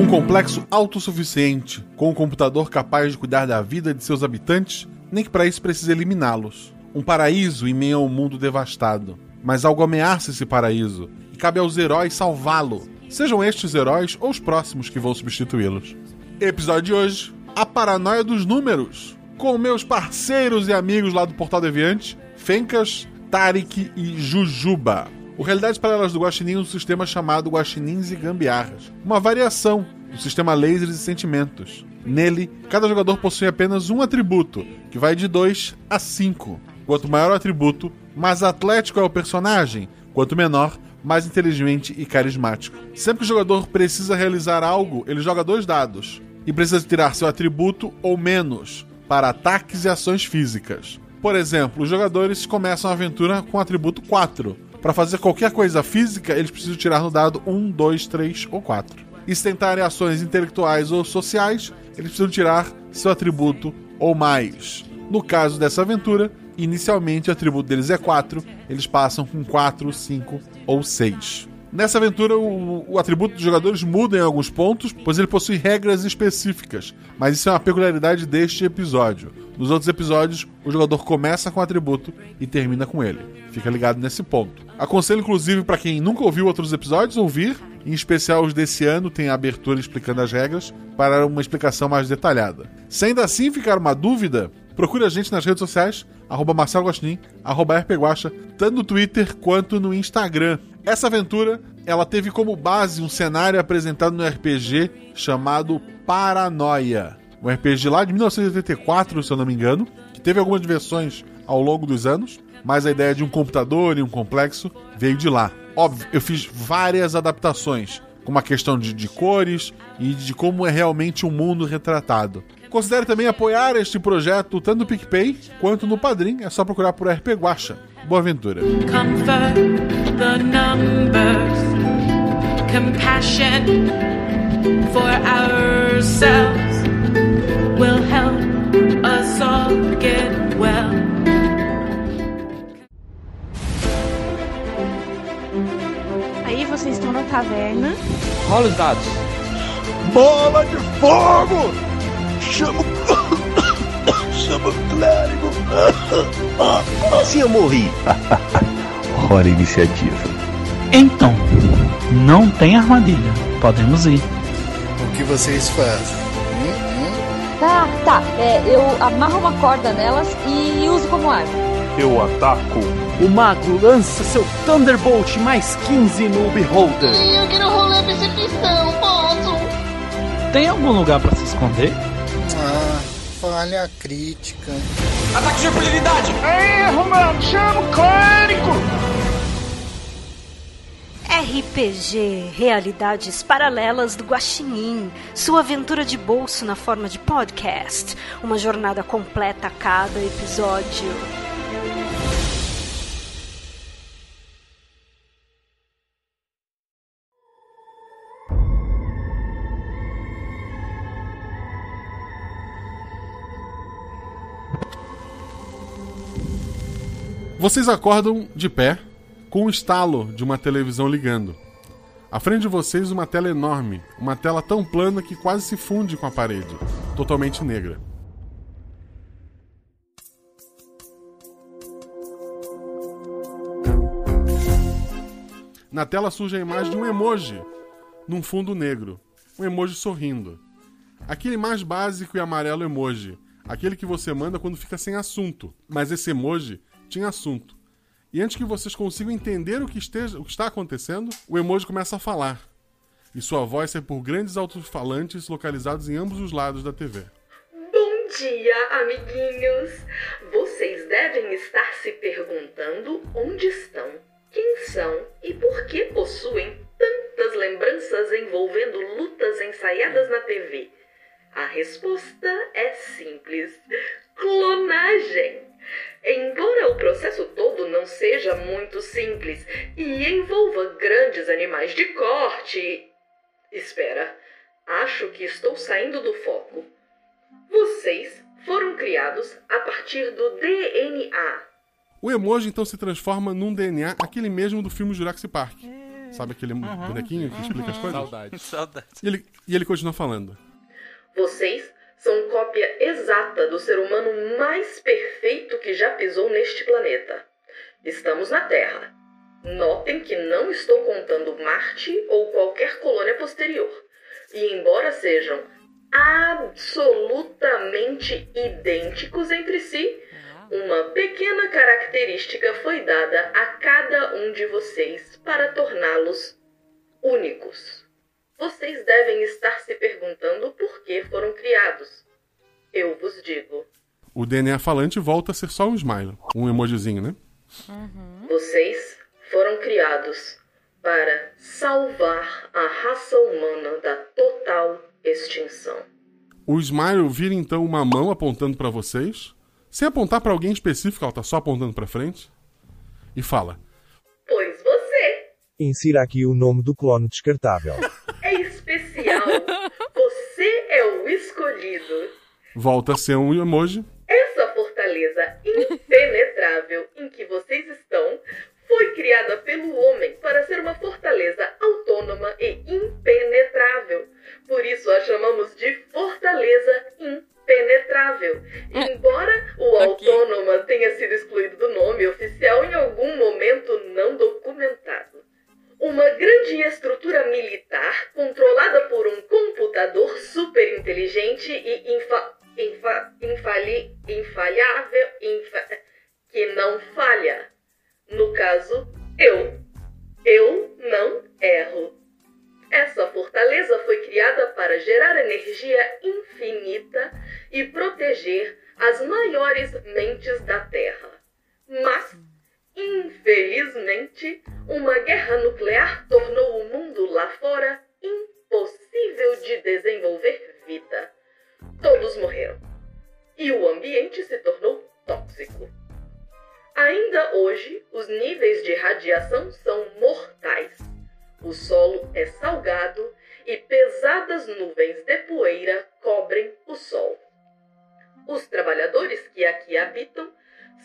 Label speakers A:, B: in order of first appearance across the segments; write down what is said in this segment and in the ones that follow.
A: Um complexo autossuficiente, com um computador capaz de cuidar da vida de seus habitantes, nem que para isso precise eliminá-los. Um paraíso em meio a um mundo devastado. Mas algo ameaça esse paraíso, e cabe aos heróis salvá-lo, sejam estes heróis ou os próximos que vão substituí-los. Episódio de hoje: A Paranoia dos Números, com meus parceiros e amigos lá do Portal Deviante, Fencas, Tarik e Jujuba. O Realidades Paralelas do Guaxinim é um sistema chamado Guaxinins e Gambiarras, uma variação do sistema Lasers e Sentimentos. Nele, cada jogador possui apenas um atributo, que vai de 2 a 5. Quanto maior o atributo, mais atlético é o personagem, quanto menor, mais inteligente e carismático. Sempre que o jogador precisa realizar algo, ele joga dois dados e precisa tirar seu atributo ou menos para ataques e ações físicas. Por exemplo, os jogadores começam a aventura com o atributo 4. Para fazer qualquer coisa física, eles precisam tirar no dado 1, 2, 3 ou 4. E se tentarem ações intelectuais ou sociais, eles precisam tirar seu atributo ou mais. No caso dessa aventura, inicialmente o atributo deles é 4, eles passam com 4, 5 ou 6. Nessa aventura, o, o atributo dos jogadores muda em alguns pontos, pois ele possui regras específicas, mas isso é uma peculiaridade deste episódio. Nos outros episódios, o jogador começa com o atributo e termina com ele. Fica ligado nesse ponto. Aconselho, inclusive, para quem nunca ouviu outros episódios, ouvir, em especial os desse ano, tem a abertura explicando as regras, para uma explicação mais detalhada. Se ainda assim ficar uma dúvida, Procure a gente nas redes sociais, arroba Marcelo Gostin, arroba RPGuacha, tanto no Twitter quanto no Instagram. Essa aventura, ela teve como base um cenário apresentado no RPG chamado Paranoia. Um RPG lá de 1984, se eu não me engano, que teve algumas versões ao longo dos anos, mas a ideia de um computador e um complexo veio de lá. Óbvio, eu fiz várias adaptações, com uma questão de, de cores e de como é realmente o um mundo retratado. Considere também apoiar este projeto tanto no PicPay quanto no Padrim. É só procurar por RP Guacha. Boa aventura. Comfort, the numbers, compassion for ourselves will help us all get well.
B: Aí vocês estão na taverna.
C: Rola os dados.
D: Bola de fogo! Chama. Chama o clérigo.
E: Assim eu morri. Hora iniciativa.
F: Então, não tem armadilha. Podemos ir.
G: O que vocês fazem?
H: Uhum. Tá, tá. É, eu amarro uma corda nelas e uso como arma.
I: Eu ataco.
J: O mago lança seu Thunderbolt mais 15 no Beholder.
K: Eu quero rolar percepção, posso?
F: Tem algum um lugar para se esconder?
G: Ah, falha crítica.
L: Ataque de impunidade!
M: É Erro, mano! Chama o clérigo!
B: RPG Realidades Paralelas do Guaxinim. Sua aventura de bolso na forma de podcast. Uma jornada completa a cada episódio.
A: Vocês acordam de pé, com o estalo de uma televisão ligando. À frente de vocês, uma tela enorme, uma tela tão plana que quase se funde com a parede, totalmente negra. Na tela surge a imagem de um emoji, num fundo negro, um emoji sorrindo. Aquele mais básico e amarelo emoji, aquele que você manda quando fica sem assunto, mas esse emoji tinha assunto. E antes que vocês consigam entender o que, esteja, o que está acontecendo, o emoji começa a falar. E sua voz sai por grandes alto-falantes localizados em ambos os lados da TV.
N: Bom dia, amiguinhos! Vocês devem estar se perguntando onde estão, quem são e por que possuem tantas lembranças envolvendo lutas ensaiadas na TV. A resposta é simples: clonagem! Embora o processo todo não seja muito simples e envolva grandes animais de corte. Espera, acho que estou saindo do foco. Vocês foram criados a partir do DNA.
A: O emoji então se transforma num DNA, aquele mesmo do filme Jurassic Park. Sabe aquele bonequinho que explica as coisas?
C: Saudade. Saudade.
A: E ele, e ele continua falando.
N: Vocês são cópia exata do ser humano mais perfeito que já pisou neste planeta. Estamos na Terra. Notem que não estou contando Marte ou qualquer colônia posterior. E embora sejam absolutamente idênticos entre si, uma pequena característica foi dada a cada um de vocês para torná-los únicos. Vocês devem estar se perguntando por que foram criados. Eu vos digo.
A: O DNA falante volta a ser só um smile, um emojizinho, né?
N: Vocês foram criados para salvar a raça humana da total extinção.
A: O smile vira então uma mão apontando pra vocês, sem apontar pra alguém específico, ela tá só apontando pra frente, e fala:
N: Pois você
I: Insira aqui o nome do clone descartável.
N: é especial. você é o escolhido.
A: Volta a ser um emoji.
N: Essa fortaleza impenetrável em que vocês estão foi criada pelo homem para ser uma fortaleza autônoma e impenetrável. Por isso a chamamos de fortaleza impenetrável. Embora o autônoma tenha sido excluído do nome oficial em algum momento não documentado. Uma grande estrutura militar controlada por um computador super inteligente e infa, infa, infali, infalhável infa, que não falha. No caso, eu. Eu não erro. Essa fortaleza foi criada para gerar energia infinita e proteger as maiores mentes da Terra. Mas, infelizmente, uma guerra nuclear tornou o mundo lá fora impossível de desenvolver vida. Todos morreram. E o ambiente se tornou tóxico. Ainda hoje, os níveis de radiação são mortais. O solo é salgado e pesadas nuvens de poeira cobrem o sol. Os trabalhadores que aqui habitam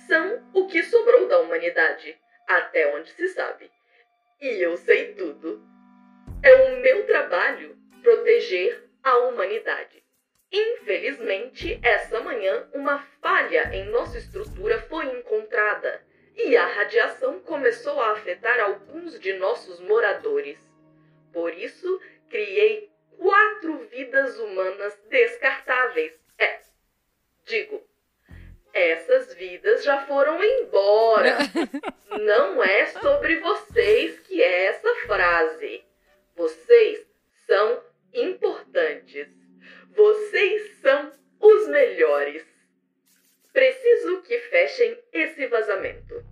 N: são o que sobrou da humanidade, até onde se sabe. E eu sei tudo. É o meu trabalho proteger a humanidade. Infelizmente, essa manhã, uma falha em nossa estrutura foi encontrada e a radiação começou a afetar alguns de nossos moradores. Por isso, criei quatro vidas humanas descartáveis. É, digo, essas vidas já foram embora. Não é sobre vocês que é essa frase. Vocês são importantes. Vocês são os melhores. Preciso que fechem esse vazamento.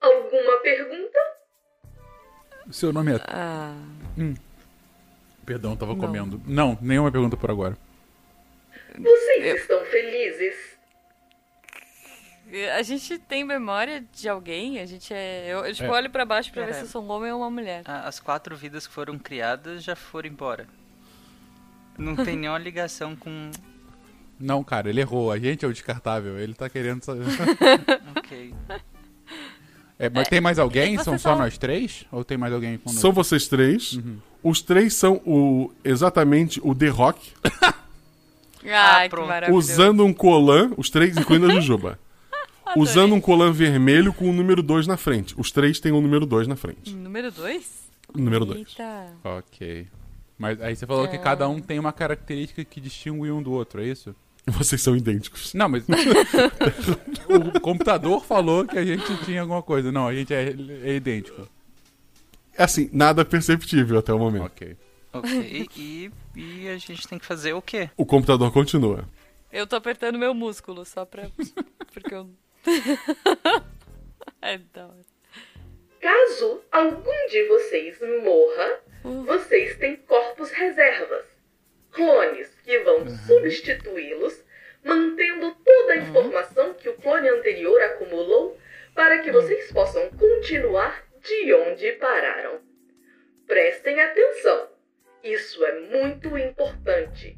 N: Alguma pergunta?
C: Seu nome é.
O: Ah.
C: Hum. Perdão, tava comendo. Não, nenhuma pergunta por agora.
N: Vocês estão felizes?
O: A gente tem memória de alguém? A gente é. Eu, eu tipo,
C: É.
O: olho pra baixo pra ver
P: Pera.
O: se eu sou um homem ou uma mulher.
P: A- As quatro vidas que foram criadas já foram embora. Não tem nenhuma ligação com.
C: Não, cara, ele errou. A gente é o descartável. Ele tá querendo. sa-
P: Ok.
C: É, mas tem mais alguém?
P: Você
C: São só
P: tá-
C: nós três? Ou tem mais alguém conosco?
A: São vocês três. Os três são o exatamente o The Rock,
P: Ah,
O: Ai, Ah, que maravilhoso.
A: usando um colan, os três, incluindo a Jujuba. usando um colan vermelho com o número 2 na frente. Os três têm o número 2 na frente.
O: Número 2?
A: Número dois.
O: Eita.
C: Ok. Mas aí você falou que
O: É.
C: cada um tem uma característica que distingue um do outro, é isso?
A: Vocês são idênticos.
C: Não, mas. o computador falou que a gente tinha alguma coisa. Não, a gente é, é idêntico.
A: É assim, nada perceptível até o momento.
P: Ok. E, e a gente tem que fazer o quê?
A: O computador continua.
O: Eu tô apertando meu músculo só pra. Porque eu. é da hora.
N: Caso algum de vocês morra, vocês têm corpos reservas. Clones que vão substituí-los, mantendo toda a informação que o clone anterior acumulou para que vocês possam continuar de onde pararam. Prestem atenção, isso é muito importante.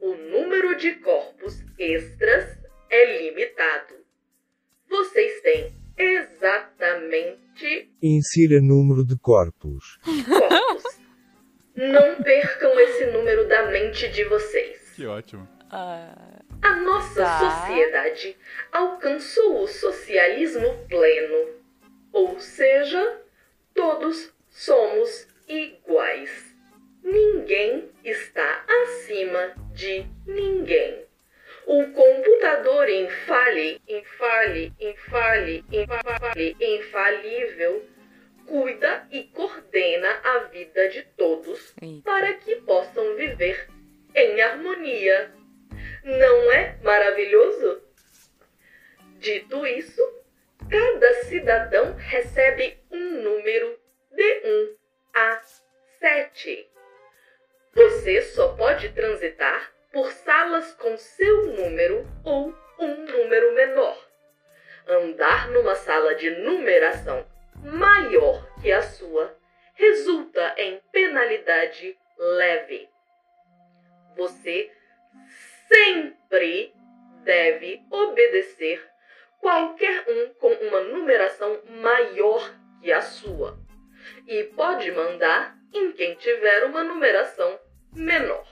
N: O número de corpos extras é limitado. Vocês têm exatamente de
I: Insira número de corpos.
N: corpos. Não percam esse número da mente de vocês.
C: Que ótimo.
N: A nossa
C: Tá.
N: sociedade alcançou o socialismo pleno. Ou seja, todos somos iguais. Ninguém está acima de ninguém. O computador infale, infale, infale, infale, infalível cuida e coordena a vida de todos para que possam viver em harmonia. Não é maravilhoso? Dito isso, cada cidadão recebe um número de 1 a 7. Você só pode transitar por salas com seu número ou um número menor. Andar numa sala de numeração maior que a sua resulta em penalidade leve. Você sempre deve obedecer qualquer um com uma numeração maior que a sua e pode mandar em quem tiver uma numeração menor.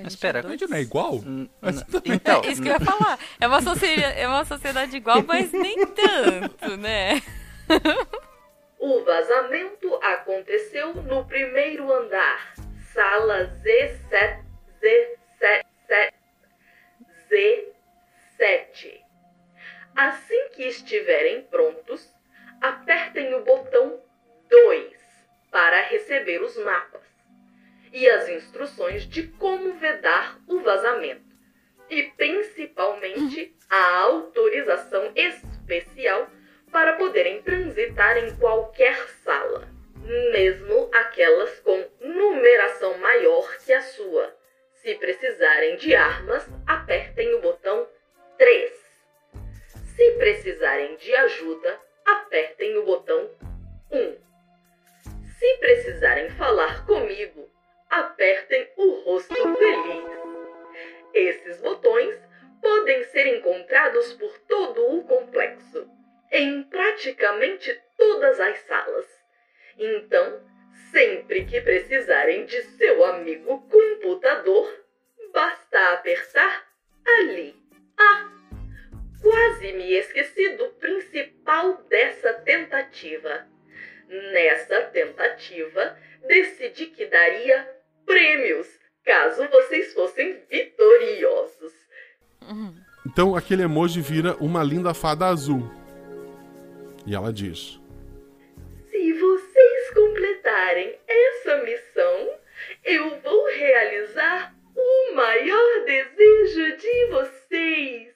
C: Mas espera, a gente não é igual?
O: Então, é isso que eu ia falar. É uma sociedade, é uma sociedade igual, mas nem tanto, né?
N: O Um vazamento aconteceu no primeiro andar, sala Z7, Z7, Z7. Assim que estiverem prontos, apertem o botão 2 para receber os mapas e as instruções de como vedar o vazamento e principalmente a autorização especial para poderem transitar em qualquer sala, mesmo aquelas com numeração maior que a sua. Se precisarem de armas, apertem o botão 3. Se precisarem de ajuda, apertem o botão 1. Se precisarem falar comigo, apertem o rosto feliz. Esses botões podem ser encontrados por todo o complexo, em praticamente todas as salas. Então, sempre que precisarem de seu amigo computador, basta apertar ali. Ah! Quase me esqueci do principal dessa tentativa. Nessa tentativa, decidi que daria prêmios caso vocês fossem vitoriosos.
A: Então aquele emoji vira uma linda fada azul. E ela diz:
N: Se vocês completarem essa missão, eu vou realizar o maior desejo de vocês.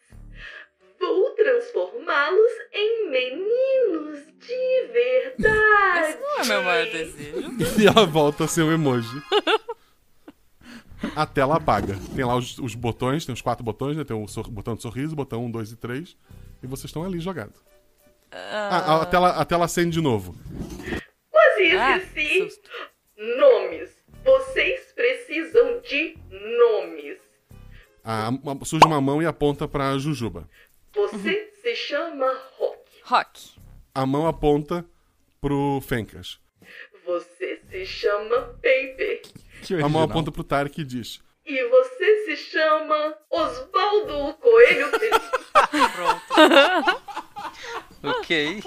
N: Vou transformá-los em meninos de verdade.
O: Esse não é meu maior desejo.
A: E ela volta a ser um emoji. A tela apaga. Tem lá os, os botões, tem os quatro botões, né? Tem o sor- botão de sorriso, botão 1, 2 e 3. E vocês estão ali jogados. Ah, a, a tela, a tela acende de novo.
N: Quase
O: Ah,
N: esqueci. nomes. Vocês precisam de nomes.
A: A- a- surge uma mão e aponta pra Jujuba.
N: Você se chama Rock.
O: Uhum. Rock.
A: A mão aponta pro Fencas.
N: Você se chama Paper.
A: A mão aponta pro Tarek e diz:
N: E você se chama Osvaldo o Coelho Feliz.
P: Ok.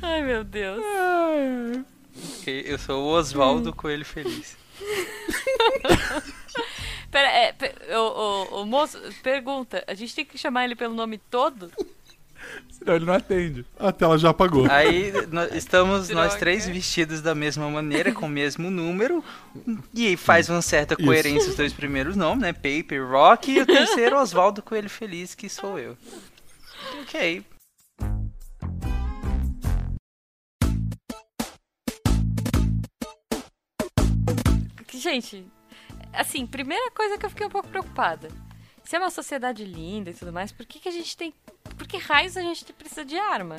O: Ai, meu Deus.
P: ok. Eu sou o Oswaldo Coelho Feliz.
O: Pera, é, pe- o, o- o moço, pergunta, a gente tem que chamar ele pelo nome todo?
C: Senão ele não atende.
A: A tela já apagou.
P: Aí nó- estamos nós três vestidos da mesma maneira, com o mesmo número. E faz uma certa
A: Isso.
P: coerência os dois primeiros nomes, né? Paper Rock e o terceiro Oswaldo Coelho Feliz, que sou eu. Ok.
O: Que, Gente, assim, primeira coisa que eu fiquei um pouco preocupada. Se é uma sociedade linda e tudo mais, por que, que a gente tem... Por que raios a gente precisa de arma?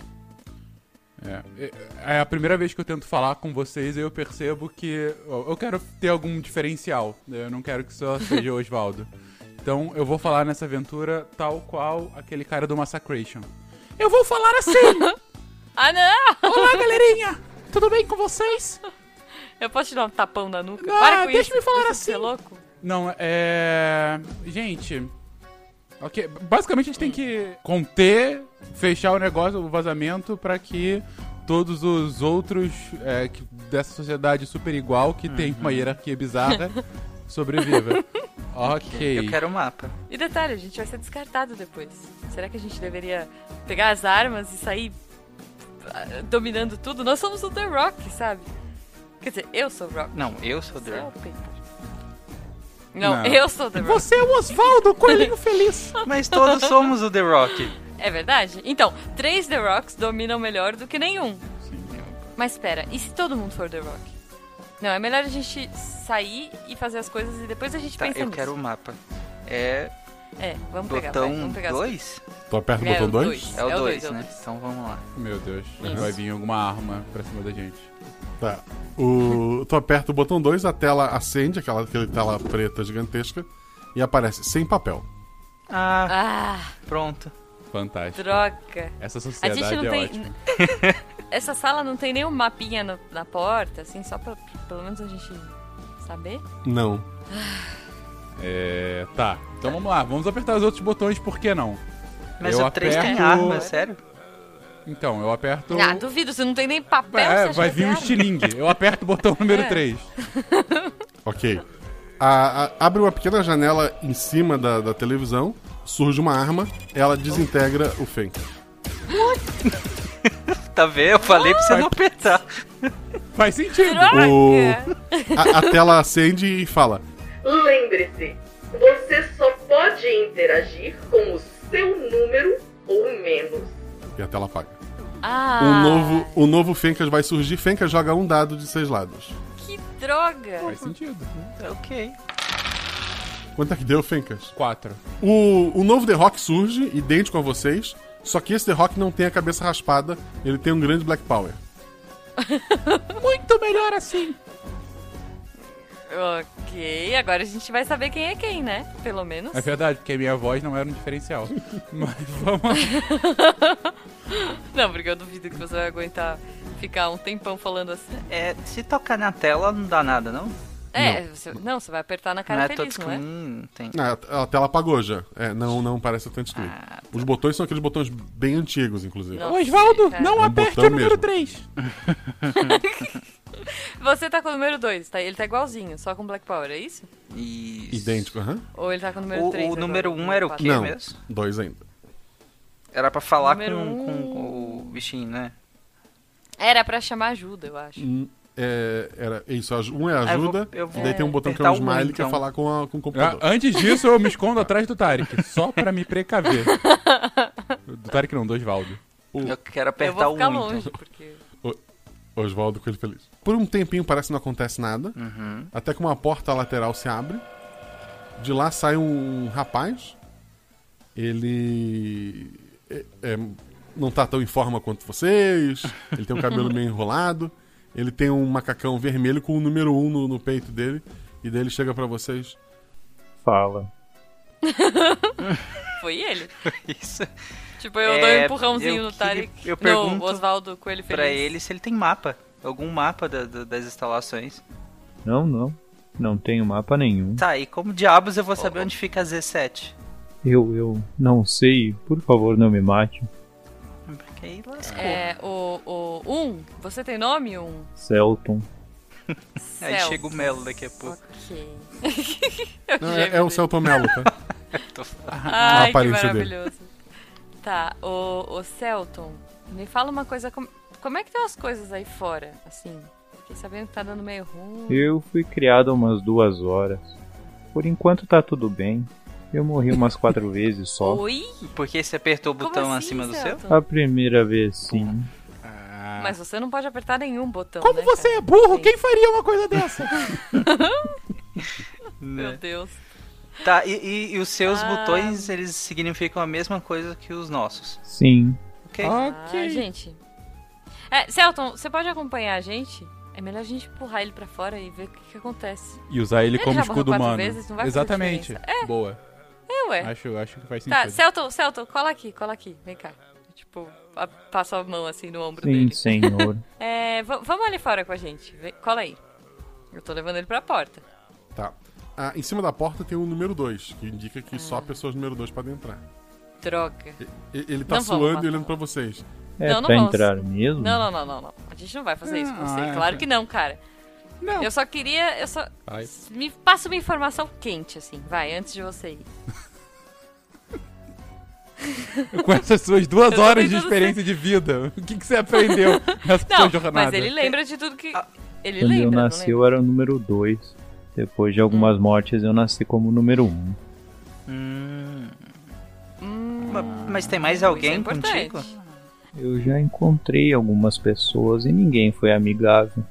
C: É, é a primeira vez que eu tento falar com vocês e eu percebo que eu eu quero ter algum diferencial. né? Eu não quero que só seja o Oswaldo. Então eu vou falar nessa aventura tal qual aquele cara do Massacration. Eu vou falar assim!
O: ah, não!
C: Olá, galerinha! Tudo bem com vocês?
O: Eu posso te dar um tapão na nuca?
C: Ah,
O: Para com
C: deixa
O: isso.
C: eu me falar
O: deixa
C: assim.
O: Ser louco.
C: Não, é. Gente. Ok, basicamente a gente tem que conter, fechar o negócio, o vazamento, pra que todos os outros é, que- dessa sociedade super igual, que tem
P: Uhum.
C: uma hierarquia bizarra, sobreviva. ok.
P: Eu quero o mapa.
O: E detalhe, a gente vai ser descartado depois. Será que a gente deveria pegar as armas e sair ah, dominando tudo? Nós somos o The Rock, sabe? Quer dizer, eu sou o Rock.
P: Não, eu sou o The
O: Você é
P: Rock.
O: o Peter. Não, eu sou o The Rock.
C: Você é o Oswaldo, o coelhinho feliz.
P: Mas todos somos o The Rock.
O: É verdade? Então, três The Rocks dominam melhor do que nenhum. Mas espera, e se todo mundo for The Rock? Não, é melhor a gente sair e fazer as coisas e depois a gente
P: Tá,
O: pensa
P: eu
O: nisso.
P: quero o mapa. É.
O: É, vamos pegar, vai,
P: Botão
O: vamos pegar as
P: 2?
A: Tu aperta o
O: É,
A: botão
O: o
A: 2?
P: É o
O: É
P: 2,
O: o dois, é o
P: né?
O: dois.
P: Então vamos lá.
C: Meu Deus,
O: Isso.
C: vai vir alguma arma pra cima da gente.
A: Tá. O, tu aperta o botão 2, a tela acende, aquela, aquela tela preta gigantesca, e aparece sem papel.
P: Ah, pronto.
C: Fantástico.
O: Droga.
C: Essa
O: A gente
C: sociedade
O: não
C: é
O: tem.
C: ótima.
O: Essa sala não tem nenhum mapinha no- na porta, assim, só pra pelo menos a gente saber.
A: Não.
C: É. Tá. Então vamos lá, vamos apertar os outros botões, por que não?
P: Mas o 3 tem arma, sério?
C: Então, eu aperto.
O: Ah, duvido, você não tem nem papel. você
C: É,
O: acha
C: vai
O: que
C: vir
O: é
C: um
O: arma?
C: estilingue. Eu aperto o botão número
O: É.
C: 3.
A: Ok. A- a- abre uma pequena janela em cima da, da televisão, surge uma arma, ela desintegra o Fenk.
P: Tá vendo? Eu falei pra você não apertar.
C: Faz sentido.
A: O,
O: é?
A: a, a tela acende e fala:
N: Lembre-se, você só pode interagir com o seu número ou menos.
A: E a tela apaga.
O: Ah,
A: O novo, o novo Fencas vai surgir. Fencas joga um dado de seis lados.
O: que droga.
C: Faz sentido.
P: Ok.
A: Quanto é que deu, Fencas?
C: 4.
A: O, o novo The Rock surge, idêntico a vocês, só que esse The Rock não tem a cabeça raspada, ele tem um grande Black Power.
C: Muito melhor assim.
O: Ok, agora a gente vai saber quem é quem, né? Pelo menos.
C: É verdade, porque a minha voz não era um diferencial. Mas vamos lá.
O: Não, porque eu duvido que você vai aguentar ficar um tempão falando assim.
P: É, se tocar na tela não dá nada, não?
O: É, você- não, você vai apertar na cara
P: não é
O: feliz, não é?
P: Hum, tem.
A: Ah, a- a tela apagou já. É, não, não parece tanto excluir.
P: Ah, tá.
A: Os botões são aqueles botões bem antigos, inclusive.
O: Não.
C: Osvaldo,
O: É.
C: não
A: Um
C: aperte
A: botão
C: o número
A: mesmo.
C: 3.
O: Você tá com o número 2, tá? Ele tá igualzinho, só com Black Power, é isso?
P: E
A: Idêntico, aham.
O: Ou ele tá com o número
P: o,
O: 3?
P: o número 1 um era o quê
A: Não,
P: mesmo?
A: dois ainda.
P: Era pra falar com,
O: Número um.
P: com o bichinho, né?
O: Era pra chamar ajuda, eu acho.
A: Hum, É, era, é isso, aj- um é
P: Ah, eu vou-
A: ajuda,
P: eu vou
A: e daí tem um botão que é
P: apertar
A: um
P: o um,
A: smile que é
P: então.
A: falar com, a- com o
C: Ah,
A: computador.
C: antes disso, eu me escondo atrás do Tarek, só pra me precaver. Do Tarek não, do Osvaldo.
P: Eu quero
O: Eu
P: apertar
O: vou
P: o 1.
O: ficar
P: Um,
O: longe,
P: então.
O: porque...
A: Oswaldo Coelho Feliz. Por um tempinho parece que não acontece nada.
P: Uhum.
A: Até que uma porta lateral se abre. De lá sai um rapaz. Ele. é- é- não tá tão em forma quanto vocês. Ele tem o cabelo meio enrolado. Ele tem um macacão vermelho com o número 1 um no, no peito dele. E daí ele chega pra vocês.
I: Fala.
O: Foi ele.
P: Isso.
O: Tipo, eu
P: É,
O: dou um empurrãozinho
P: eu
O: no
P: que-
O: Tarek.
P: eu pergunto
O: no Oswaldo Coelho Feliz.
P: Pra ele se ele tem mapa. Algum mapa da- da- das instalações.
I: Não, não. Não tenho mapa nenhum.
P: Tá, e como diabos eu vou saber onde fica a Z7?
I: Eu, eu não sei. Por favor, não me mate.
P: Porque aí lascou.
O: É, o... o um, você tem nome, um?
I: Celton.
P: aí
O: Celso.
P: chega o Melo daqui a pouco.
O: Ok.
A: Não, é, é o Celton Mello, tá?
P: Tô falando.
C: Ah, um
A: A
O: Ai, que
A: aparência dele.
O: maravilhoso. Tá, o, o Celton, me fala uma coisa. Como, como é que estão as coisas aí fora, assim? Fiquei sabendo que tá dando meio ruim.
I: Eu fui criado umas duas horas. Por enquanto tá tudo bem. Eu morri umas quatro vezes só.
O: Oi?
P: Por que você apertou o
O: Como
P: botão
O: assim,
P: acima do seu?
O: Celton?
I: A primeira vez, sim.
O: Mas você não pode apertar nenhum botão.
C: Como
O: né,
C: você
O: cara?
C: é burro,
O: Sim.
C: quem faria uma coisa dessa?
O: Meu Deus.
P: Né? Tá, e, e- e os seus
O: Ah.
P: botões, eles significam a mesma coisa que os nossos.
I: Sim.
P: Ok?
O: Ah, gente. É, Celton, você pode acompanhar a gente? É melhor a gente empurrar ele pra fora e ver o que, que acontece.
C: E usar ele,
O: Ele
C: como
O: já morreu
C: escudo
O: quatro
C: humano.
O: vezes, não vai fazer
C: Exatamente.
O: diferença. É.
C: Boa.
O: ué.
C: Acho, acho que faz sentido.
O: Tá, Celton, Celton, cola aqui, cola aqui. Vem cá. Tipo, a- passa a mão assim no ombro
I: Sim,
O: dele.
I: senhor.
O: É, va- vamos ali fora com a gente. Vem, cola aí. Eu tô levando ele pra porta.
A: Tá. Ah, em cima da porta tem o número 2, que indica que
O: Ah.
A: só pessoas número 2 podem entrar.
O: Droga.
A: E- Ele tá
O: Não vamos
A: suando
O: matar.
A: e olhando pra vocês.
I: É pra entrar mesmo?
O: Não, não, não, não, não. A gente não vai fazer isso com
A: Ah,
O: você.
A: é.
O: Claro que não, cara.
C: Não.
O: Eu só queria. Eu só.
C: Vai.
O: Me passa uma informação quente, assim. Vai, antes de você ir.
C: Com essas suas duas
O: Eu
C: horas
O: também
C: de
O: tô no
C: experiência de vida, o que, que você aprendeu nessa sua
O: Não,
C: jornada?
O: mas ele lembra de tudo que. Ele
I: Quando eu
O: lembra, não
I: nasci,
O: lembra?
I: eu era o número 2. Depois de algumas mortes, eu nasci como o número 1. Um.
P: Ma- Mas tem
O: é
P: mais alguém contigo?
I: Eu já encontrei algumas pessoas e ninguém foi amigável.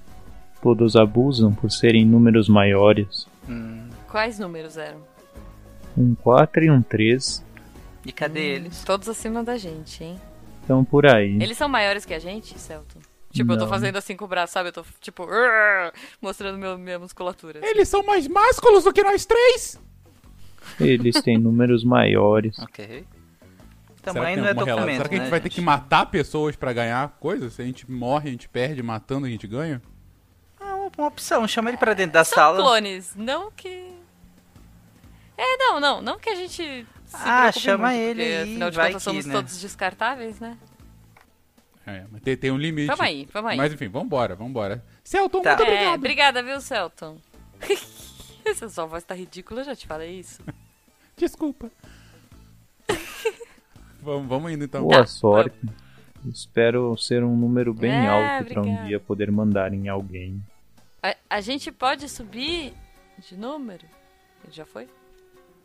I: Todos abusam por serem números maiores.
O: Quais números eram?
I: Um 4 e um 3
P: E cadê
I: Hum.
P: eles?
O: Todos acima da gente, hein?
I: estão por aí.
O: Eles são maiores que a gente, Celton? Tipo, eu tô
I: Não.
O: fazendo assim com o braço, sabe? Eu tô, tipo, "Urgh", mostrando meu, minha musculatura. assim.
C: Eles são mais másculos do que nós três!
I: Eles têm números maiores.
P: Ok.
C: Será que,
P: Tamanho
C: tem
P: não é
C: alguma relação?
P: documento,
C: Será que a gente
P: né,
C: vai ter que matar pessoas pra ganhar coisas? Se a gente morre, a gente perde, matando a gente ganha?
P: Ah, uma- uma opção, chama ele pra dentro da sala.
O: Clones, não que. É, não, não, não que a gente. Se
P: Ah,
O: preocupe
P: chama
O: muito,
P: ele
O: porque,
P: aí,
O: Afinal de
P: vai
O: contas,
P: que,
O: somos
P: né?
O: todos descartáveis, né?
C: É, mas tem, tem um limite.
O: Vamos aí, vamos aí.
C: Mas enfim, vambora, vambora. Celton,
O: Tá.
C: muito
O: É,
C: obrigado.
O: obrigada, viu, Celton? Essa sua voz tá ridícula, eu já te falei isso.
C: Desculpa. Vamos, vamos indo então.
O: Tá.
I: Boa sorte. Espero ser um número bem
O: É,
I: alto para um
O: obrigada.
I: dia poder mandar em alguém.
O: A, a gente pode subir de número? Ele já foi?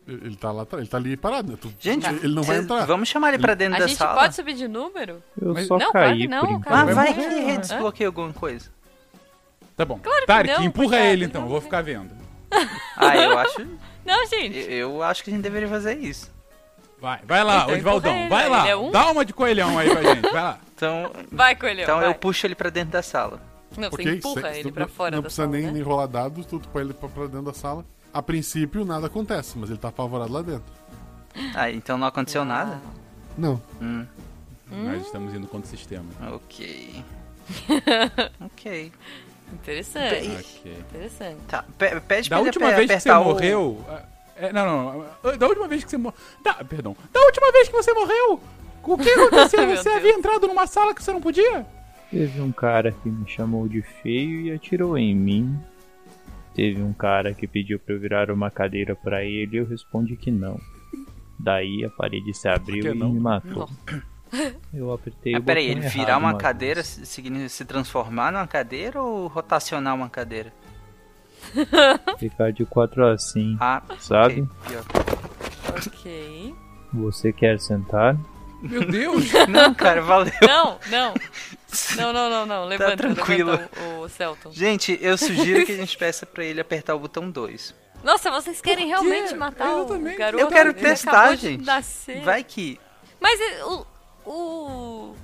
A: Ele ele tá lá atrás, ele tá ali parado. Tu-
P: Gente,
A: ele não vai
P: cês-
A: entrar.
P: vamos chamar ele pra dentro
O: a
P: da
O: gente
P: sala.
O: pode subir de número?
I: Eu
O: Mas-
I: só
O: não, claro que
I: caí
O: não,
I: por enquanto.
O: cara.
P: Ah, vai que
O: Vai morrer,
P: ele
O: né?
P: desbloqueia alguma coisa.
C: Tá bom.
O: Claro que
C: Tarek,
O: não,
C: empurra
O: coitado,
C: ele então, eu vou ficar vendo.
P: Ah, eu acho.
O: Não, gente.
P: Eu, eu acho que a gente deveria fazer isso.
C: Vai, vai lá,
P: Então,
C: Osvaldão,
P: empurra ele,
C: vai lá.
P: ele é um?
C: Dá uma de coelhão aí pra gente, vai lá.
P: Então,
O: Vai, coelhão.
P: então
O: vai.
P: eu puxo ele pra dentro da sala.
O: Não, você
A: Ok,
O: empurra
A: cê-
O: ele
A: tu
O: pra fora
A: Não
O: da
A: precisa
O: sala. né?
A: nem, nem rolar dados, tu tu põe ele pra, pra dentro da sala. A princípio, nada acontece, mas ele tá apavorado lá dentro.
P: Ah, então não aconteceu nada?
A: Não.
P: Hum,
C: Nós estamos indo contra o sistema.
P: ok.
O: ok. Interessante.
C: Ok.
O: Interessante.
P: Tá, pe- pede pra
C: Da
P: ele
C: última
P: ape-
C: vez que você
P: apertar o...
C: morreu. é, não, não, não. Da última vez que você morreu. Perdão. Da última vez que você morreu, o que aconteceu?
O: Meu
C: você havia entrado numa sala que você não podia?
I: Teve um cara que me chamou de feio e atirou em mim. Teve um cara que pediu pra eu virar uma cadeira pra ele e eu respondi que não. Daí a parede se abriu
P: que
I: e
P: não?
I: me matou. Eu apertei
P: Ah,
I: o
P: peraí,
I: botão
P: ele
I: errado
P: virar uma,
I: uma
P: cadeira se- significa se transformar numa cadeira ou rotacionar uma cadeira?
I: Ficar de 4 a 5,
P: Ah,
I: sabe?
P: Pior.
O: Ok.
I: Você quer sentar?
C: Meu Deus!
P: Não, cara, valeu.
O: Não, não. Não, não, não, não. Levanta,
P: tranquilo.
O: levanta o, o Celton.
P: então. Gente, eu sugiro que a gente peça pra ele apertar o botão 2.
O: Nossa, vocês querem realmente matar o garoto?
P: Eu quero
O: Ele
P: testar,
O: acabou de
P: gente.
O: nascer.
P: Vai que.
O: Mas ele- o, o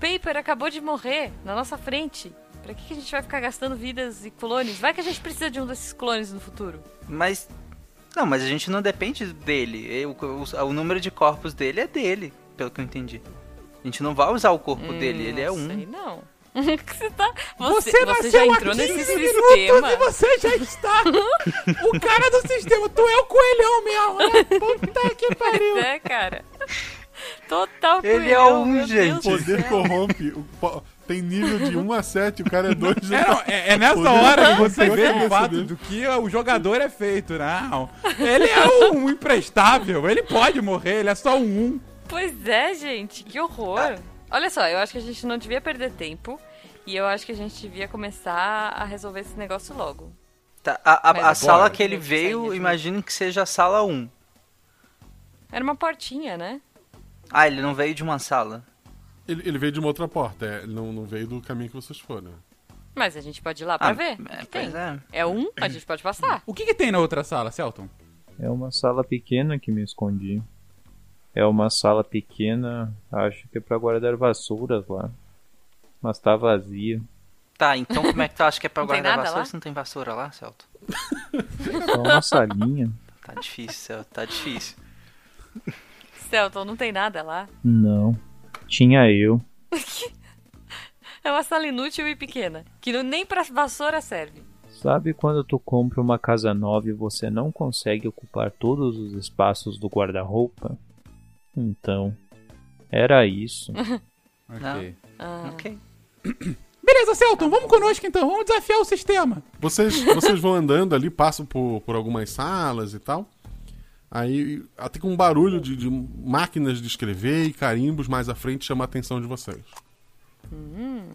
O: Paper acabou de morrer na nossa frente. Pra que que a gente vai ficar gastando vidas e clones? Vai que a gente precisa de um desses clones no futuro.
P: Mas. Não, mas a gente não depende dele. Eu- o, o número de corpos dele é dele, pelo que eu entendi. A gente não vai usar o corpo
O: Hum,
P: dele, ele é
O: não
P: um.
O: sei não. você tá.
C: Você,
O: Você, você
C: nasceu
O: já
C: há
O: entrou
C: 15
O: nesse
C: minutos
O: sistema.
C: e você já está o cara do sistema. Tu é o coelhão mesmo, né? Puta que pariu.
O: Pois é, cara. Total
P: Ele é
O: coelhão,
P: um,
O: meu
A: O
O: Deus do
A: poder
O: céu.
A: corrompe. O po- Tem nível de 1 a 7, o cara é 2.
C: É, não, é- é nessa hora que você vê de fato do que o jogador é feito, não. Ele é um imprestável, ele pode morrer, ele é só um.
O: Pois é, gente, que
P: Ah.
O: horror. Olha só, eu acho que a gente não devia perder tempo. E eu acho que a gente devia começar a resolver esse negócio logo.
P: Tá, a a- a
O: Mas agora,
P: sala que ele
O: tem que sair
P: veio,
O: mesmo.
P: imagino que seja a sala 1.
O: Era uma portinha, né?
P: Ah, ele não veio de uma sala.
A: Ele, ele veio de uma outra porta, é, ele não, não veio do caminho que vocês foram.
O: Mas a gente pode ir lá pra
P: Ah,
O: ver.
P: é,
O: O que
P: pois
O: tem?
P: é.
O: um, a gente pode passar.
C: O que, que tem na outra sala, Celton?
I: É uma sala pequena que me escondi. É uma sala pequena, acho que é pra guardar vassouras lá. Mas tá vazia.
P: Tá, então como é que tu acha que é pra
O: Não tem
P: guardar
O: nada
P: vassoura
O: lá?
P: se não tem vassoura lá, Celto?
I: Só É uma salinha.
P: Tá difícil, Celto, tá difícil.
O: Celton, não tem nada lá.
I: Não. Tinha eu.
O: É uma sala inútil e pequena, que não- nem pra vassoura serve.
I: Sabe quando tu compra uma casa nova e você não consegue ocupar todos os espaços do guarda-roupa? Então, era isso.
C: Ok.
O: Ah.
P: Ok.
C: Beleza, Celton, vamos conosco então, vamos desafiar o sistema.
A: Vocês, vocês vão andando ali, passam por, por algumas salas e tal. Aí até com um barulho de, de máquinas de escrever e carimbos mais à frente chama a atenção de vocês. Uhum.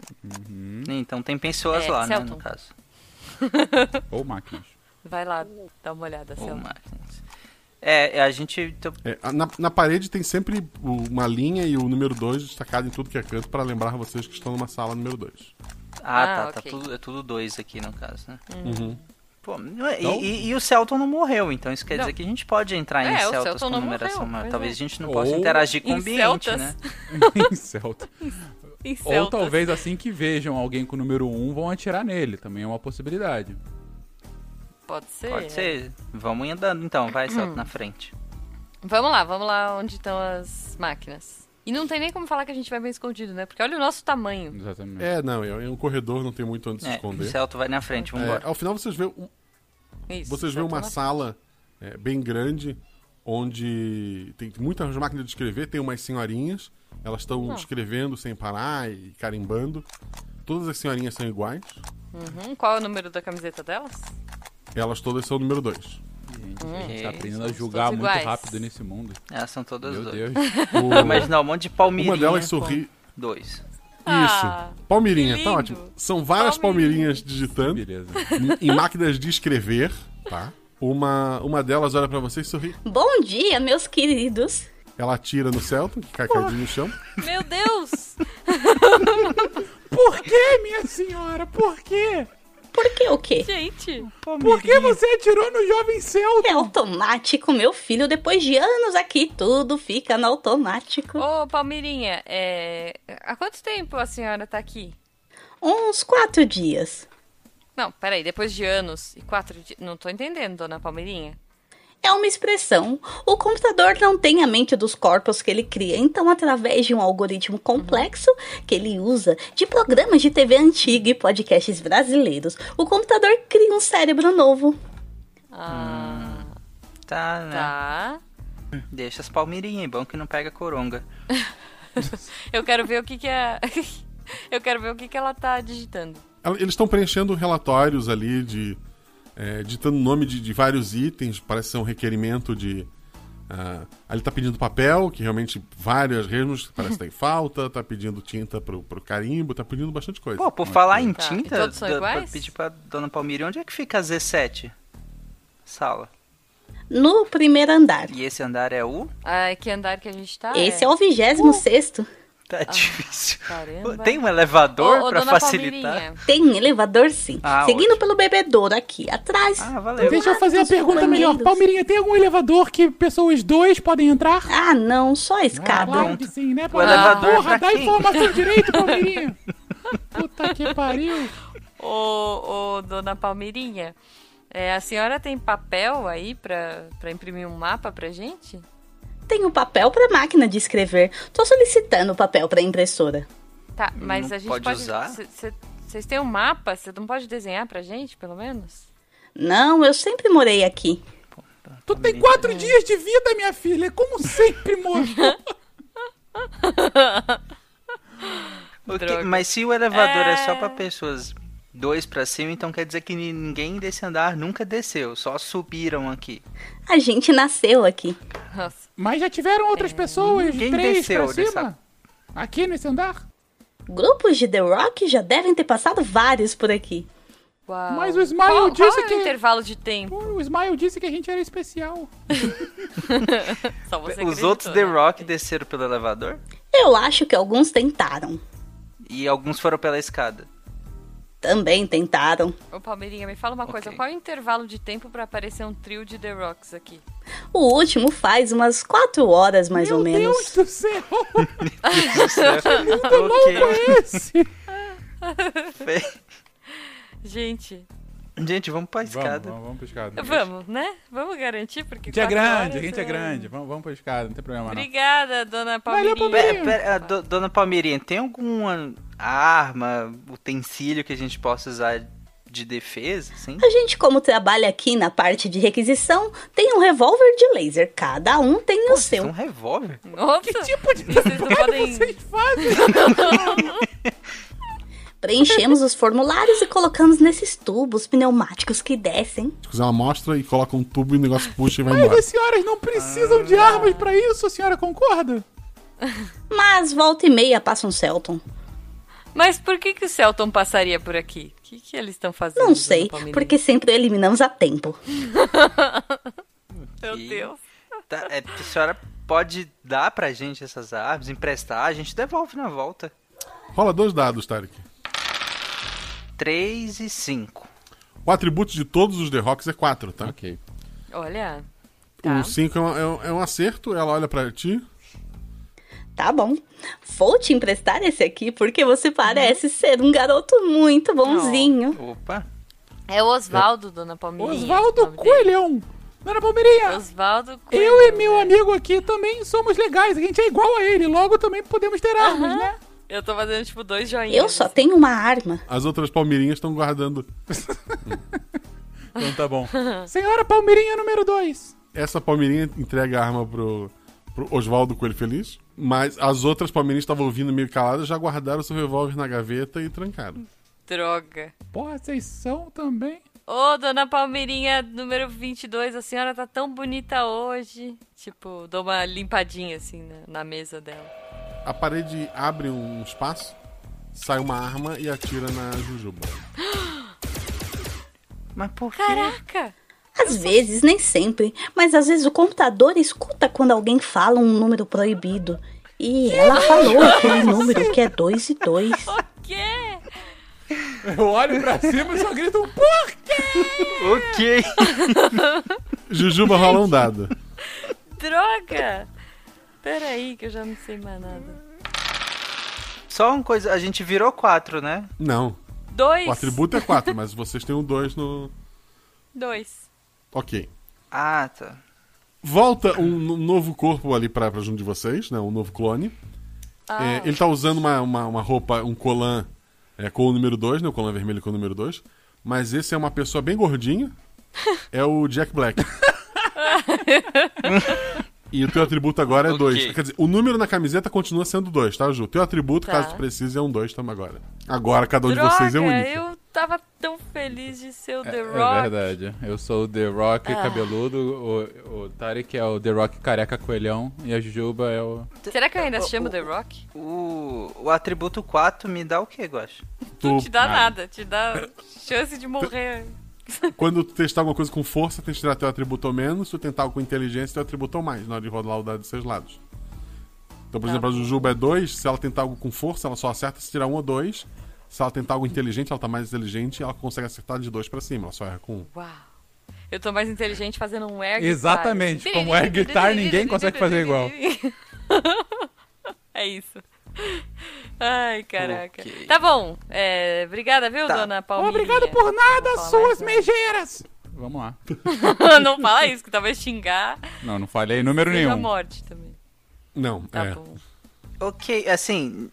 O: Hum.
P: Então tem pessoas
O: É,
P: lá, né,
O: Celton.
P: no caso.
C: Ou máquinas.
O: Vai lá, dá uma olhada,
P: Ou
O: Celton.
P: máquinas. É, a gente.
A: É, a- na, na parede tem sempre o- uma linha e o número 2 destacado em tudo que é canto para lembrar vocês que estão numa sala número 2.
P: Ah,
O: Ah,
P: tá.
O: ok.
P: tá tudo, é tudo dois aqui, no caso, né?
A: Uhum.
P: Pô, não é-
A: Então-
P: e, e o Celton não morreu, então isso quer
O: Não.
P: dizer que a gente pode entrar em
O: É, o
P: Celtas
O: Celton
P: com
O: não
P: numeração
O: morreu,
P: maior.
O: pois
P: Talvez
O: é.
P: a gente não
C: Ou-
P: possa interagir com
O: Em
P: o ambiente,
O: Celtas.
P: né?
C: em Celta.
O: Em
C: Ou
O: Celtas.
C: talvez assim que vejam alguém com o número 1 vão atirar nele, também é uma possibilidade.
O: Pode ser.
P: Pode
O: é.
P: ser. Vamos andando então, vai, Celton, na frente.
O: Vamos lá, vamos lá onde estão as máquinas. E não tem nem como falar que a gente vai bem escondido, né? Porque olha o nosso tamanho.
C: Exatamente.
A: É, não, é, é um corredor, não tem muito onde se
P: É,
A: esconder.
P: o Celto vai na frente, vambora.
A: É, ao final vocês veem um-
O: Isso, né?
A: Vocês veem
O: Celton
A: uma
O: na-
A: sala é, bem grande, onde tem muitas máquinas de escrever, tem umas senhorinhas, elas estão
O: Ah.
A: escrevendo sem parar e carimbando. Todas as senhorinhas são iguais,
O: Uhum. Qual é o número da camiseta delas?
A: elas todas são o número 2.
C: Gente,
O: Hum.
C: a gente tá
P: Ok.
C: aprendendo a
O: Somos
C: julgar
O: todos
C: muito
O: iguais.
C: rápido nesse mundo.
P: Elas Ah, são todas
C: Meu
P: dois.
C: Deus.
A: O-
P: Mas não, um monte de palmeirinha.
A: Uma delas
P: com
A: sorri.
P: Dois.
O: Ah,
A: Isso. Palmeirinha,
O: que
A: tá
O: lindo.
A: ótimo. São várias palmeirinhas digitando
C: Beleza.
A: em em máquinas de escrever, tá? Uma, uma delas olha pra você e sorri.
Q: Bom dia, meus queridos.
A: Ela atira no Celton, que cai caidinho no chão.
O: Meu Deus!
C: Por que, minha senhora? Por quê?
Q: Por que o quê? Um
O: Gente!
C: Por que você atirou no jovem Celton?
Q: É automático, meu filho. Depois de anos aqui, tudo fica no automático.
O: Ô, Palmeirinha, é... há quanto tempo a senhora tá aqui?
Q: Uns quatro dias.
O: Não, peraí, depois de anos e quatro dias. Não tô entendendo, dona Palmeirinha.
Q: É uma expressão. O computador não tem a mente dos corpos que ele cria, então, através de um algoritmo complexo que ele usa de programas de TV antiga e podcasts brasileiros, o computador cria um cérebro novo.
O: Ah,
P: Tá, né?
O: tá.
P: Deixa as palmeirinhas, é bom que não pega coronga.
O: Eu quero ver o que que é. Eu quero ver o que que ela tá digitando.
A: Ela- Eles estão preenchendo relatórios ali de. É, ditando nome de, de vários itens, parece ser um requerimento de. ah, ali tá pedindo papel, que realmente várias resmos parece que tá em falta, tá pedindo tinta pro, pro carimbo, tá pedindo bastante coisa.
P: Pô, por falar em
O: Tá, e
P: tinta,
O: todos são
P: dá pra
O: iguais?
P: pedir pra dona Palmeirinha, onde é que fica a Z7? Sala.
Q: No primeiro andar.
P: E esse andar é o?
O: Ah, que andar que a gente tá?
Q: Esse é o 26
P: Tá difícil.
O: Caramba.
P: Tem um elevador
O: Ah. Ô, ô,
P: pra
O: dona
P: facilitar?
O: Palmeirinha.
Q: Tem elevador sim.
P: Ah,
Q: Seguindo pelo bebedouro aqui atrás. Tá
P: Ah, valeu.
C: Deixa eu fazer a
Q: dos
C: pergunta
Q: banheiros.
C: melhor. Palmeirinha, tem algum elevador que pessoas dois podem entrar?
Q: Ah, não, só a escada.
C: Claro que sim, né,
P: O elevador
C: Porra,
P: pra
C: dá
P: quem?
C: informação direito, Palmeirinha. Puta que pariu.
O: Ô, ô, dona Palmeirinha, é, a senhora tem papel aí pra, pra imprimir um mapa pra gente?
Q: Tem o papel pra máquina de escrever. Tô solicitando o papel pra impressora.
O: Tá, mas
P: Não
O: a gente
P: pode
O: pode...
P: usar?
O: cê- cê- Vocês têm um mapa? Você não pode desenhar pra gente, pelo menos?
Q: Não, eu sempre morei aqui.
C: Tu tem
P: É.
C: quatro dias de vida, minha filha. Como sempre, moço.
P: O que-
O: Droga.
P: Mas se o elevador é...
O: É.
P: só pra pessoas dois pra cima, então quer dizer que ni- ninguém desse andar nunca desceu, só subiram aqui.
Q: A gente nasceu aqui.
O: Nossa.
C: Mas já tiveram outras pessoas,
P: É, Ninguém
C: três
P: desceu
C: pra cima?
P: dessa-
C: Aqui nesse andar?
Q: Grupos de The Rock já devem ter passado vários por aqui.
O: Uau.
C: Mas o Smile
O: qual,
C: disse
O: qual é
C: que-
O: o intervalo de tempo?
C: O Smile disse que a gente era especial.
O: Só você
P: Os
O: acreditou,
P: outros The
O: né?
P: Rock desceram pelo elevador
Q: Eu acho que alguns tentaram.
P: e alguns foram pela escada.
Q: Também tentaram.
O: Ô, Palmeirinha, me fala uma
P: Ok.
O: coisa. Qual é o intervalo de tempo pra aparecer um trio de The Rocks aqui?
Q: O último faz umas quatro horas, mais
C: Meu
Q: ou
C: Deus
Q: menos.
C: do céu.
P: Muito
C: Louco é esse?
P: Fe-
O: Gente,
P: Gente, vamos pra escada.
C: Vamos, vamos pra escada.
O: Vamos, né? Vamos garantir, porque.
C: A gente é
O: quatro
C: grande, a
O: horas
C: gente é grande. Vamos, vamos pra escada, não tem problema não.
O: Obrigada, dona
P: Pera,
O: Palmeirinha.
P: pera, ah, do- dona Palmeirinha, tem alguma arma, utensílio que a gente possa usar de defesa, assim? sim?
Q: A gente, como trabalha aqui na parte de requisição, tem um revólver de laser. Cada um tem o
A: é
Q: seu.
P: Um revólver?
O: Nossa, que tipo de vocês não podem... vocês
Q: Preenchemos os formulários e colocamos nesses tubos pneumáticos que descem.
A: Fizer uma amostra e coloca um tubo e o negócio puxa e vai
C: Mas
A: embora.
C: as senhoras não precisam de armas pra isso, a senhora concorda?
Q: Mas volta e meia passa um Celton.
O: Mas por que, que o Celton passaria por aqui? O que, que eles estão fazendo?
Q: Não sei, porque sempre eliminamos a tempo.
O: Meu Deus.
P: Tá, é, a senhora pode dar pra gente essas armas, emprestar, a gente devolve na volta.
A: Rola dois dados, Tarek.
P: 3 e 5.
A: O atributo de todos os The Rocks é 4, tá?
C: Ok.
O: Olha. Tá.
A: O 5 é, um- é um- é um acerto, ela olha pra ti.
Q: Tá bom. Vou te emprestar esse aqui porque você parece ser um garoto muito bonzinho.
P: Opa.
O: É o Osvaldo, dona Palmeirinha.
C: Osvaldo Coelhão! Dona Palmeirinha!
O: Osvaldo Coelhão.
C: Eu e meu amigo aqui também somos legais, a gente é igual a ele, logo também podemos ter armas, né?
O: Eu tô fazendo tipo dois joinhas.
Q: Eu só tenho uma arma.
A: As outras palmeirinhas estão guardando.
C: então tá bom. Senhora Palmeirinha número 2.
A: Essa palmeirinha entrega a arma pro, pro Oswaldo Coelho Feliz. Mas as outras palmeirinhas que estavam ouvindo meio caladas, já guardaram seu revólver na gaveta e trancaram.
O: Droga.
C: Porra, vocês são também.
O: Ô, dona Palmeirinha número 22, a senhora tá tão bonita hoje. Tipo, dou uma limpadinha assim na, na mesa dela.
A: A parede abre um espaço, sai uma arma e atira na Jujuba.
P: Mas por
O: Caraca!
Q: Às vezes, nem sempre, mas às vezes o computador escuta quando alguém fala um número proibido. E ela falou aquele número que é 2 e 2.
C: Eu olho pra cima e só grito um por
P: quê?
O: Ok.
A: Jujuba rola um dado.
O: Droga! Peraí, que eu já não sei mais nada.
P: Só uma coisa, a gente virou 4, né?
A: Não.
O: Dois.
A: O atributo é 4, mas vocês têm um 2 no.
O: Dois.
A: Ok.
P: Ah, tá.
A: Volta um no- novo corpo ali pra, pra junto de vocês, né? Um novo clone.
O: Ah.
A: É, ele tá usando uma, uma, uma roupa, um colan é, com o número 2, né? O colan vermelho com o número 2. Mas esse é uma pessoa bem gordinha. É o Jack Black. e o teu atributo agora é 2. Quer dizer, o número na camiseta continua sendo 2, tá, Ju? O teu atributo,
O: Tá.
A: caso tu precise, é um 2 também agora. Agora cada um
O: Droga,
A: de vocês é único.
O: eu tava tão feliz de ser o The
C: É
O: Rock.
C: verdade. Eu sou o The Rock
O: Ah.
C: cabeludo, o, o Tarek é o The Rock careca coelhão e a Jujuba é o.
O: Será que eu ainda chamo The Rock?
P: O, o atributo 4 me dá o quê, Guacho?
A: Tu-
O: Te dá nada, te dá chance de morrer.
A: Quando tu testar alguma coisa com força, tem que tirar teu atributo ao menos. Se tu tentar com inteligência, teu atributo ao mais, na hora de rolar o dado dos seus lados. Então, por
O: Tá
A: exemplo, a
O: bom.
A: Jujuba é 2. Se ela tentar algo com força, ela só acerta se tirar um ou dois. Se ela tentar algo inteligente, ela tá mais inteligente ela consegue acertar de dois pra cima. Ela só erra com um.
O: Uau. Eu tô mais inteligente fazendo um air guitar.
C: Exatamente, como air guitar, ninguém consegue fazer igual.
O: É isso. Ai, caraca. Tá bom. É, obrigada, viu, dona Palminha?
C: Tá. Obrigado por nada, suas megeiras! Vamos lá.
O: não fala isso, que talvez xingar
C: Não, não falei número
O: seja
C: nenhum.
O: morte também.
A: Não,
O: Tá
A: é.
O: bom.
P: Ok, assim.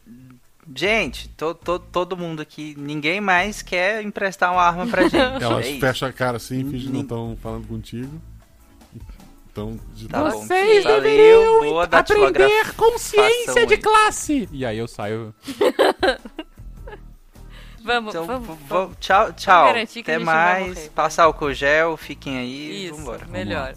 P: Gente, to, to- todo mundo aqui, ninguém mais quer emprestar uma arma pra gente.
A: Ela
P: é isso. Uhum.
A: fecha a cara assim, finge que não estão falando contigo. Então, de
P: Tá bom.
C: Vocês
P: Valeu,
C: deveriam
P: boa datilografia.
C: aprender consciência
P: Façam
C: de
P: aí.
C: classe! E aí eu saio.
O: Vamos,
P: Então,
O: vamos,
P: v-
O: vamos.
P: vamos- Tchau,
O: Vamos
P: tchau.
O: garantir que a
P: Até
O: gente não vai
P: mais.
O: morrer.
P: Passar álcool gel, fiquem aí.
O: Isso,
P: vambora.
O: melhor.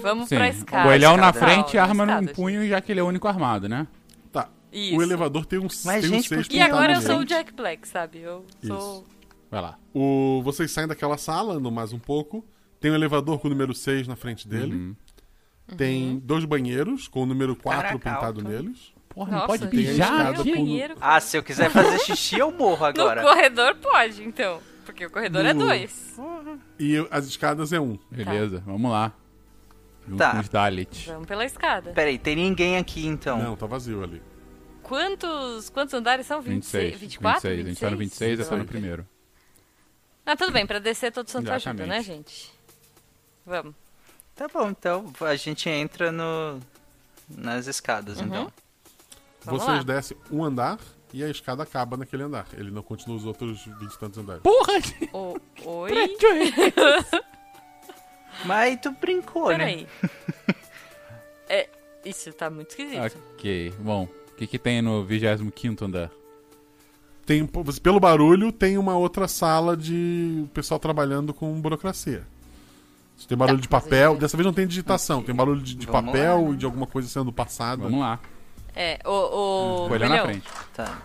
O: Vamos pra escada.
C: Coelhão na
O: Escada.
C: frente, arma num punho, já que ele é o único armado, né?
A: Tá.
O: Isso.
A: O elevador tem um, tem um seis
O: E agora eu
A: pontamentos.
O: sou o Jack Black, sabe? Eu sou.
C: Vai lá.
A: O, vocês saem daquela sala, andam mais um pouco. Tem um elevador com o número
P: Uhum.
A: 6 na frente dele. Tem dois banheiros com o número 4
C: Uhum. Caraca,
A: pintado
C: alto.
A: neles.
C: Porra, não pode mijar
P: no banheiro. Ah, se eu quiser fazer xixi, eu morro agora.
O: No corredor pode, então. Porque o corredor é
A: No-
O: dois.
A: E as escadas é um.
C: Beleza, vamos lá. Junto
P: Tá.
C: com os Dalits.
O: Vamos pela escada.
P: Peraí, tem ninguém aqui então.
A: Não, tá vazio ali.
O: Quantos, quantos andares são? 26, 24?
C: 26. A gente tá no 26, eu tô no primeiro.
O: Ah, tudo bem, pra descer todo santo ajuda,
P: Exatamente.
O: né, gente? Vamos.
P: Tá bom, então a gente entra no nas escadas,
O: Uhum.
P: então. Vamos
A: Vocês
P: lá.
A: descem um andar e a escada acaba naquele andar. Ele não continua os outros 20 e tantos andares.
O: O- oi?
P: Mas tu brincou, né?
O: Peraí. É, isso tá muito esquisito.
A: Ah,
C: Ok, bom. O que, que tem no 25 andar?
A: Tem, pelo barulho, tem uma outra sala de pessoal trabalhando com burocracia. Tem barulho de papel. Dessa vez não tem digitação. Tem barulho de, de
C: Vamos
A: papel
C: lá.
A: e de alguma coisa sendo passada. Vamos
C: lá.
O: É, o. o
A: Coelho na
O: Melhão,
A: frente.
P: Tá.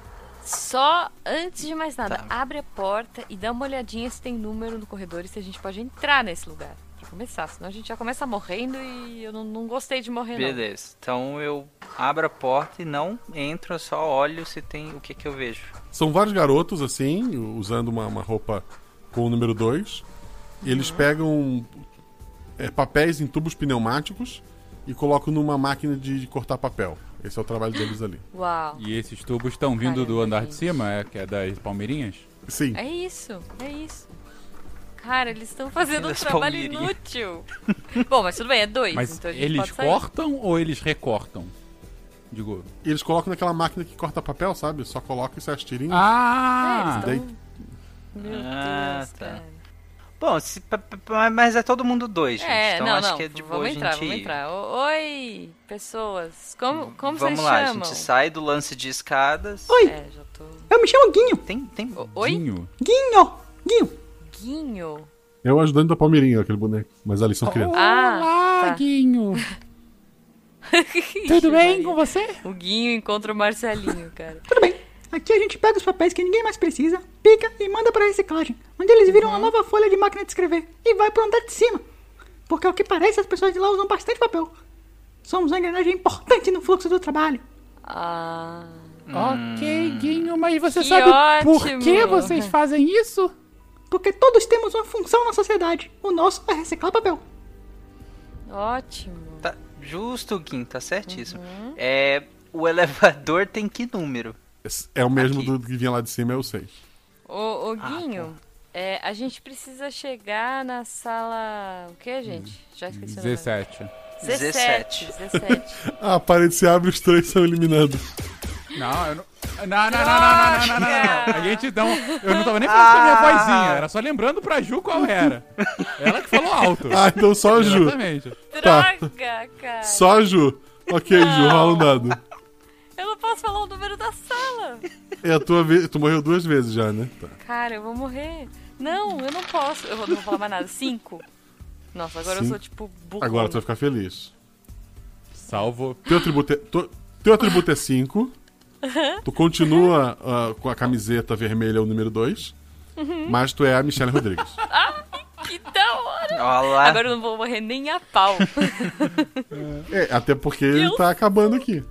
O: Só antes de mais nada, abre a porta e dá uma olhadinha se tem número no corredor e se a gente pode entrar nesse lugar. Pra começar, senão a gente já começa morrendo e eu não, não gostei de morrer, não.
P: Beleza. Então eu abro a porta e não entro, eu só olho se tem o que que eu vejo.
A: São vários garotos, assim, usando uma, uma roupa com o número 2. Eles pegam é, papéis em tubos pneumáticos e colocam numa máquina de, de cortar papel. Esse é o trabalho deles ali.
O: Uau.
C: E esses tubos estão vindo do andar de cima, é, que é das palmeirinhas?
A: Sim.
O: É isso, é isso. Cara, eles estão fazendo um
C: Das
O: trabalho
C: palmeirinhas.
O: inútil. Bom, mas tudo bem, é dois.
C: Mas
O: então a gente
C: eles
O: pode sair.
C: cortam ou eles recortam? Digo.
A: E eles colocam naquela máquina que corta papel, sabe? Só coloca e sai as tirinhas.
O: É,
C: Ah!
A: E daí
P: ah, tá. Bom, se- pa- pa- pa- mas é todo mundo dois, gente.
O: É,
P: então
O: não,
P: acho
O: não.
P: que é de boa
O: vamos
P: a gente
O: entrar, vamos
P: ir.
O: entrar. O- Oi, pessoas. Como, como
P: Vamos
O: vocês
P: lá,
O: chamam?
P: a gente sai do lance de escadas.
O: Oi. É, já tô...
P: Eu me chamo Guinho. Tem, tem.
O: Oi?
A: Guinho.
O: Guinho! Guinho! Guinho?
A: é o ajudante da Palmeirinha, aquele boneco. Mas ali são crianças.
O: Ah, tá.
C: Guinho!
O: Tudo
R: bem com você?
O: O Guinho encontra o Marcelinho, cara.
R: Aqui a gente pega os papéis que ninguém mais precisa, pica e manda pra reciclagem, onde eles viram uma
O: Uhum.
R: nova folha de máquina de escrever e vai pro andar de cima. Porque ao que parece, as pessoas de lá usam bastante papel. Somos uma engrenagem importante no fluxo do trabalho.
O: Ah.
R: Ok, Guinho, mas
O: você Que sabe por ótimo. que vocês
R: fazem isso? Porque todos temos uma função na sociedade. O nosso é reciclar papel.
O: Ótimo. Uhum.
P: Tá justo, Guinho, tá certíssimo. É, o elevador tem que número?
A: É o mesmo do que vinha lá de cima, é eu sei.
O: Ô,
A: Ah,
O: ô, Guinho,
A: tá.
O: é, a gente precisa chegar na sala. O que, gente? Já esqueci o nome.
C: 17.
O: 17. 17.
A: Ah, a parede se abre e os três são eliminados.
C: Não, eu não. Não, não, não, não, não, não, não, não, não. A gente não. Eu não tava nem falando com a minha
A: Ah.
C: vozinha, era só lembrando pra Ju qual era. Ela que falou alto.
A: Ah, então só a Ju.
C: Exatamente.
A: Tá.
O: Droga, cara.
A: Só a Ju. Ok, Ju, rola um dado.
O: Eu não posso falar o número da sala.
A: É a tua vez. Tu morreu duas vezes já, né? Tá.
O: Cara, eu vou morrer. Não, eu não posso. Eu vou- não vou falar mais nada. Cinco. Nossa, agora eu
A: Cinco.
O: sou tipo burro.
A: Agora tu vai ficar feliz.
C: Salvo.
A: Teu atributo é, tu- teu atributo é 5. Tu continua ah, com a camiseta vermelha, o número 2.
O: Uhum.
A: Mas tu é a Michelle Rodrigues.
O: Que da hora!
P: Olha lá.
O: Agora eu não vou morrer nem a pau.
A: É, até porque ele tá acabando aqui.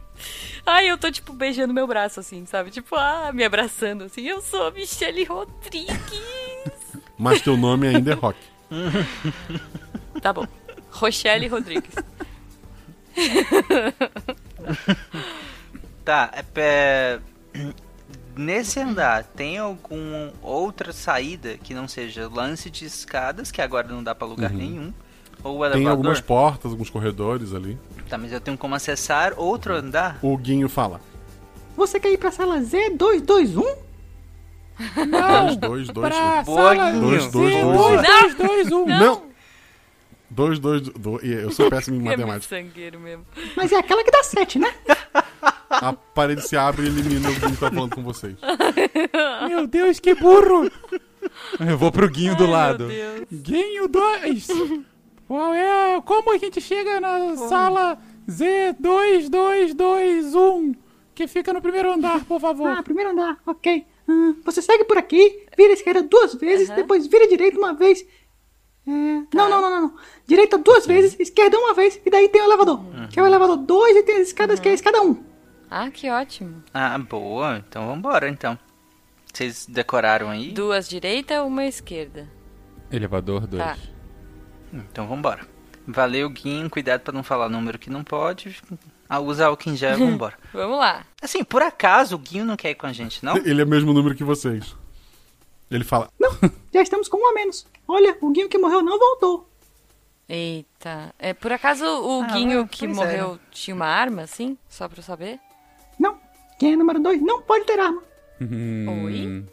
O: Ai, eu tô, tipo, beijando meu braço, assim, sabe? Tipo, ah, me abraçando, assim. Eu sou a Michelle Rodrigues.
A: Mas teu nome ainda é Rock.
O: Tá bom. Rochelle Rodrigues.
P: Tá, é, pé- nesse andar tem alguma outra saída que não seja lance de escadas, que agora não dá pra lugar
A: Uhum.
P: nenhum, ou o
A: Tem
P: elevador?
A: algumas portas, alguns corredores ali.
P: Tá, mas eu tenho como acessar outro
R: Uhum.
P: andar?
A: O Guinho fala.
R: Você quer ir pra sala Z221?
A: Dois, dois, dois.
R: Ah. pra
A: Boa,
R: sala
A: Guinho. dois,
R: Sim,
A: dois,
R: dois,
A: dois.
R: dois,
O: dois,
R: um.
A: Não! Dois, dois, dois. Ih, Eu sou péssimo
R: um
A: em
O: É muito
A: matemática.
O: sangueiro mesmo.
R: Mas é aquela que dá 7, né?
A: A parede se abre e elimina o Guinho que tá falando com vocês.
C: Meu Deus, que burro! Eu vou pro Guinho do lado. Guinho 2!
R: Qual é? Como a gente chega na sala Z2221? Que fica no primeiro andar, por favor. Ah, primeiro andar, ok. Ah, você segue por aqui, vira à esquerda duas vezes, depois vira à direita uma vez. É,
O: Tá.
R: Não, não, não, não, não. Direita duas vezes, esquerda uma vez, e daí tem o elevador. Que é o elevador 2 e tem as escadas, que é a escada 1. Um.
O: Ah, que ótimo.
P: Ah, boa. Então vambora, então. Vocês decoraram aí?
O: Duas direita, uma esquerda.
C: Elevador 2.
O: Tá.
P: Então vambora. Valeu, Guinho. Cuidado pra não falar número que não pode. Ah, usa álcool em gel e vambora.
O: Vamos lá.
P: Assim, por acaso o Guinho não quer ir com a gente, não?
A: Ele é o mesmo número que vocês. Ele fala.
R: Já estamos com um a menos. Olha, o Guinho que morreu não voltou.
O: Eita. É, por acaso o
R: Ah,
O: Guinho
R: é,
O: que
R: pois
O: morreu tinha uma arma, assim? Só pra eu saber?
R: Quem é número 2 não pode ter arma.
C: Oi?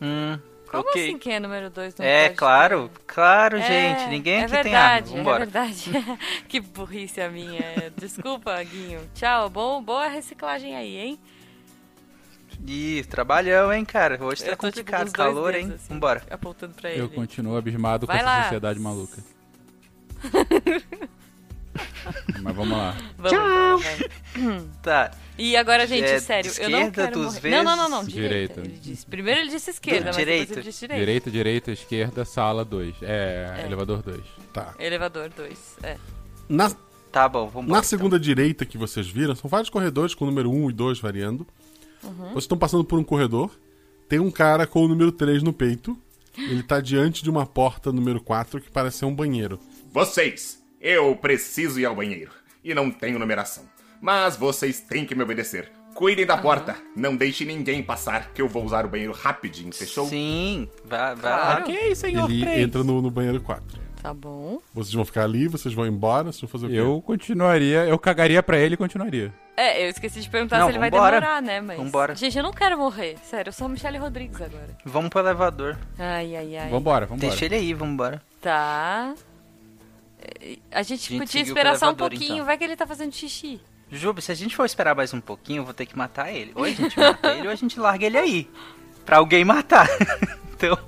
P: Hum,
O: Como
P: ok.
O: assim quem é número 2 não
P: É,
O: pode?
P: claro, claro,
O: É,
P: gente. Ninguém
O: é
P: aqui
O: verdade,
P: tem arma. Vambora.
O: É verdade, Que burrice a minha. Desculpa, Guinho. Tchau, bom, boa reciclagem aí, hein?
P: Ih, trabalhão, hein, cara. Hoje tá
O: Eu tô, tipo,
P: complicado.
O: dos dois
P: calor, hein?
O: dedos, assim,
P: Vambora.
O: Apontando pra ele.
C: Eu continuo abismado
O: Vai
C: com essa
O: lá.
C: sociedade maluca. Mas vamos lá.
O: Vamos,
P: Tchau.
O: vamos, vai.
P: Tá.
O: E agora, gente,
P: É,
O: sério, eu não
P: esquerda
O: quero
P: duas
O: morrer. Não, não, não, não. Direita.
C: Direita.
O: Ele disse. Primeiro ele disse esquerda, mas depois ele disse direita.
C: Direita, direita, esquerda, sala 2. É, elevador 2.
A: Tá.
O: Elevador 2, é.
A: Na,
P: tá bom, vamos
A: Na segunda direita que vocês viram, são vários corredores com o número 1 e 2 variando.
P: Hum?
O: Uhum.
A: Vocês estão passando por um corredor, tem um cara com o número 3 no peito. Ele tá diante de uma porta número 4 que parece ser um banheiro.
S: Vocês! Eu preciso ir ao banheiro. E não tenho numeração. Mas vocês têm que me obedecer. Cuidem da porta. Não deixe ninguém passar, que eu vou usar o banheiro rapidinho, fechou?
P: Sim, vai, vai.
S: Claro.
C: Ok,
A: Ele entra no, no banheiro 4.
O: Tá bom.
A: Vocês vão ficar ali, vocês vão embora, vocês vão fazer o quê?
C: Eu continuaria, eu cagaria pra ele e continuaria.
O: É, eu esqueci de perguntar
A: Não,
O: se ele vai
A: vambora.
O: demorar, né? Mas.
A: Vambora.
O: Gente, eu não quero morrer. Sério, eu sou a Michelle Rodrigues agora.
P: Vamos pro elevador.
O: Ai, ai, ai.
C: Vambora, vambora.
P: Deixa ele aí, vambora.
O: Tá. É, A gente,
P: Gente,
O: podia
P: seguiu
O: esperar
P: pro
O: só um
P: elevador,
O: pouquinho,
P: então.
O: vai que ele tá fazendo xixi.
P: Juba, se a gente for esperar mais um pouquinho, eu vou ter que matar ele. Ou a gente mata ele, ou a gente larga ele aí. Pra alguém matar. então,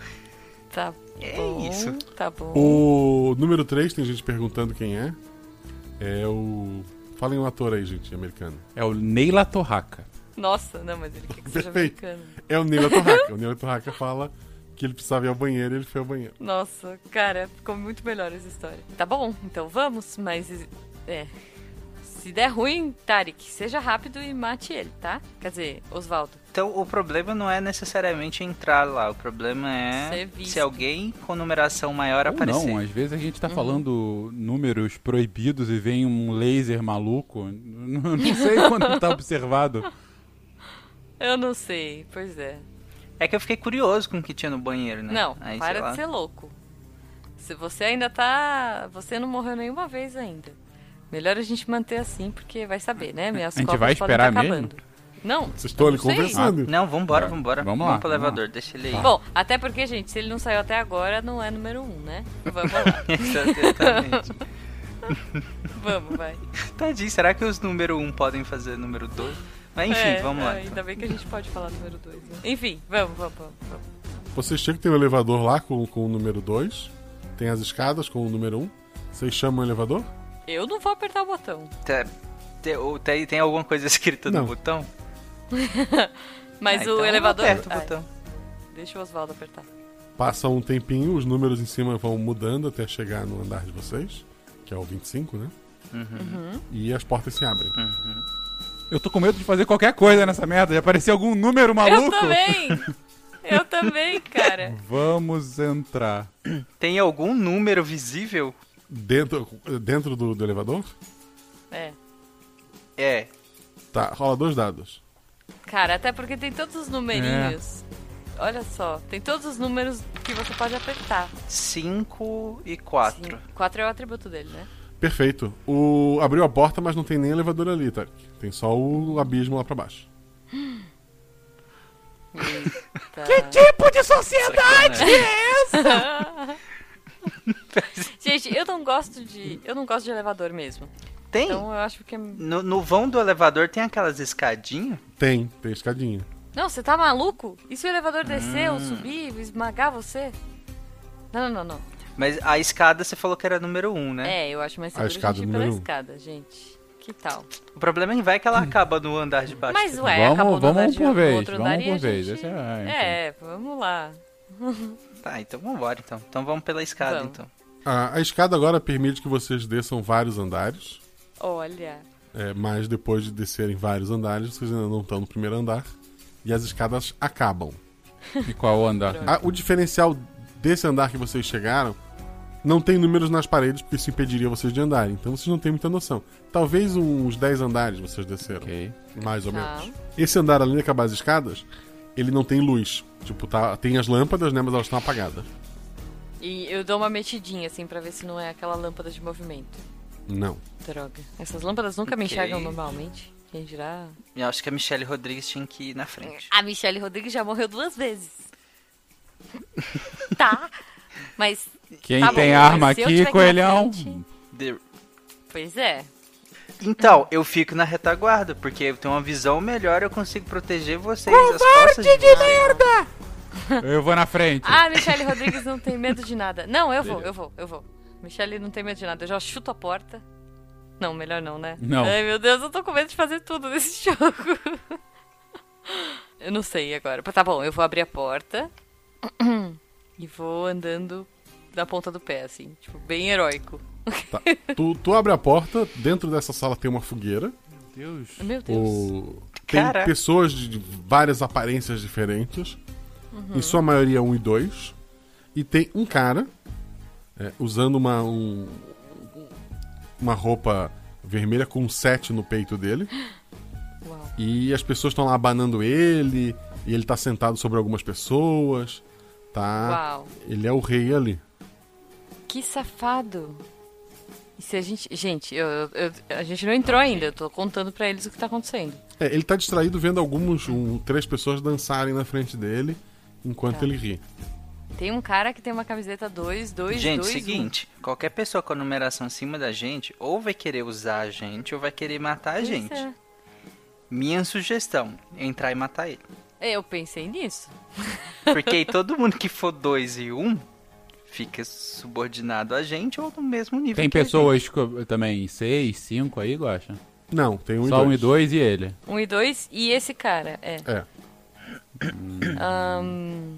O: Tá
P: é
O: bom,
P: isso.
O: Tá bom.
A: O número 3, tem gente perguntando quem é. É o. Falem um ator aí, gente, americano.
C: É o Neila Torraca.
O: Nossa, não, mas ele quer que seja
A: Perfeito.
O: americano.
A: É o Neila Torraca. o Neila Torraca fala que ele precisava ir ao banheiro e ele foi ao banheiro.
O: Nossa, cara, ficou muito melhor essa história. Tá bom, então vamos, mas. É. Se der ruim, Tarek, seja rápido e mate ele, tá? Quer dizer, Osvaldo.
P: Então, o problema não é necessariamente entrar lá. O problema
O: Ser
P: é
O: visto.
P: se alguém com numeração maior
C: Ou
P: aparecer.
C: não, às vezes a gente tá
P: Uhum.
C: falando números proibidos e vem um laser maluco. Não, não sei quando tá observado.
O: Eu não sei, pois é.
P: É que eu fiquei curioso com o que tinha no banheiro, né?
O: Não,
P: Aí, sei
O: para
P: lá.
O: de ser louco. Se você ainda tá. Você não morreu nenhuma vez ainda. Melhor a gente manter assim, porque vai saber, né? Minhas
C: A gente
O: copas
C: vai
O: podem
C: esperar
O: tá
C: mesmo? É.
O: acabando. Não.
A: Vocês estão ali
O: não sei.
A: conversando.
P: Ah, Não, vambora,
A: Tá.
P: vambora.
A: Vamos
P: Vamos,
A: lá,
P: pro
A: vamos
P: elevador,
A: lá.
P: deixa ele Ah, aí.
O: Bom, até porque, gente, se ele não saiu até agora, não é número um, né? Vamos lá.
P: Exatamente.
O: Vamos, vai.
P: Tadinho, será que os número 1 podem fazer número 2? Mas enfim,
O: É,
P: vamos lá. então.
O: é, Ainda bem que a gente pode falar número dois. Né? Enfim, vamos, vamos, vamos. vamos.
A: Vocês chegam, tem o elevador lá com, com o número 2. Tem as escadas com o número 1. Um. Vocês chamam o elevador?
O: Eu não vou apertar o botão.
P: Tá- Tem, ou tem, tem alguma coisa escrita
A: Não.
P: no botão?
O: Mas
P: Ah,
O: o
P: então eu
O: elevador.
P: aperto o
O: Ai,
P: botão.
O: deixa o Oswaldo apertar.
A: Passa um tempinho, os números em cima vão mudando até chegar no andar de vocês, que é o 25, né?
O: Uhum.
A: E as portas se abrem.
C: Uhum. Eu tô com medo de fazer qualquer coisa nessa merda. Já apareceu algum número maluco?
O: Eu também! Eu também, cara.
C: Vamos entrar.
P: Tem algum número visível?
A: Dentro, dentro do, do elevador?
O: É.
P: É.
A: Tá, rola dois dados.
O: Cara, até porque tem todos os numerinhos.
P: É.
O: Olha só, tem todos os números que você pode apertar.
P: 5 e 4.
O: 4 é o atributo dele, né?
A: Perfeito. O, abriu a porta, mas não tem nem elevador ali, tá? Tem só o abismo lá pra baixo.
O: Que
C: tipo de sociedade
O: é essa? Gente, eu não gosto de. Eu não gosto de elevador mesmo.
P: Tem?
O: Então eu acho que. é-
P: No, no vão do elevador tem aquelas escadinhas?
A: Tem, tem escadinha.
O: Não, você tá maluco? E se o elevador descer, ou
P: Hum.
O: subir, esmagar você? Não, não, não, não.
P: Mas a escada você falou que era número 1, um, né?
O: É, eu acho mais
P: A
O: seguro a,
P: escada
O: gente ir
P: número
O: pela
P: um.
O: escada, gente. Que tal?
P: O problema é que vai que ela acaba no andar de baixo.
O: Mas ué,
C: Vamos-
O: É, acabou no
C: vamos
O: andar de-
C: por
O: no
C: vez,
O: outro
C: vamos
O: andar e
C: por
O: a
C: vez,
O: gente-
C: essa é, enfim.
O: é,
P: então.
O: vamos lá.
P: Tá, então vambora então. Então vamos pela escada
O: Vamos.
P: então.
A: A, a escada agora permite que vocês desçam vários andares.
O: Olha.
A: É, mas depois de descerem vários andares, vocês ainda não estão no primeiro andar. E as escadas acabam.
C: E qual andar?
A: Ah, o diferencial desse andar que vocês chegaram não tem números nas paredes, porque isso impediria vocês de andarem. Então vocês não têm muita noção. Talvez uns 10 andares vocês desceram. Mais ou
O: Tá.
A: menos. Esse andar, além de acabar as escadas, ele não tem luz. Tipo, tá, tem as lâmpadas, né? Mas elas estão apagadas.
O: E eu dou uma metidinha, assim, pra ver se não é aquela lâmpada de movimento.
A: Não.
O: Droga. Essas lâmpadas nunca me
P: Ok.
O: enxergam normalmente. Quem dirá?
P: Eu acho que a Michelle Rodrigues tinha que ir na frente.
O: A Michelle Rodrigues já morreu duas vezes. tá. Mas.
C: Quem
O: tá bom,
C: tem
O: mas
C: arma
O: se eu
C: aqui,
O: tiver que ir na
C: coelhão.
O: frente-
P: The-
O: Pois é.
P: Então, eu fico na retaguarda, porque eu tenho uma visão melhor, eu consigo proteger vocês. As costas de, vocês.
C: Eu vou na frente.
O: Ah, Michelle Rodrigues não tem medo de nada. Não, eu vou, eu vou, eu vou. Michelle não tem medo de nada. Eu já chuto a porta. Não, melhor não, né?
C: Não.
O: Ai, meu Deus, eu tô com medo de fazer tudo nesse jogo. eu não sei agora. Tá bom, eu vou abrir a porta. E vou andando na ponta do pé, assim. Tipo, bem heróico.
A: Tá. tu, tu abre a porta, dentro dessa sala tem uma fogueira.
C: Deus.
O: Meu Deus.
A: O... Tem
O: Cara.
A: pessoas de de várias aparências diferentes.
O: Uhum.
A: Em sua maioria, um e dois. E tem um cara é, usando uma, um- uma roupa vermelha com um sete no peito dele. E as pessoas estão lá abanando ele. E ele tá sentado sobre algumas pessoas. Tá?
O: Uau.
A: Ele é o rei ali.
O: Que safado. E se a gente. Gente, eu, eu- eu- a gente não entrou ainda. Eu tô contando pra eles o que tá acontecendo.
A: É, ele tá distraído vendo alguns, um, três pessoas dançarem na frente dele enquanto
O: Tá.
A: ele ri.
O: Tem um cara que tem uma camiseta 2, 2, 2.
P: Gente, seguinte, qualquer pessoa com a numeração acima da gente, ou vai querer usar a gente, ou vai querer matar a é,
O: é.
P: gente. Minha sugestão, entrar e matar ele.
O: É, Eu pensei nisso.
P: Porque aí todo mundo que for dois e um, fica subordinado a gente ou no mesmo nível.
C: Tem
P: que a
C: pessoas co- também, seis, cinco aí, Guaxa?
A: Não, tem um e
C: Só um e
A: dois.
C: dois e ele.
O: Um e dois, e esse cara, é.
A: É.
O: Ahn,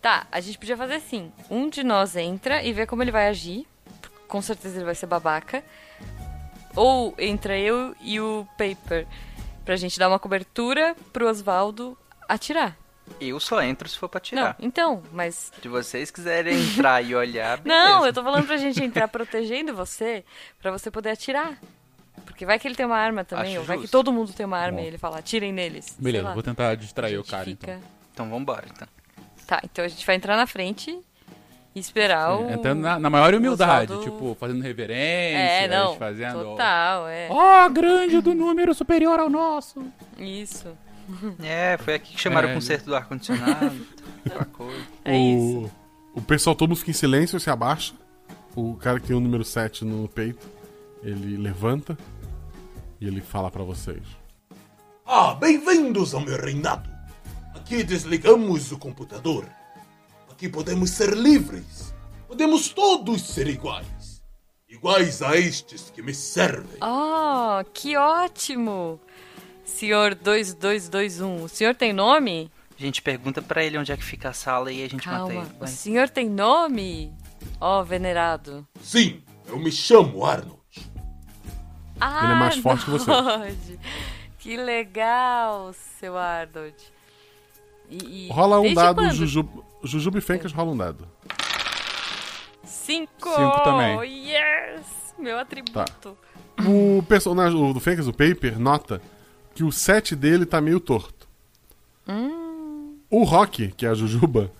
O: tá, a gente podia fazer assim. Um de nós entra e vê como ele vai agir. Com certeza ele vai ser babaca. Ou entra eu e o Paper. Pra gente dar uma cobertura pro Oswaldo atirar.
P: gente- Eu só entro se for pra tirar.
O: Não, então, mas.
P: Se vocês quiserem entrar e olhar,
O: Não,
P: beleza.
O: eu tô falando pra gente entrar protegendo você, pra você poder atirar. Porque vai que ele tem uma arma também,
P: Acho
O: ou vai que
P: justo.
O: todo mundo tem uma arma
P: Bom.
O: e ele fala, atirem neles. sei
C: Beleza,
O: lá.
C: vou tentar distrair o cara
O: fica-
C: então.
P: Então vambora, então.
O: Tá, então a gente vai entrar na frente e esperar o.
C: É, Entrando na, na maior humildade,
O: Oswaldo-
C: tipo, fazendo reverência,
O: É, não.
C: fazendo.
O: Total, é.
C: Ó, grande do número superior ao nosso.
O: Isso.
P: É, foi aqui que chamaram
A: É.
P: o conserto do ar-condicionado. outra coisa.
O: É
A: o, o pessoal todo fica em silêncio, se abaixa. O cara que tem o número 7 no peito, ele levanta e ele fala pra vocês.
T: Ah, bem-vindos ao meu reinado. Aqui desligamos o computador. Aqui podemos ser livres. Podemos todos ser iguais. Iguais a estes que me servem.
O: Oh, que ótimo! Senhor 2221, o senhor tem nome?
P: A gente pergunta pra ele onde é que fica a sala e a gente mata
O: Calma,
P: ele.
O: o
P: vai.
O: senhor tem nome? Ó, venerado.
T: Sim, eu me chamo Arnold.
O: Ah,
T: Ele é mais forte que você.
O: Arnold. Que legal, seu Arnold. E- e-
A: Rola um
O: desde
A: dado,
O: quando?
A: Jujuba Jujuba e Fencas rola um dado.
O: Cinco! Oh,
A: Cinco também.
O: Yes! Meu
T: Tá.
O: atributo.
A: O personagem o do Fencas, o Paper, nota que o 7 dele tá meio torto. O Rock, que é a Jujuba,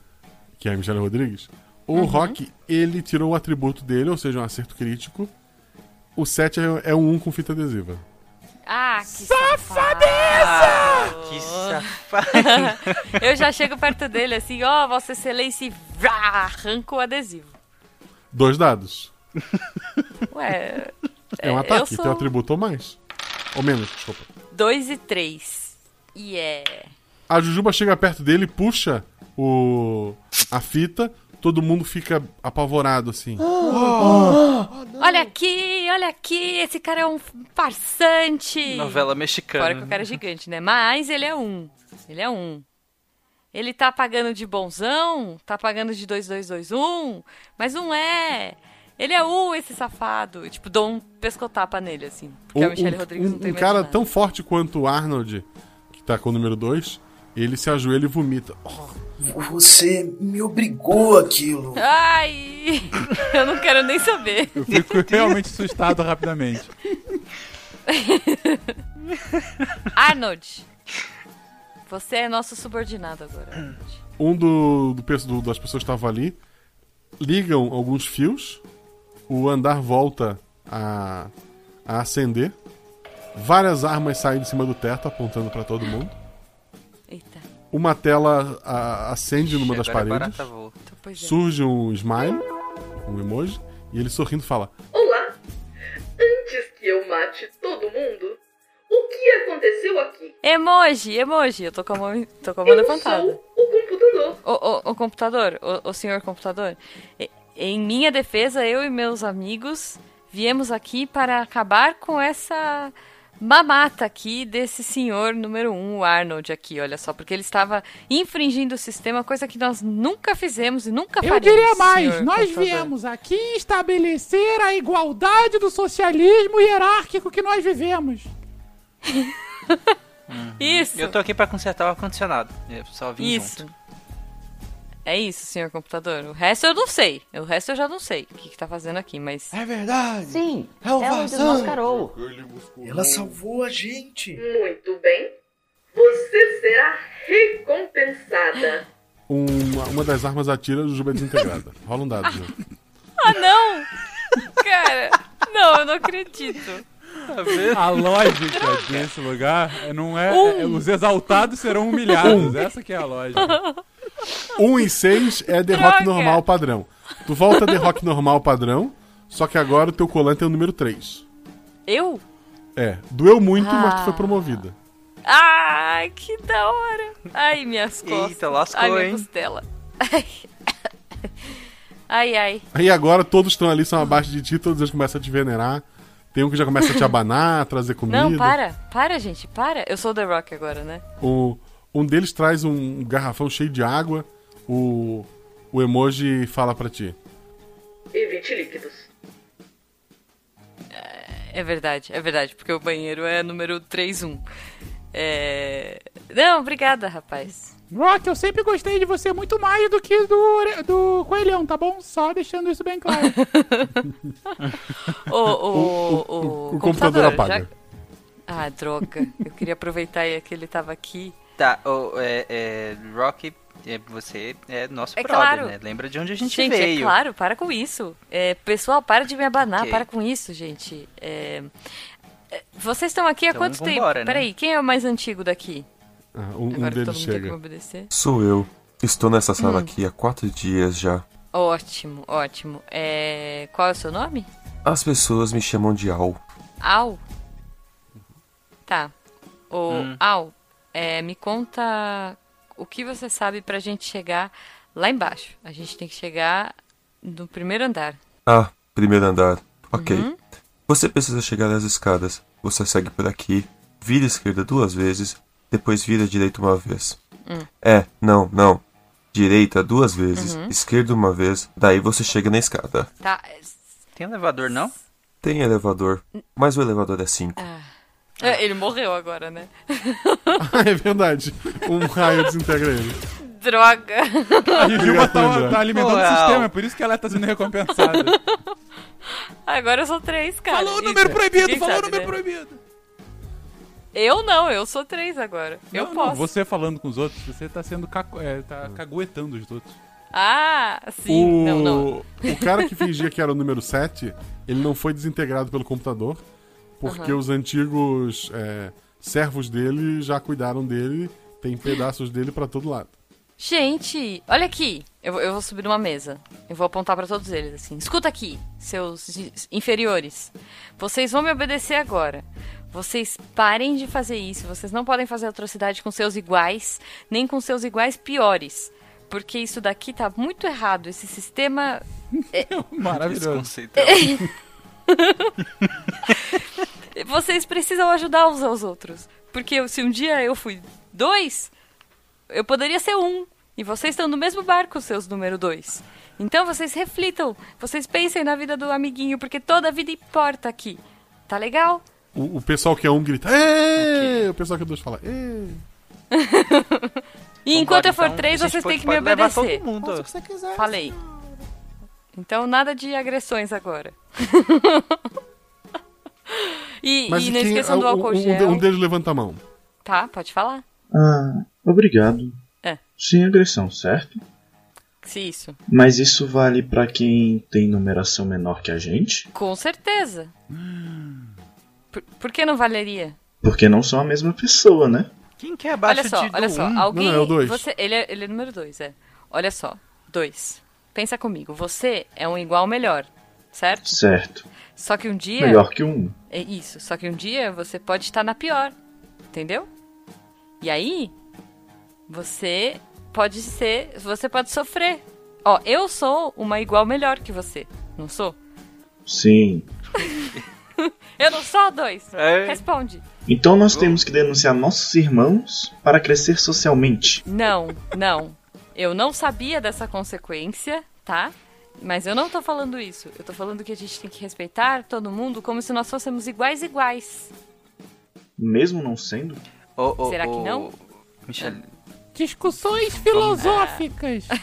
A: que é a Michelle Rodrigues, o
U: Uhum.
A: Rock, ele tirou o atributo dele, ou seja, um acerto crítico. O 7 é, é um 1 com fita adesiva.
O: Ah, que safadeza!
P: que safado.
O: Eu já chego perto dele assim, ó, Vossa Excelência, e vrá, arranco o adesivo.
A: Dois dados.
O: Ué,
A: É, um
O: eu
A: ataque,
O: sou-
A: teu atributo ou mais. Ou menos, desculpa.
O: dois e três. é. Yeah!
A: A Jujuba chega perto dele, puxa o a fita, todo mundo fica apavorado assim. Ah!
O: olha aqui, olha aqui, esse cara é um farsante.
P: Novela mexicana.
O: Fora que o cara é gigante, né? Mas ele é um. Ele é um. Ele tá pagando de bonzão, tá pagando de 2221, mas não um, é. Ele é o esse safado. E, tipo, dou um pescotapa nele, assim. Porque
A: Um,
O: a Michelle
A: um-
O: Rodrigues não
A: um
O: tem medo de
A: cara
O: nada.
A: tão forte quanto o Arnold, que tá com o número 2, ele se ajoelha e vomita.
D: Você me obrigou aquilo.
O: Ai! Eu não quero nem saber.
C: Eu fico realmente assustado rapidamente.
O: Arnold! Você é nosso subordinado agora. Arnold.
A: Um do, do, peço- do- das pessoas que estavam ali ligam alguns fios, o andar volta a, a acender, várias armas saem de cima do teto apontando pra todo mundo.
O: Eita.
A: Uma tela a- acende numa
P: Ixi,
A: das
P: agora a
A: paredes.
P: barata volta.
O: Pois é.
A: Surge um smile, um emoji, e ele sorrindo fala:
N: Olá! Antes que eu mate todo mundo, o que aconteceu aqui?
O: Emoji, emoji. Eu tô com a mão, tô com a mão
N: Eu
O: levantada.
N: sou o computador.
O: O, o computador, o, o senhor computador. E- Em minha defesa, eu e meus amigos viemos aqui para acabar com essa mamata aqui desse senhor número um, o Arnold aqui, olha só, porque ele estava infringindo o sistema, coisa que nós nunca fizemos e nunca
C: Eu
O: faremos.
C: diria mais,
O: senhor
C: nós
O: computador.
C: viemos aqui estabelecer a igualdade do socialismo hierárquico que nós vivemos.
O: Isso.
P: Eu tô aqui pra consertar o ar-condicionado. Eu só vim
O: Isso.
P: junto.
O: É isso, senhor computador. O resto eu não sei. O resto eu já não sei o que, que tá fazendo aqui, mas. É verdade!
D: Sim,
O: É o ela Vazan. desmascarou.
D: Ela salvou a gente.
N: Muito bem. Você será recompensada.
A: um, Uma das armas atira, Jujuba é desintegrada. Rola um dado, Ju.
O: Ah, não! Cara, não, eu não acredito.
P: Tá
C: A lógica desse lugar não é,
O: Um.
C: é- Os exaltados serão humilhados.
A: Um.
C: Essa que é a lógica.
A: 1 e 6 é The Rock
C: Droga.
A: normal padrão. Tu volta a The Rock normal padrão, só que agora o teu colante é o número 3.
O: Eu?
A: É, doeu muito,
O: Ah.
A: mas tu foi promovida.
O: Ai, que da hora! Ai, minhas costas.
P: Eita, lascou,
O: ai, minha
P: hein?
O: costela. Ai, ai.
A: Aí agora todos estão ali, são abaixo de ti, todos eles começam a te venerar. Tem um que já começa a te abanar, trazer comida.
O: Não, para. Para, gente, para. Eu sou o The Rock agora, né?
A: O, um deles traz um garrafão cheio de água. O, o emoji fala pra ti.
N: E 20 líquidos.
O: É verdade, é verdade, porque o banheiro é número 31. É... Não, obrigada, rapaz.
C: Rock, eu sempre gostei de você muito mais do que do, do Coelhão, tá bom? Só deixando isso bem claro.
O: O, o,
C: O- o-
O: o,
C: o computador apaga.
O: Ah, droga. Eu queria aproveitar aí que ele tava aqui.
P: Tá, o, é, é, Rocky, é, você é nosso
O: É
P: brother,
O: claro.
P: né? Lembra de onde a gente,
O: gente,
P: veio.
O: é claro, para com isso. É, pessoal, para de me abanar,
P: Ok.
O: para com isso, gente. É, é, vocês estão aqui há
P: Então,
O: quanto tempo?
P: vambora, né?
O: Peraí, quem é o mais antigo daqui?
A: Ah, um, um
O: Agora todo
A: deles
O: mundo tem que me
A: chega.
O: obedecer.
V: Sou eu. Estou nessa sala
O: Hum.
V: aqui há quatro dias já.
O: Ótimo, ótimo. É, qual é o seu nome?
V: As pessoas me chamam de Al.
O: Al? Tá. O
V: Hum.
O: Al, é, me conta o que você sabe pra gente chegar lá embaixo. A gente tem que chegar no primeiro andar.
V: Ah, primeiro andar. Ok.
O: Uhum.
V: Você precisa chegar às escadas. Você segue por aqui, vira à esquerda duas vezes, depois vira à direita uma vez.
O: Hum.
V: É, não, não. Direita duas vezes,
P: Uhum.
V: esquerda uma vez, daí você chega na escada.
O: Tá.
P: Tem um elevador, não?
V: Tem elevador, mas o elevador é 5.
O: Ah. É, Ele morreu agora, né?
A: é verdade. Um raio desintegra ele.
O: Droga!
C: A Jujuba tá,
A: Obrigado,
C: tá alimentando
A: André.
C: o sistema, é por isso que ela tá sendo recompensada.
O: Agora eu sou três, cara.
C: Falou o número
O: Eita,
C: proibido,
O: ninguém
C: falou o
O: sabe,
C: número
O: né?
C: proibido.
O: Eu não, eu sou três agora. eu
C: Não, não,
O: posso.
C: você falando com os outros, você tá sendo caco- é, tá caguetando os outros.
O: Ah, sim.
A: o...
O: Não, não.
A: o cara que fingia que era o número 7, ele não foi desintegrado pelo computador, porque
O: Aham.
A: os antigos é, servos dele já cuidaram dele, tem pedaços dele pra todo lado.
O: Gente, olha aqui. Eu, vou- eu vou subir numa mesa. Eu vou apontar pra todos eles assim. Escuta aqui, seus i- inferiores. Vocês vão me obedecer agora. Vocês parem de fazer isso. Vocês não podem fazer atrocidade com seus iguais, nem com seus iguais piores. Porque isso daqui tá muito errado. Esse sistema. é-
P: Maravilhoso.
O: Vocês precisam ajudar uns aos outros. Porque eu- se um dia eu fui dois, eu poderia ser um. E vocês estão no mesmo barco, seus número dois. Então vocês reflitam, vocês pensem na vida do amiguinho, porque toda a vida importa aqui. Tá legal?
A: O, o pessoal que é um grita. "Ê!" O pessoal que é dois fala. "Ê!"
O: E Hum. enquanto eu for
A: então,
O: três,
A: a gente
O: vocês
A: pode-
O: têm que me
A: pode levar todo
O: obedecer.
A: mundo. Faz o que
O: você quiser. Falei. Então nada de agressões agora. e e não
A: quem-
O: esqueçam do
A: um-
O: álcool
A: um,
O: gel.
A: Um deles levanta a mão.
O: Tá, pode falar?
E: Ah, obrigado.
O: É.
E: Sem agressão, certo?
O: Se isso.
E: Mas isso vale pra quem tem numeração menor que a gente?
O: Com certeza. Por, por que não valeria?
E: Porque não são a mesma pessoa, né?
O: Quem que é abaixo olha só,
E: de- do
O: olha só,
E: um?
O: alguém,
E: Não, é o dois.
O: Você, ele, é, ele é número dois, é. Olha só, dois. Pensa comigo, você é um igual melhor, certo?
E: Certo.
O: Só que um dia.
E: Melhor que um.
O: É isso. Só que um dia você pode estar na pior. Entendeu? E aí, você pode ser. Você pode sofrer. Ó, eu sou uma igual melhor que você. Não sou?
E: Sim.
O: Eu não sou dois.
E: É.
O: Responde.
E: Então nós temos que denunciar nossos irmãos para crescer socialmente.
O: Não, não. Eu não sabia dessa consequência, tá? Mas eu não tô falando isso. Eu tô falando que a gente tem que respeitar todo mundo como se nós fôssemos iguais iguais.
E: Mesmo não sendo?
O: Será que não?
C: Discussões filosóficas.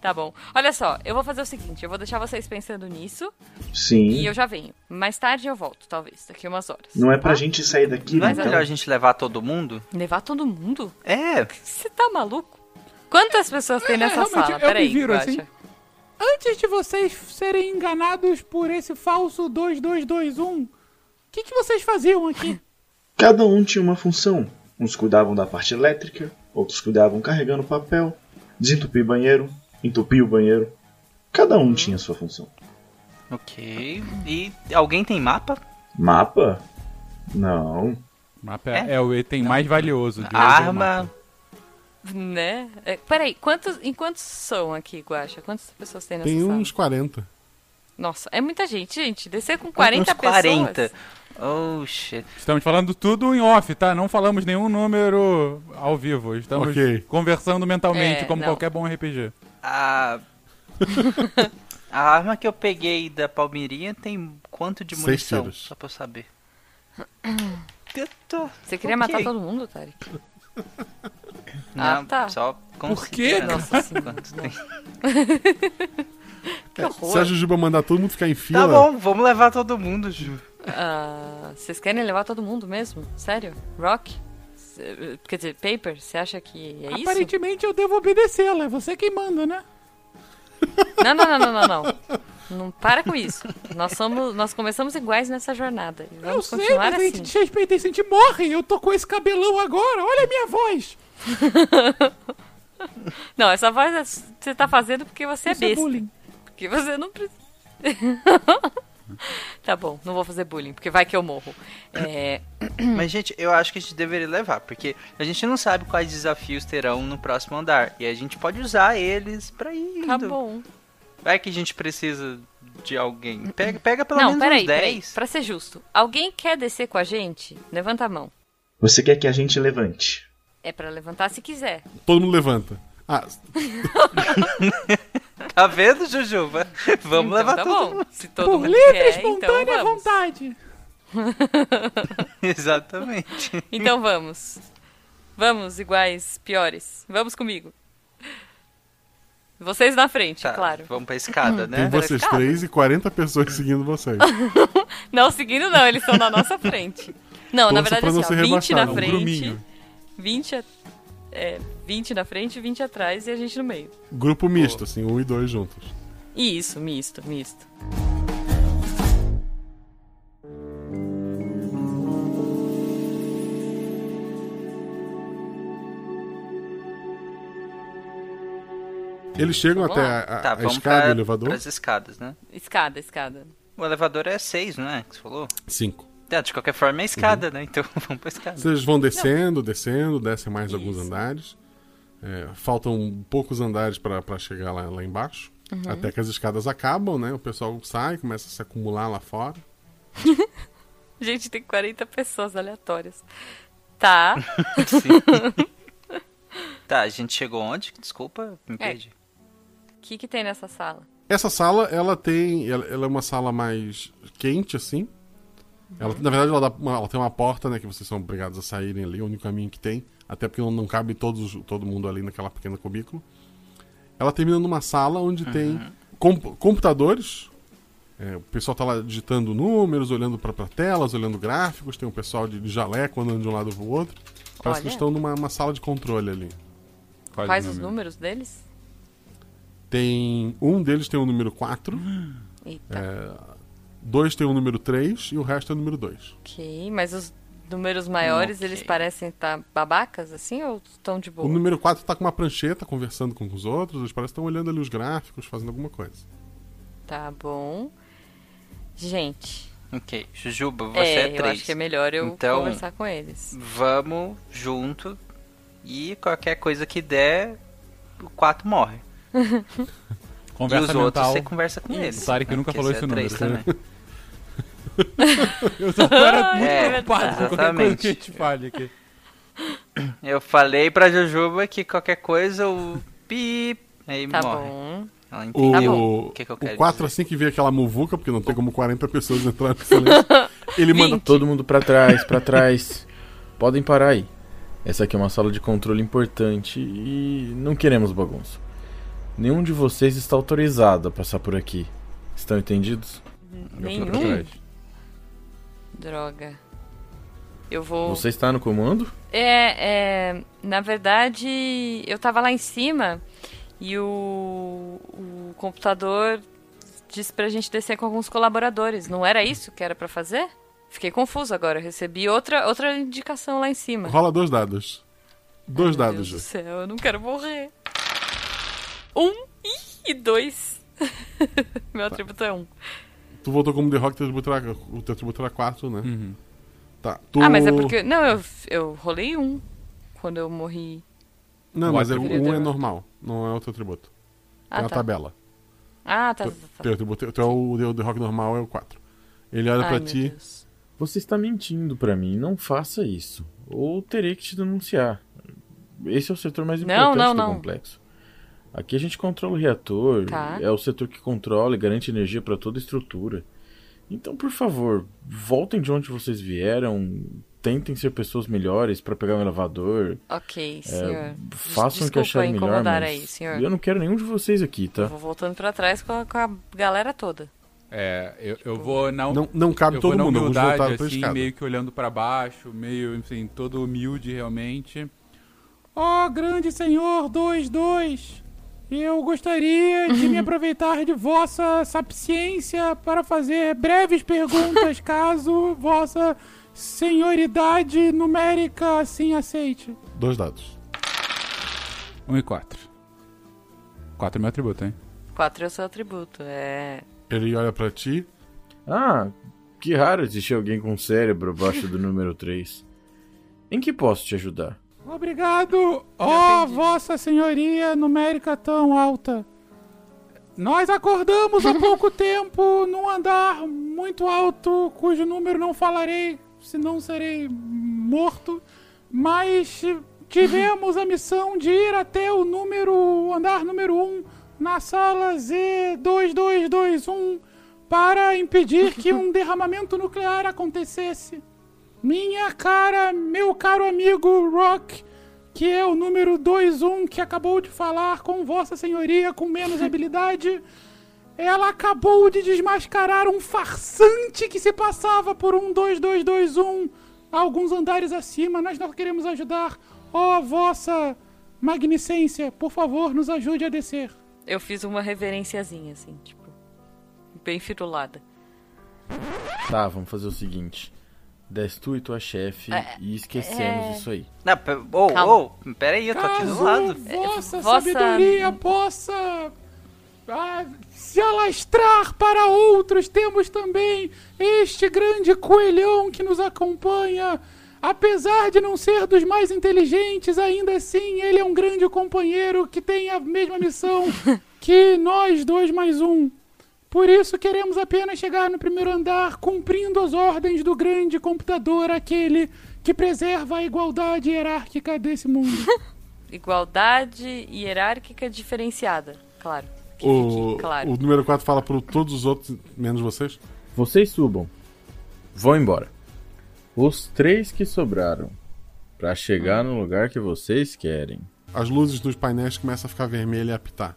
O: Tá bom. Olha só, eu vou fazer o seguinte, eu vou deixar vocês pensando nisso.
E: Sim.
O: E eu já venho. Mais tarde eu volto, talvez, daqui umas horas.
E: Não é pra
O: tá?
E: gente sair daqui,
P: Não é
E: então?
P: melhor a gente levar todo mundo?
O: Levar todo mundo?
P: É.
O: Você tá maluco? Quantas pessoas tem
C: É,
O: nessa
C: realmente,
O: sala?
C: eu me
O: Peraí,
C: viro
O: Guaxa.
C: assim. Antes de vocês serem enganados por esse falso 2221, o que, que vocês faziam aqui?
E: Cada um tinha uma função. Uns cuidavam da parte elétrica, outros cuidavam carregando papel, desentupir banheiro, entupir o banheiro. Cada um tinha sua função.
P: Ok. E alguém tem mapa?
E: Mapa? Não.
C: Mapa é, o item mais valioso. de
P: Arma.
C: hoje,
O: Né? É, Peraí, quantos, em quantos são aqui, Guaxa? Quantas pessoas tem nessa
C: um
A: Tem
O: sala?
A: uns 40.
O: Nossa, é muita gente, gente. Descer com 40
P: Uns
O: pessoas.
P: 40. Oh, shit.
C: Estamos falando tudo em off, tá? Não falamos nenhum número ao vivo. Estamos
A: Ok.
C: conversando mentalmente,
P: É,
C: como
P: não.
C: qualquer bom RPG.
P: A... a arma que eu peguei da Palmeirinha tem quanto de
C: Seis
P: munição?
C: tiros.
P: Só pra eu saber.
O: Hum. Você
P: Ok.
O: queria matar todo mundo, Tarek?
P: Não,
O: ah, tá.
P: só
O: Por quê?
P: considerando
O: Nossa senhora.
P: quanto tem.
O: que
A: Se a
O: horror.
A: Jujuba mandar todo mundo ficar em fila.
P: Tá bom, vamos levar todo mundo, Ju.
O: Ah, vocês querem levar todo mundo mesmo? Sério? Rock? Cê- Quer dizer, Paper? Você acha que
T: Ah,
O: é isso?
C: Aparentemente eu devo obedecê-la, é você quem manda, né?
O: Não, não, não, não, não, não. Não para com isso. Nós somos, nós começamos iguais nessa jornada. E
C: Eu
O: Vamos
C: sei,
O: continuar
C: mas a gente
O: assim.
C: te respeita e a gente morre. Eu tô com esse cabelão agora, olha a minha voz.
O: Não, essa voz é- você tá fazendo porque você
C: Isso é
O: é besta.
C: bullying.
O: Porque você não precisa. tá bom, não vou fazer bullying, porque vai que eu morro. É,
P: Mas, gente, eu acho que a gente deveria levar, porque a gente não sabe quais desafios terão no próximo andar. E a gente pode usar eles pra ir.
O: Tá
P: indo.
O: bom.
P: Vai que a gente precisa de alguém. Pega, pega pelo
O: não,
P: menos
O: peraí,
P: uns
O: peraí.
P: 10.
O: Pra ser justo, alguém quer descer com a gente? Levanta a mão.
E: Você quer que a gente levante?
O: É pra levantar se quiser.
A: Todo mundo levanta. Ah,
P: Tá vendo, Jujuba? Vamos
O: Então
P: levar
O: tá
P: todo
O: bom.
P: mundo.
O: Se todo mundo quer, então vamos.
C: vontade.
P: Exatamente.
O: Então vamos. Vamos, iguais, piores. Vamos comigo. Vocês na frente, claro.
P: Tá, Vamos pra escada, né?
A: Tem vocês
O: Tá.
A: três e 40 pessoas seguindo vocês.
O: Não, seguindo não, eles estão na nossa frente. Não, na
A: Torça
O: verdade,
A: pra não
O: assim, ó,
A: ser
O: 20 na
A: rebaixado, um
O: frente,
A: gruminho.
O: 20, a- é, 20 na frente, 20 atrás e a gente no meio.
A: Grupo misto, assim, um e dois juntos.
O: E isso, misto, misto.
A: Eles chegam
O: Vamos
A: até Ah,
O: lá.
A: a, a-
P: Tá,
A: a
P: vamos
A: escada
P: pra,
A: do elevador.
P: pras escadas, né?
O: Escada, escada.
P: O elevador é 6, não é? Que você falou?
A: Cinco. Uhum.
P: Tá, de qualquer forma é escada, né? Então vamos pra escada.
A: Vocês vão descendo, descendo, descem mais alguns andares. É, faltam poucos andares pra pra chegar lá, lá embaixo.
W: Uhum.
A: Até que as escadas acabam, né? O pessoal sai, começa a se acumular lá fora.
O: Gente, tem 40 pessoas aleatórias. Tá.
P: Tá, a gente chegou onde? Desculpa, me
O: É.
P: perdi.
O: que, que tem nessa sala?
A: Essa sala, ela tem. Ela, ela é uma sala mais quente, assim. Ela, na verdade, ela, dá uma- ela tem uma porta, né? Que vocês são obrigados a saírem ali, é o único caminho que tem. Até porque não, não cabe todos, todo mundo ali naquela pequena cubículo. Ela termina numa sala onde tem comp- computadores. É, o pessoal tá lá digitando números, olhando para telas, olhando gráficos. Tem um pessoal de, de jaleco andando de um lado pro outro. Parece que
O: Olha.
A: estão numa uma sala de controle ali.
O: Quais os números deles?
A: Tem. Um deles tem o número 4.
O: Eita.
A: É, dois tem o número 3 e o resto é o número 2.
O: Ok, mas os números maiores, eles parecem estar babacas, assim, ou estão de boa?
A: O número 4 tá com uma prancheta conversando com os outros, eles parecem que estão olhando ali os gráficos, fazendo alguma coisa.
O: Tá bom. Gente,
P: Ok. Jujuba, você
O: É,
P: é,
O: eu
P: três.
O: acho que é melhor eu
P: então,
O: conversar com eles.
P: Vamos junto e qualquer coisa que der, o quatro morre.
T: Conversa
P: e os
T: mental.
P: outros você conversa com
T: Isso.
P: eles.
T: O Tarek
P: né?
T: nunca
P: Porque
T: falou
P: você
T: esse
P: é
T: número.
P: três também.
T: Eu tô era muito
P: É,
T: preocupado com qualquer coisa
P: exatamente.
T: que a gente fale aqui.
P: Eu falei pra Jujuba que qualquer coisa o pi aí
O: Tá
P: morre.
O: bom. Tá
P: Ela
A: O,
P: entendeu o que, que eu
A: o
P: quero
A: 4, assim que vê aquela muvuca, porque não tem como 40 pessoas entrar no silêncio, ele manda.
H: Todo mundo pra trás, pra trás. Podem parar aí. Essa aqui é uma sala de controle importante e não queremos bagunça. Nenhum de vocês está autorizado a passar por aqui. Estão entendidos? Eu fui pra
O: Nenhum?
H: trás.
O: Droga. Eu vou.
H: Você está no comando?
O: É, é, na verdade, eu tava lá em cima e o, o computador disse pra gente descer com alguns colaboradores. Não era isso que era pra fazer? Fiquei confuso agora. Recebi outra, outra indicação lá em cima.
A: Rola dois dados. Dois dados,
O: Meu Deus
A: Ju.
O: do céu, eu não quero morrer. Um ih, e dois. Meu atributo é um.
A: Tu voltou como The Rock, teu atributo era- o teu atributo era 4, né?
H: Uhum.
A: Tá. Tu...
O: Ah, mas é porque. Não, eu, eu rolei um quando eu morri. né?
A: Não, mas é,
O: Quatro.
A: um é normal, não é o teu atributo.
O: Ah,
A: é a
O: tá.
A: tabela.
O: Ah, tá. tá,
A: Teu-
O: tá.
A: Teu atributo, teu é o o The Rock normal, é o 4. Ele olha
H: Ai,
A: pra
H: meu
A: ti.
H: Você está mentindo pra mim. Não faça isso. Ou terei que te denunciar. Esse é o setor mais
O: Não,
H: importante
O: não,
H: do
O: não.
H: complexo. Aqui a gente controla o reator.
O: Tá.
H: É o setor que controla e garante energia pra toda a estrutura. Então, por favor, voltem de onde vocês vieram. Tentem ser pessoas melhores pra pegar um elevador.
O: Ok,
H: É,
O: senhor. Des-
H: façam o que
O: desculpa
H: acharem melhor,
O: incomodar
H: mas
O: aí, senhor.
H: eu não quero nenhum de vocês aqui, tá?
A: né?
O: Vou voltando pra trás com a, com a galera toda.
T: É, eu,
P: Tipo,
T: eu vou na
A: Não- não cabe
T: eu vou
A: todo
T: na
A: mundo, alguns
T: humildade,
A: voltaram pra
T: assim,
A: escada.
T: meio que olhando pra baixo, meio assim, todo humilde realmente. Ó, grande senhor 22, eu gostaria de me aproveitar de vossa sapiência para fazer breves perguntas, caso vossa senhoridade numérica assim aceite.
A: Dois dados.
T: 1 e 4. 4 é meu atributo, hein?
O: Quatro é o seu atributo. É.
A: Ele olha pra ti.
H: Ah, que raro existir alguém com um cérebro abaixo do número 3. Em que posso te ajudar?
T: Obrigado, ó vossa senhoria numérica tão alta. Nós acordamos há pouco tempo num andar muito alto, cujo número não falarei, senão serei morto. Mas tivemos a missão de ir até o número, andar número 1, na sala Z2221, para impedir que um derramamento nuclear acontecesse. Minha cara, meu caro amigo Rock, que é o número 21 que acabou de falar com Vossa Senhoria com menos habilidade, ela acabou de desmascarar um farsante que se passava por um 2221 alguns andares acima. Nós não queremos ajudar. Ó, Vossa Magnicência, por favor, nos ajude a descer.
O: Eu fiz uma reverenciazinha, assim, tipo. Bem firulada.
H: Tá, vamos fazer o seguinte. Desce tu e tua chefe
O: É,
H: e esquecemos
O: é.
H: isso aí.
P: Não, pe- ô,
O: Calma.
P: ô, peraí, eu tô aqui do
H: Caso
P: lado. É,
T: Vossa,
O: vossa-
T: sabedoria possa ah, se alastrar para outros. Temos também este grande coelhão que nos acompanha. Apesar de não ser dos mais inteligentes, ainda assim ele é um grande companheiro que tem a mesma missão que nós dois mais um. Por isso queremos apenas chegar no primeiro andar cumprindo as ordens do grande computador, aquele que preserva a igualdade hierárquica desse mundo.
O: Igualdade hierárquica diferenciada, claro. que
A: O,
O: fique claro.
A: o número 4 fala para todos os outros, menos vocês.
H: Vocês subam. Vão embora. Os três que sobraram. Pra chegar no lugar que vocês querem.
A: As luzes dos painéis começam a ficar vermelha e apitar.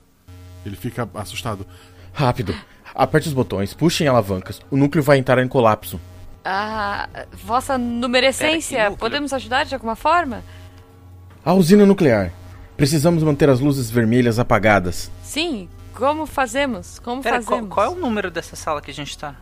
A: Ele fica assustado.
H: Rápido. Aperte os botões, puxem alavancas. O núcleo vai entrar em colapso.
O: Ah, vossa numerescência, podemos ajudar de alguma forma?
H: A usina nuclear. Precisamos manter as luzes vermelhas apagadas.
O: Sim, como fazemos? Como
P: Pera, qual,
O: fazemos?
P: qual é o número dessa sala que a gente tá?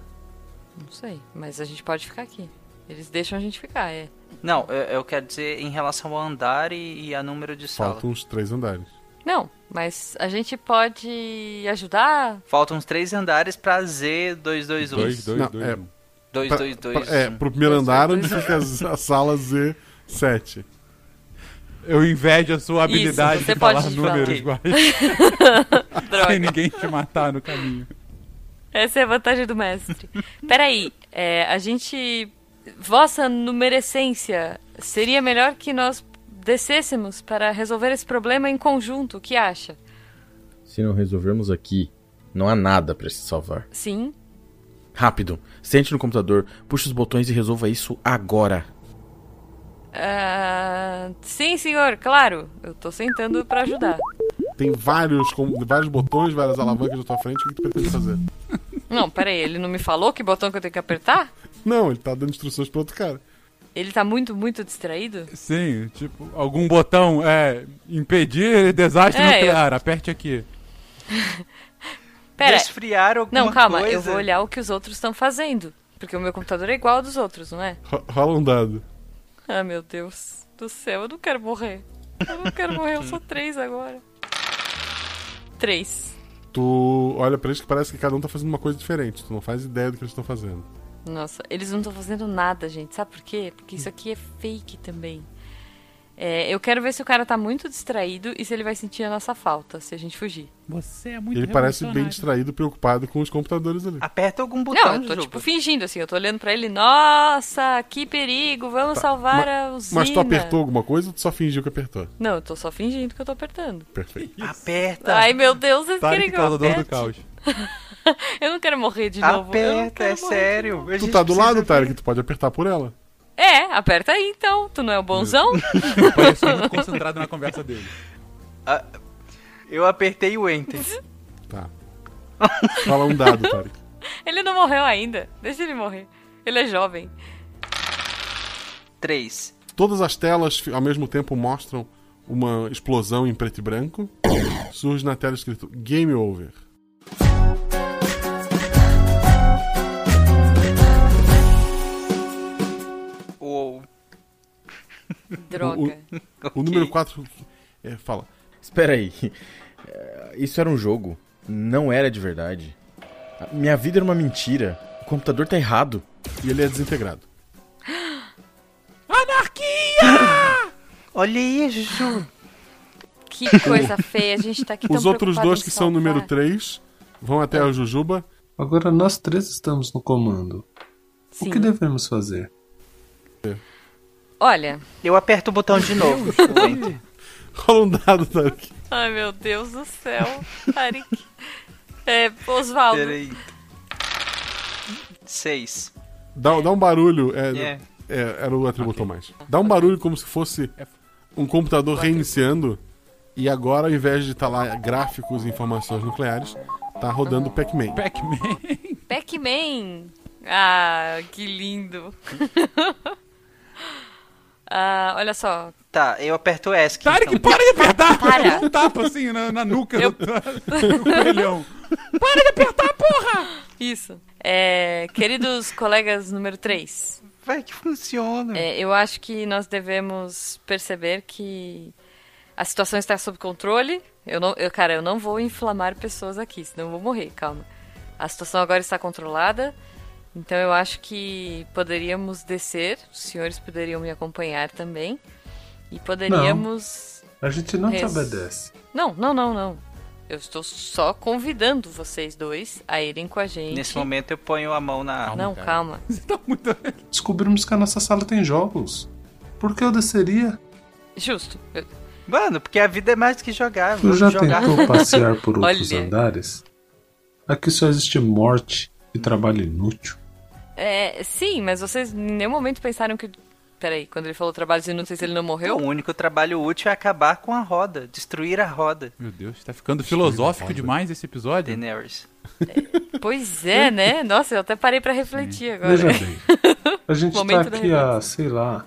O: Não sei, mas a gente pode ficar aqui. Eles deixam a gente ficar, é.
P: Não, eu, eu quero dizer em relação ao andar e, e a número de sala.
A: Faltam uns três andares.
O: Não, mas a gente pode ajudar?
P: Faltam uns três andares pra Z221.
A: Dois, dois, Não, dois, é. um.
P: Dois,
A: Pra-
P: dois, dois,
A: pra- É,
P: um.
A: pro primeiro
P: Dois,
A: andar
P: dois,
A: onde
P: dois, um.
A: fica a, a sala Z7.
C: Eu invejo a sua habilidade
O: você
C: de falar
O: pode falar.
C: números, guarda.
O: Droga.
C: Sem ninguém te matar no caminho.
O: Essa é a vantagem do mestre. Peraí, é, a gente. Vossa numerescência, seria melhor que nós descêssemos para resolver esse problema em conjunto, o que acha?
H: Se não resolvermos aqui, não há nada pra se salvar.
O: Sim,
H: Rápido, sente no computador, puxa os botões e resolva isso agora.
O: Ah, sim, senhor, claro. Eu tô sentando pra ajudar.
A: Tem vários, com, vários botões, várias alavancas na tua frente. O que tu pretende fazer?
O: Não, peraí, ele não me falou que botão que eu tenho que apertar?
A: Não, ele tá dando instruções pro outro cara.
O: Ele tá muito, muito distraído?
C: Sim, tipo, algum botão é impedir desastre
O: É,
C: nuclear, aperte aqui.
O: Pera.
P: Esfriar alguma
O: Não, calma, eu
P: coisa.
O: vou olhar o que os outros estão fazendo. Porque o meu computador é igual ao dos outros, não é?
A: Ro- Rola um dado.
O: Ah, meu Deus do céu, eu não quero morrer. Eu não quero morrer, eu sou três agora. Três.
A: Tu olha pra eles que parece que cada um tá fazendo uma coisa diferente. Tu não faz ideia do que eles estão fazendo.
O: Nossa, eles não estão fazendo nada, gente. Sabe por quê? Porque isso aqui é fake também. É, eu quero ver se o cara tá muito distraído e se ele vai sentir a nossa falta, se a gente fugir.
C: Você é
A: ele parece bem distraído, preocupado com os computadores ali.
P: Aperta algum
O: Não, eu tô tipo fingindo assim, eu tô olhando pra ele, nossa, que perigo, vamos
A: Tá,
O: salvar
A: ma-
O: a usina.
A: Mas tu apertou alguma coisa ou tu só fingiu que apertou?
O: Não, eu tô só fingindo que eu tô apertando.
A: Perfeito.
P: Aperta.
O: Ai, meu Deus, vocês
A: Tarek,
O: querem que eu
A: Tá causador do
O: aperte?
A: caos.
O: eu não quero morrer de novo. eu não
P: Aperta,
O: quero
P: é
O: morrer de
P: sério. A
A: Tu
P: gente
A: tá do
P: precisa-
A: lado, Tarek, tu pode apertar por ela.
O: É, aperta aí então. Tu não é o bonzão?
C: Pareceu muito concentrado na conversa dele.
P: Ah, eu apertei o enter.
A: Tá. Fala um dado, Tarek.
O: ele não morreu ainda. Deixa ele morrer. Ele é jovem.
P: Três.
A: Todas as telas fi- ao mesmo tempo mostram uma explosão em preto e branco. Surge na tela escrito Game Over.
P: Uou.
O: Droga.
A: O, o número 4 fala.
H: Espera aí. É, Isso era um jogo. Não era de verdade. A Minha vida era uma mentira. O computador tá errado.
A: E ele é desintegrado.
O: Anarquia!
P: Olha isso!
O: Que coisa feia, a gente tá aqui tão
A: Os outros
O: preocupado
A: dois
O: em É.
A: que são número 3 vão até a Jujuba.
J: Agora nós três estamos no comando. O que devemos fazer?
O: Olha.
P: Eu aperto o botão de novo. o enter.
A: Rola um dado, Tarek.
O: Ai, meu Deus do céu. Tarek. É, Osvaldo.
P: Peraí. Seis.
A: Dá, dá um barulho. É,
P: É.
A: é, era o atributo a mais. Dá um barulho como se fosse um computador reiniciando. E agora, ao invés de estar lá gráficos e informações nucleares, tá rodando Pac-Man.
C: Pac-Man.
O: Pac-Man. Ah, que lindo. ah, olha só.
P: Tá, eu aperto ESC.
C: Tarek,
P: então.
C: para de apertar!
O: Para.
C: Um tapa assim na, na nuca
O: Eu-
C: do, do coelhão. Para de apertar, porra!
O: Isso. É, queridos colegas número 3.
P: Vai que funciona.
O: eu acho que nós devemos perceber que a situação está sob controle. Eu não, eu, cara, eu não vou inflamar pessoas aqui, senão eu vou morrer, calma. A situação agora está controlada. Então eu acho que poderíamos descer, os senhores poderiam me acompanhar também. E poderíamos.
J: A gente não te
O: res-
J: obedece.
O: Não, não, não, não. Eu estou só convidando vocês dois a irem com a gente.
P: Nesse momento eu ponho a mão na
O: não, calma.
J: Descobrimos que a nossa sala tem jogos. Por que eu desceria?
O: Justo. Eu-
P: Mano, porque a vida é mais do que jogar.
J: Tu
P: Vamos
J: já
P: jogar.
J: tentou passear por outros
P: Olha.
J: andares? Aqui só existe morte e trabalho inútil.
O: É, sim, mas vocês em nenhum momento pensaram que. Peraí, quando ele falou trabalhos inúteis, ele não morreu?
P: O único trabalho útil é acabar com a roda, destruir a roda.
C: Meu Deus, tá ficando filosófico demais esse episódio.
P: Daenerys.
O: Pois é, né? Nossa, eu até parei pra refletir agora.
J: Veja bem, a gente tá
O: Momento da
J: aqui há, sei lá,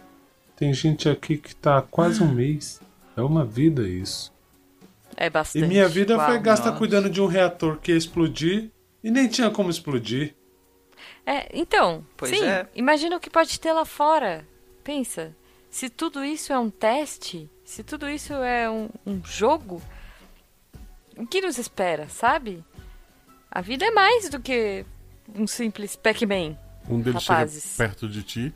J: tem gente aqui que tá há quase um mês. É uma vida isso.
O: É
J: E
O: bastante.
J: minha vida foi
O: Uau,
J: gasta
O: nossa.
J: cuidando de um reator que ia explodir e nem tinha como explodir.
O: É, então,
J: Pois
O: sim,
J: é.
O: imagina o que pode ter lá fora. Pensa, se tudo isso é um teste, se tudo isso é um, um jogo, o que nos espera, sabe? A vida é mais do que um simples Pac-Man.
W: Um deles
O: rapazes.
W: chega perto de ti,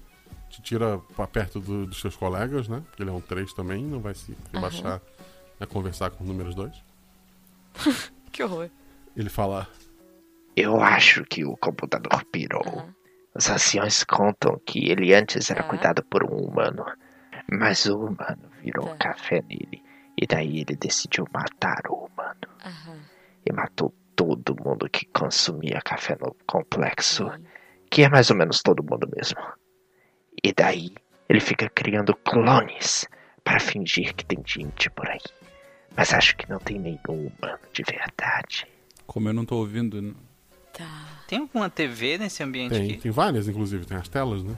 W: te tira pra perto do- dos seus colegas, né? Porque ele é um 3 também, não vai se rebaixar a conversar com os números 2.
O: Que horror.
W: Ele fala.
F: Eu acho que o computador pirou. Os anciões contam que ele antes era cuidado por um humano, mas o humano virou café nele, e daí ele decidiu matar o humano. E matou todo mundo que consumia café no complexo, que é mais ou menos todo mundo mesmo. E daí ele fica criando clones para fingir que tem gente por aí. Mas acho que não tem nenhum humano de verdade.
C: Como eu não tô ouvindo. né? n-
P: Tem alguma TV nesse ambiente
W: Tem,
P: aqui?
W: tem várias, inclusive, tem as telas, né?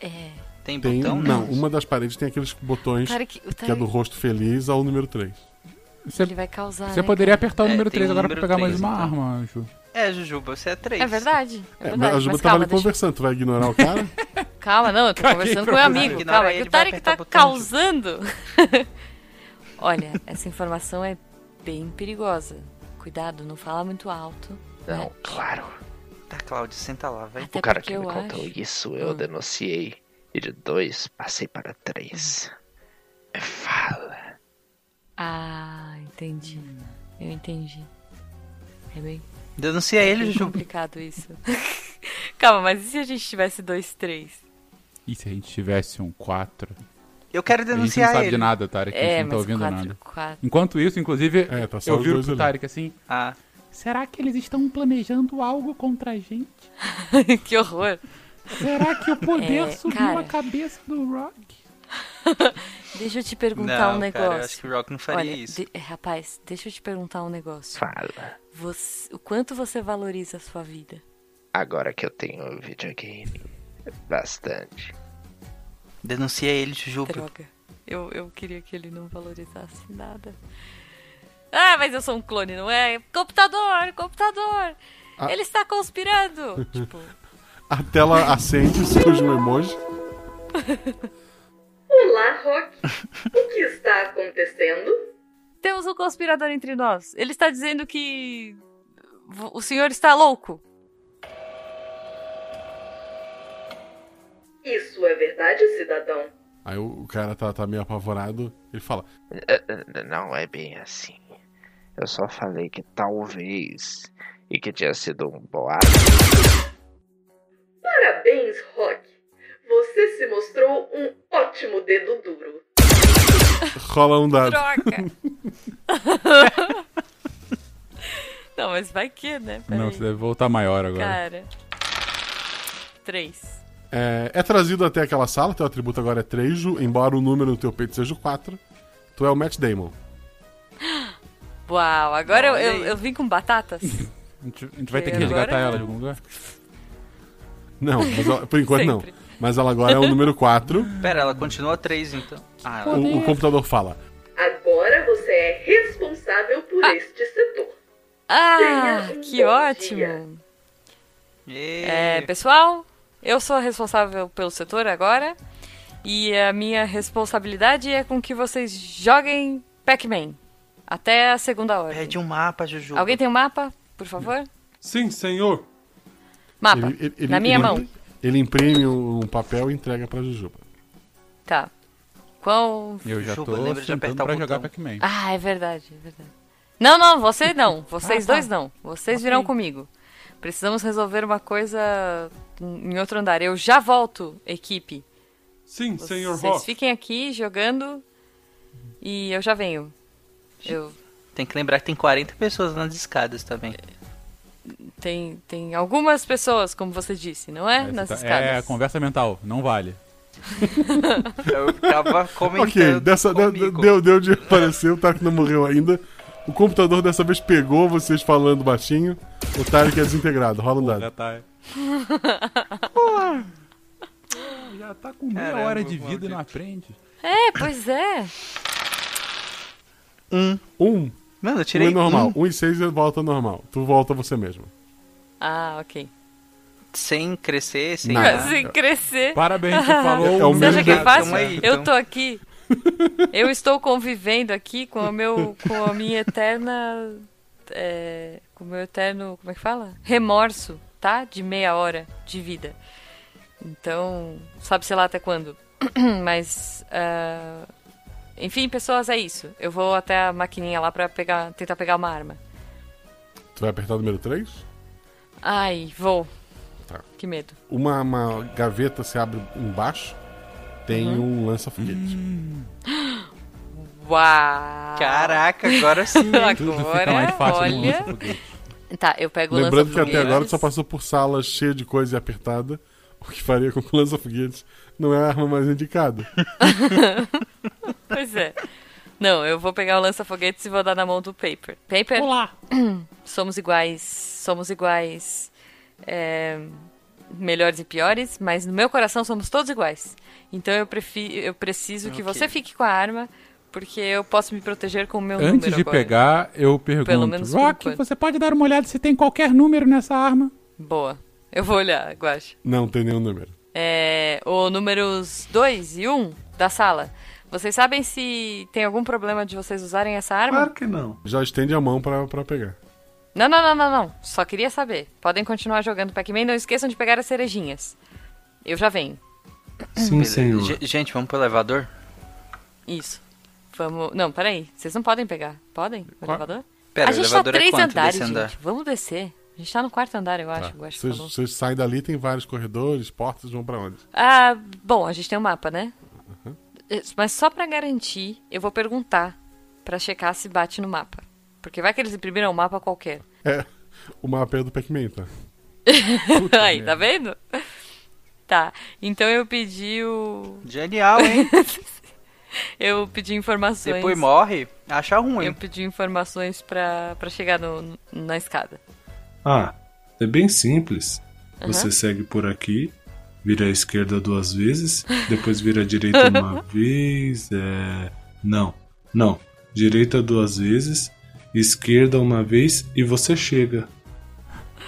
O: É.
P: Tem
W: Tem,
A: um,
P: botão?
W: não, uma das paredes tem aqueles botões
O: Tarek- né? o
W: que é do
O: Tarek-
W: rosto feliz ao número 3.
O: Ele vai causar.
C: Você
O: né,
C: poderia
O: cara?
C: apertar o número
P: tem
C: 3
P: um
C: agora pra
P: número
C: pegar mais
P: três,
C: uma
P: então.
C: arma, Ju.
P: É, Juju, você é 3.
O: É verdade. É,
W: É,
O: verdade.
W: mas a
O: Mas,
W: Juba tava
O: calma,
W: ali
O: deixa...
W: conversando, tu vai ignorar o cara?
O: calma, não, eu tô
W: Caguei
O: conversando
W: pra
O: com meu
W: você.
O: amigo.
W: Ignora
O: Calma,
W: ele,
O: que o
W: vai
O: Tarek tá causando. Olha, essa informação é bem perigosa. Cuidado, não fala muito alto.
F: Não,
O: né?
F: claro.
P: Tá, Cláudio, senta lá, vai.
O: Até
F: o cara
O: porque
F: que me
O: eu
F: contou
O: acho-
F: isso, eu
O: Ah.
F: denunciei. E de dois, passei para três.
O: Hum.
F: Fala.
O: Ah, entendi. Eu entendi. É bem.
P: Denuncia ele,
O: bem
P: Ju.
O: complicado isso. Calma, mas e se a gente tivesse dois, três?
C: E se a gente tivesse um 4?
P: Eu quero
C: A gente
P: denunciar
C: não sabe
P: ele.
C: de nada, Tarek. a gente
O: É,
C: não tá
O: mas
C: ouvindo
O: quatro-
C: nada.
O: quatro.
C: Enquanto isso, inclusive,
W: É, tá só
C: eu
W: os
C: viro
W: dois
C: pro
W: ali.
C: Tarek assim.
P: Ah.
C: Será que eles estão planejando algo contra a gente?
O: que horror.
C: Será que o poder
O: É,
C: subiu
O: cara.
C: a cabeça do Rock?
O: Deixa eu te perguntar
P: Não,
O: um
P: cara,
O: negócio.
P: eu acho que o Rock não faria
O: Olha,
P: isso.
O: de- é, rapaz, deixa eu te perguntar um negócio.
F: Fala.
O: Você- o quanto você valoriza a sua vida?
F: Agora que eu tenho videogame. Bastante.
P: Denuncia ele, Jujuba.
O: Droga. Eu, eu queria que ele não valorizasse nada. Ah, mas eu sou um clone, não é? Computador, computador!
W: Ah.
O: Ele está conspirando! tipo,
W: A tela acende, surge um emoji.
N: Olá, Rock. O que está acontecendo?
O: temos um conspirador entre nós. Ele está dizendo que vo- o senhor está louco.
N: Isso é verdade, cidadão?
W: Aí o o cara tá, tá meio apavorado. Ele fala:
F: Eh, eh, Não é bem assim. Eu só falei que talvez. E que tinha sido um boato.
N: Parabéns, Rock. Você se mostrou um ótimo dedo duro.
W: rola um dado.
O: Droga! não, mas vai que, né?
C: Não,
O: Peraí.
C: você deve voltar maior agora.
O: Cara. Três.
W: É, é trazido até aquela sala, teu atributo agora é 3, Ju, embora o número no teu peito seja o 4. Tu é o Matt Damon.
O: Uau, agora eu,
P: Olha
O: eu,
P: aí.
O: eu vim com batatas.
C: A gente, a gente vai
O: E
C: ter que resgatar
O: agora?
C: ela de algum lugar?
W: Não, mas ela- por enquanto não.
O: Sempre.
W: Mas ela agora é o número 4.
P: Pera, ela continua 3 então. Ah, ela-
W: O, o computador fala.
N: Agora você é responsável por este setor.
O: Ah,
N: Tenha um
O: que
N: bom
O: ótimo!
P: É,
O: É, pessoal, eu sou a responsável pelo setor agora. E a minha responsabilidade é com que vocês joguem Pac-Man. Até a segunda hora.
P: Pede um mapa, Juju.
O: Alguém tem um mapa, por favor?
J: Sim, senhor.
O: Mapa. na minha
W: ele-
O: mão.
W: Ele imprime um papel e entrega pra Jujuba.
O: Tá. Qual.
C: Eu já
W: Juba,
C: tô
W: lembra de
C: sentando
W: apertar o
C: pra jogar Pac-Man.
O: Ah, é verdade, é verdade. Não, não, você não. Vocês
R: Ah, tá.
O: dois não. Vocês virão comigo. Precisamos resolver uma coisa em outro andar. Eu já volto, equipe.
J: Sim, senhor
O: Vocês
J: Rock.
O: fiquem aqui jogando. E eu já venho. Eu
P: Tem que lembrar que tem 40 pessoas nas escadas também.
O: tem tem algumas pessoas, como você disse, não é? Nas
C: Tá-
O: escadas.
C: É, conversa mental, não vale.
P: Eu tava comentando.
A: Ok, dessa, de- de- deu, deu de aparecer, o Tarek não morreu ainda. O computador dessa vez pegou vocês falando baixinho. O Tarek é desintegrado, rola um dado.
C: Ah, Já tá com meia hora de vida e não aprende.
O: É, pois é.
P: Um.
A: Um.
P: Mano, eu tirei
A: um é normal.
P: um.
A: Um, e seis e volta ao normal. Tu volta você mesmo.
O: Ah, ok.
P: Sem crescer, sem.
A: Nada.
P: nada.
O: Sem crescer.
A: Parabéns que falou É o
O: Você acha
A: mesmo
O: que é
A: da-
O: fácil?
A: Tamo aí,
O: Eu
A: então.
O: tô aqui. Eu estou convivendo aqui com o meu, com a minha eterna, é, com o meu eterno, como é que fala? Remorso, tá? De meia hora de vida. Então, sabe sei lá até quando. Mas, ah, enfim, pessoas, é isso. Eu vou até a maquininha lá pra pegar, tentar pegar uma arma.
A: Tu vai apertar o número 3?
O: Ai, vou.
A: Tá.
O: Que medo.
A: Uma, uma gaveta se abre embaixo. Tem um lança-foguete.
O: Uau!
P: Caraca, agora sim.
O: agora,
A: Tudo fica mais fácil no
O: olha...
A: lança-foguete.
O: Tá, eu pego o
A: Lembrando que até
O: lança-foguetes.
A: agora tu só passou por sala cheia de coisa e apertada, o que faria com que o lança-foguetes não é a arma mais indicada.
O: Pois é. Não, eu vou pegar o lança-foguetes e vou dar na mão do Paper. Paper.
R: Olá.
O: Somos iguais. Somos iguais. é, melhores e piores, mas no meu coração somos todos iguais. Então eu, prefi eu preciso que
C: Ok.
O: você fique com a arma, porque eu posso me proteger com o meu É um número
C: Antes de
O: agora.
C: pegar, eu pergunto.
O: Pelo menos por
C: Rock,
O: enquanto.
C: você pode dar uma olhada se tem qualquer número nessa arma?
O: Boa. Eu vou olhar, Guache.
A: Não tem nenhum número.
O: É, o números 2 e 1 um da sala. Vocês sabem se tem algum problema de vocês usarem essa arma?
A: Claro que não. Já estende a mão pra, pra pegar.
O: Não, não, não, não, não. Só queria saber. Podem continuar jogando Pac-Man. Não esqueçam de pegar as cerejinhas. Eu já venho. É.
J: Sim, senhor.
P: Ge- Gente, vamos pro elevador?
O: Isso. Vamos. Não, peraí. Vocês não podem pegar. Podem? O elevador?
P: Pera,
O: a
P: o
O: gente
P: elevador
O: tá
P: é
O: três
P: quanto
O: andares,
P: desse
O: gente.
P: andar?
O: Vamos descer. A gente tá no quarto andar, eu acho.
A: Tá.
O: Eu acho que
A: Vocês
O: falou.
A: vocês saem dali, tem vários corredores, portas, vão pra onde?
O: Ah, bom, a gente tem um mapa, né? Eh, Mas só pra garantir, eu vou perguntar pra checar se bate no mapa. Porque vai que eles imprimiram um mapa qualquer.
A: É, o mapa é do Pac-Man, tá?
O: Aí, tá vendo? Tá. Então eu pedi o.
P: Genial, hein?
O: eu pedi informações.
P: Depois morre, acha ruim.
O: Eu pedi informações pra, pra chegar no, na escada.
J: Ah, é bem simples.
O: Aham.
J: Você segue por aqui, vira à esquerda duas vezes, depois vira à direita uma vez. É... Não, não. Direita duas vezes, esquerda uma vez e você chega.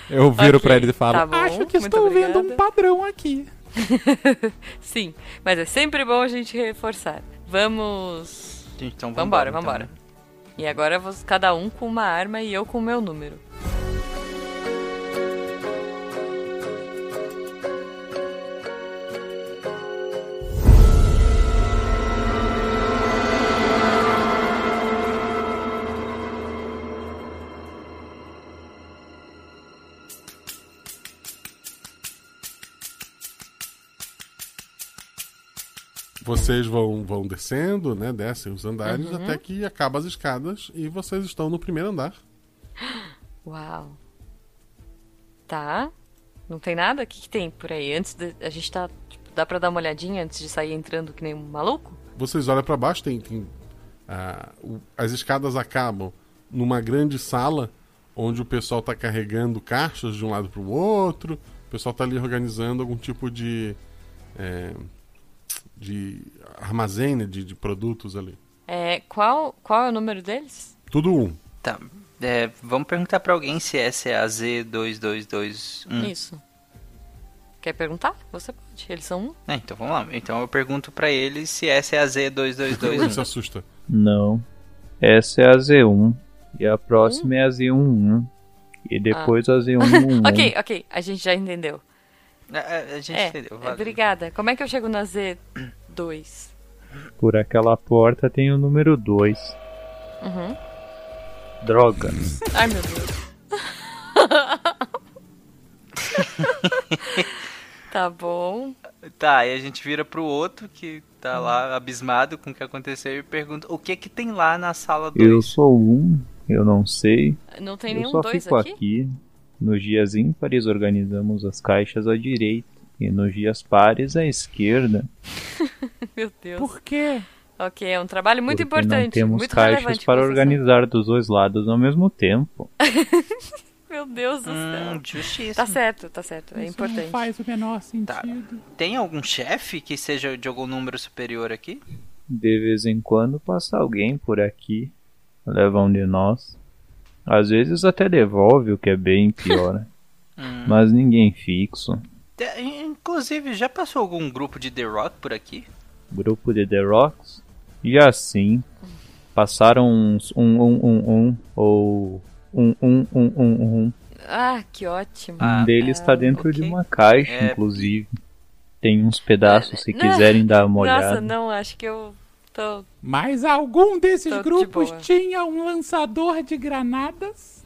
C: Eu viro pra ele e falo,
O: tá bom,
C: acho que
O: muito
C: estou vendo um
O: obrigada."
C: padrão aqui.
O: Sim, mas é sempre bom a gente reforçar. Vamos.
P: Então né?
O: vambora,
P: vambora,
O: vambora. E agora vos- cada um com uma arma e eu com o meu número.
A: Vocês vão, vão descendo, né? Descem os andares
O: Uhum.
A: até que acaba as escadas e vocês estão no primeiro andar.
O: Uau. Tá. Não tem nada? O que, que tem por aí? Antes de, a gente tá. tipo, dá pra dar uma olhadinha antes de sair entrando que nem um maluco?
A: Vocês olham pra baixo, tem, tem, ah, o- as escadas acabam numa grande sala onde o pessoal tá carregando caixas de um lado pro outro. O pessoal tá ali organizando algum tipo de é, de armazém né, de, de produtos ali.
O: É, qual, qual é o número deles?
A: Tudo um.
P: Tá. É, vamos perguntar pra alguém se essa é a Z2221.
O: Isso. Quer perguntar? Você pode. Eles são um.
P: É, então vamos lá. Então eu pergunto pra ele se essa é a
A: Ele se
P: Z2221.
A: assusta.
I: Não. Essa é a Z1. E a próxima é a Z11. E depois a Z111.
O: Ah. ok, ok. A gente já entendeu.
T: É,
O: É,
P: A, gente entendeu, valeu.
O: Obrigada. Como é que eu chego na Z2?
I: Por aquela porta tem o número 2.
O: Uhum.
I: Droga.
O: Ai, meu Deus. tá bom.
P: Tá, e a gente vira pro outro que tá lá abismado com o que aconteceu e pergunta o que que tem lá na sala do
I: Eu sou um, eu não sei.
O: Não tem
I: eu
O: nenhum
I: só
O: dois
I: fico
O: aqui?
I: Nos dias ímpares organizamos as caixas à direita e nos dias pares à esquerda.
O: Meu Deus.
T: Por quê?
O: Ok, é um trabalho muito
I: porque
O: importante.
I: não temos
O: muito
I: caixas
O: relevante
I: para
O: pra
I: organizar dos dois lados ao mesmo tempo.
O: vocês. Meu Deus do
T: Hum,
O: céu. Tá certo, tá certo. É importante.
T: faz o
I: Tá.
T: menor sentido.
P: Tem algum chefe que seja de algum número superior aqui?
I: De vez em quando passa alguém por aqui, leva um de nós. Às vezes até devolve, o que é bem pior.
P: Hum.
I: mas ninguém fixo.
P: Te- Inclusive, já passou algum grupo de The Rock por aqui?
I: Grupo de The Rocks. E assim, passaram uns um um um um ou um um um um um.
O: Ah, que ótimo.
I: um deles está dentro de uma caixa,
O: ah, É.
I: inclusive. Tem uns pedaços se
O: Não.
I: quiserem dar uma
O: Nossa,
I: olhada.
O: não, acho que eu tô.
T: Mas algum desses
O: Tô de
T: grupos
O: boa.
T: tinha um lançador de granadas?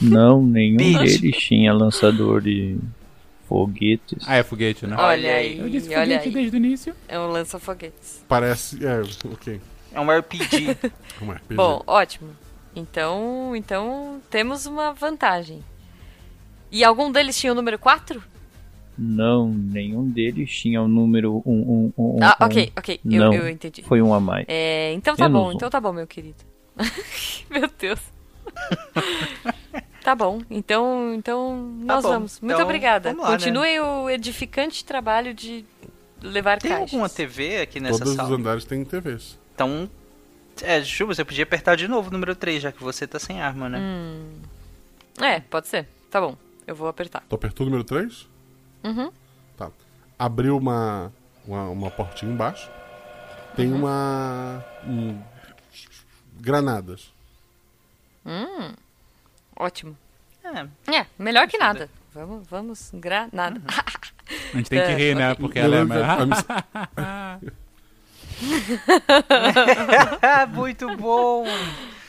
I: Não, nenhum
T: Bitch.
I: deles tinha lançador de foguetes.
T: Ah, é foguete, né?
O: Olha aí.
T: Eu disse
O: olha
T: foguete
O: aí.
T: desde o início.
O: É um lança-foguetes.
A: Parece. É, ok.
P: É um RPG.
A: Como é?
O: Bom, ótimo. Então, então temos uma vantagem. E algum deles tinha o número 4?
I: Não, nenhum deles tinha o número 1. Um, um, um,
O: Ah,
I: um.
O: ok, ok. Eu-
I: Não,
O: eu entendi.
I: Foi um a mais.
O: É, então tá
I: Menos
O: bom,
I: um.
O: então tá bom, meu querido. meu Deus. tá bom, então, então
P: Tá
O: nós
P: bom,
O: vamos. Muito
P: então,
O: obrigada.
P: vamos lá, né?
O: Continue o edificante trabalho de levar
P: Tem
O: caixas.
P: alguma TV aqui nessa
A: Todos os
P: sala?
A: andares têm TVs.
P: Então, é, Ju, você podia apertar de novo o número 3, já que você tá sem arma, né?
O: Hum. É, pode ser. Tá bom, eu vou apertar.
A: Tu apertou o número 3?
O: Uhum.
A: Tá. Abriu uma, uma, uma portinha embaixo. Tem
O: Uhum.
A: uma. um- granadas.
O: Hum, ótimo.
P: É,
O: melhor que nada. Vamos, vamos, granada.
T: A gente tem que
O: É,
T: rir, né?
O: ok.
T: Porque ela é.
A: Eu lembro que a
T: mais-
O: Uhum.
P: Muito bom!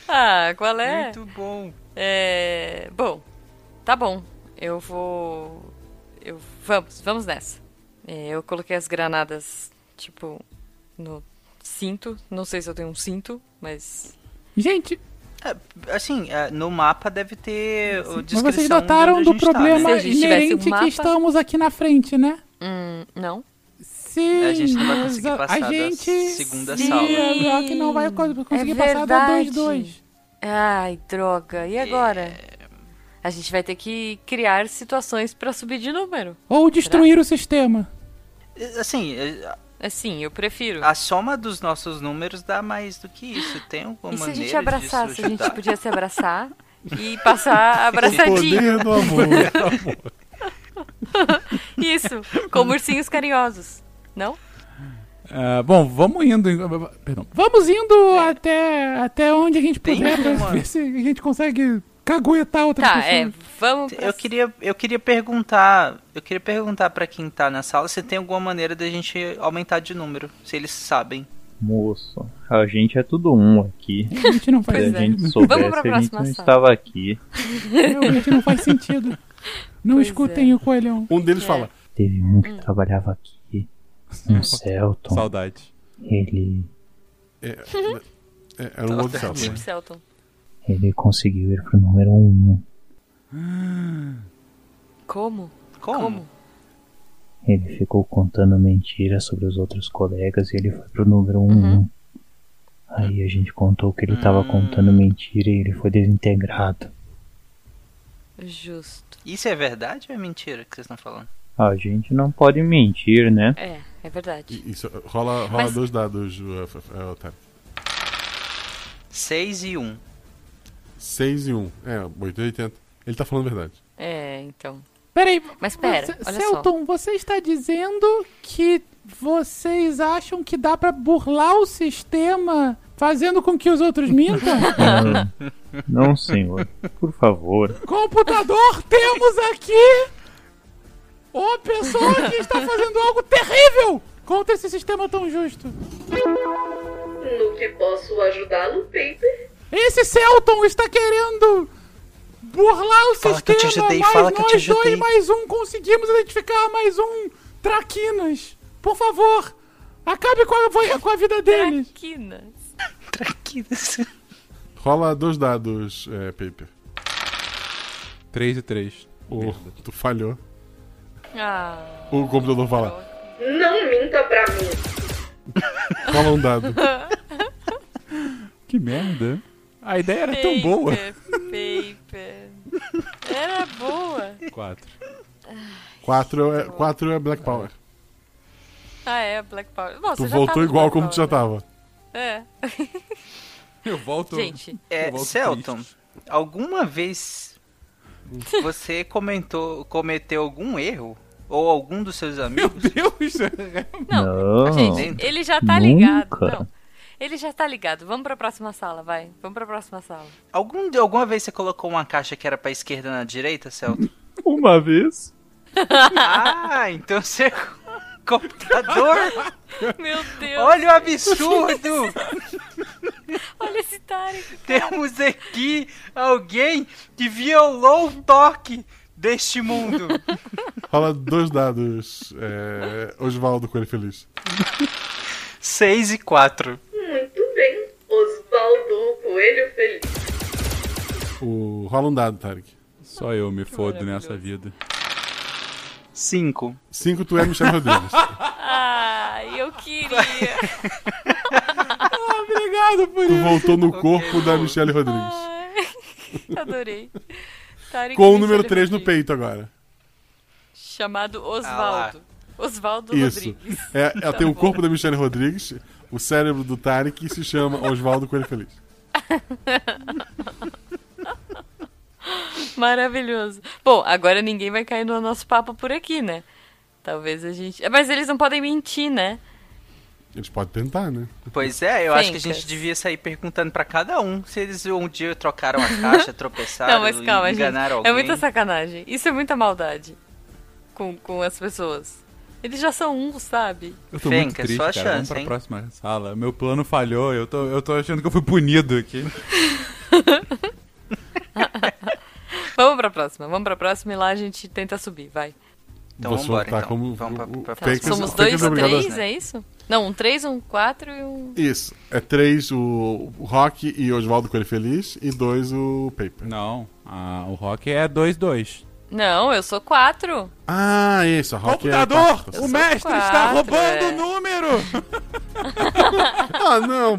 O: Ah, qual é?
P: Muito bom.
O: É, bom, tá bom. Eu vou. Eu vamos, vamos nessa. É, eu coloquei as granadas tipo no cinto. Não sei se eu tenho um cinto, mas
T: Gente,
P: Assim, é, no mapa deve ter o
T: mas
P: descrição
T: vocês notaram
P: de
T: do
P: onde a gente tá,
T: problema
P: né?
T: inerente que estamos aqui na frente, né?
O: um Hum, não.
T: Sim.
P: A gente não vai conseguir
T: exa-
P: passar
T: a
P: da
T: gente
P: segunda
T: sim,
P: sala.
T: é, que não vai co- conseguir
O: é
T: passar da
O: verdade.
T: 2-2.
O: Ai, droga.
P: É.
O: E agora? A gente vai ter que criar situações pra subir de número.
T: Ou destruir o sistema.
P: Assim, é, a-
O: Assim, eu prefiro.
P: a soma dos nossos números dá mais do que isso. Tem alguma
O: E se a
P: maneira
O: gente
P: disso
O: abraçasse, a gente
P: ajudar?
O: podia se abraçar e passar abraçadinho.
A: O poder do amor.
O: Isso, como ursinhos carinhosos. Não?
T: Ah, bom, vamos indo. em- Perdão. Vamos indo até, até onde a gente puder pra
P: uma-
T: ver se a gente consegue caguetar outras pessoas.
O: Tá, é, vamos.
P: Eu queria, eu queria perguntar, eu queria perguntar para quem tá na sala se tem alguma maneira da gente aumentar de número, se eles sabem.
I: Moço, a gente é tudo um aqui.
T: A gente não faz
I: Se a
T: ideia.
O: é.
I: gente
T: é. Vamos pra
I: soubesse, a gente
T: próxima
I: não
T: sala.
I: estava aqui.
T: Realmente não faz sentido. Não
O: é.
T: escutem o coelhão.
A: Um deles fala.
I: Teve um
O: Hum.
I: que trabalhava aqui, um Celton.
T: Saudade.
I: Ele,
A: É, é, era um outro Celta.
O: Celton.
I: ele conseguiu ir pro número 1.
T: Ah.
O: Como?
P: Como?
I: Ele ficou contando mentiras sobre os outros colegas e ele foi pro número 1. Aí a gente contou que ele tava contando mentira e ele foi desintegrado.
O: Justo.
P: Isso é verdade ou é mentira que vocês estão falando?
I: A gente não pode mentir, né?
O: É, é verdade.
A: Isso, rola rola
O: Mas-
A: dois dados, Ju, é, é, é, Otário.
P: 6 e 1. Um.
A: 6 e 1. Um. É, 880. Ele tá falando a verdade.
O: É, então.
T: Peraí,
O: Mas pera,
T: você-
O: olha só.
T: Celton, você está dizendo que vocês acham que dá pra burlar o sistema fazendo com que os outros mintam?
I: Não, senhor. Por favor.
T: Computador, temos aqui uma pessoa que está fazendo algo terrível contra esse sistema tão justo.
N: No que posso ajudá-lo, Paper?
T: Esse Celton está querendo burlar o
P: Fala que eu
T: sistema,
P: te ajudei,
T: mas
P: fala que eu
T: nós
P: te ajudei.
T: dois mais um conseguimos identificar mais um traquinas.
C: Por favor, acabe com a, com a vida deles.
O: Traquinas.
P: Traquinas.
A: Rola dois dados, é, Paper.
C: 3 e 3.
A: tu falhou.
O: Ah,
A: O computador fala.
N: Não minta pra mim.
A: Rola um dado.
C: Que merda. A ideia era tão boa.
O: É Paper. Era boa.
C: 4.
A: 4 é, quatro é Black Power.
O: Ah, é, Black Power. Bom,
A: tu
O: você já
A: voltou
O: tava
A: igual
O: Black
A: como tu já tava.
O: Power. É.
C: Eu volto.
O: Gente.
P: É,
C: Eu volto
P: Celton, alguma vez você comentou, cometeu algum erro? Ou algum dos seus amigos?
C: Meu Deus!
F: Não,
O: Gente, ele já tá ligado. Não. Ele já tá ligado. Vamos pra próxima sala, vai. Vamos pra próxima sala.
P: Algum, alguma vez você colocou uma caixa que era pra esquerda na direita, Celton?
F: Uma vez.
P: ah, então você... Computador?
O: Meu Deus.
P: Olha o absurdo!
O: Olha esse Tarek.
P: Temos aqui alguém que violou o toque deste mundo.
A: Rola dois dados, é, Osvaldo Coelho Feliz.
P: 6 e 4.
N: Muito bem. Osvaldo Coelho Feliz.
A: O... Rola um dado, Tarek.
C: Só eu me fodo nessa vida.
P: 5.
A: 5 tu é Michel Rodrigues.
O: Ah, eu queria.
C: Ah, Obrigado por
A: Tu voltou no corpo da Michelle Rodrigues.
O: Ah, Adorei. Tarek
A: Com o
O: Michel
A: número 3 no
O: Rodrigues,
A: peito agora.
O: Chamado Osvaldo. Osvaldo
A: Isso.
O: Rodrigues.
A: É, ela
O: Tá
A: tem o
O: bom.
A: corpo da Michelle Rodrigues, o cérebro do Tarek e se chama Osvaldo Coelho Feliz.
O: Maravilhoso. Bom, agora ninguém vai cair no nosso papo por aqui, né? Talvez a gente. É, Mas eles não podem mentir, né?
A: Eles podem tentar, né?
P: Pois é, eu acho que a gente
O: Fencas.
P: devia sair perguntando pra cada um se eles um dia trocaram a caixa, tropeçaram,
O: não, mas calma, gente.
P: enganaram
O: É
P: alguém.
O: muita sacanagem. Isso é muita maldade com, com as pessoas. Eles já são um, sabe?
C: Eu tô muito
P: Fencas,
C: triste,
P: só a
C: cara. Vamos
P: chance,
C: pra
P: hein?
C: próxima sala. Meu plano falhou. Eu tô, eu tô achando que eu fui punido aqui.
O: Vamos pra próxima, vamos pra próxima e lá a gente tenta subir, vai.
P: Então
A: Você
P: vambora,
A: tá
P: então.
A: como-
P: Vamos pra, pra,
A: Tá,
P: próxima.
O: Somos dois, três,
C: né?
O: é isso? Não, um três, um quatro e um.
A: Isso. É 3 o o Rock e Osvaldo Coelho Feliz e 2 o Paper.
C: Não. Ah, o Rock é 2-2.
O: Não, eu sou quatro.
A: Ah, isso. A Rock é...
C: Computador!
A: quarta.
C: o mestre
O: quatro,
C: está roubando
O: é.
C: o número!
A: Ah, não.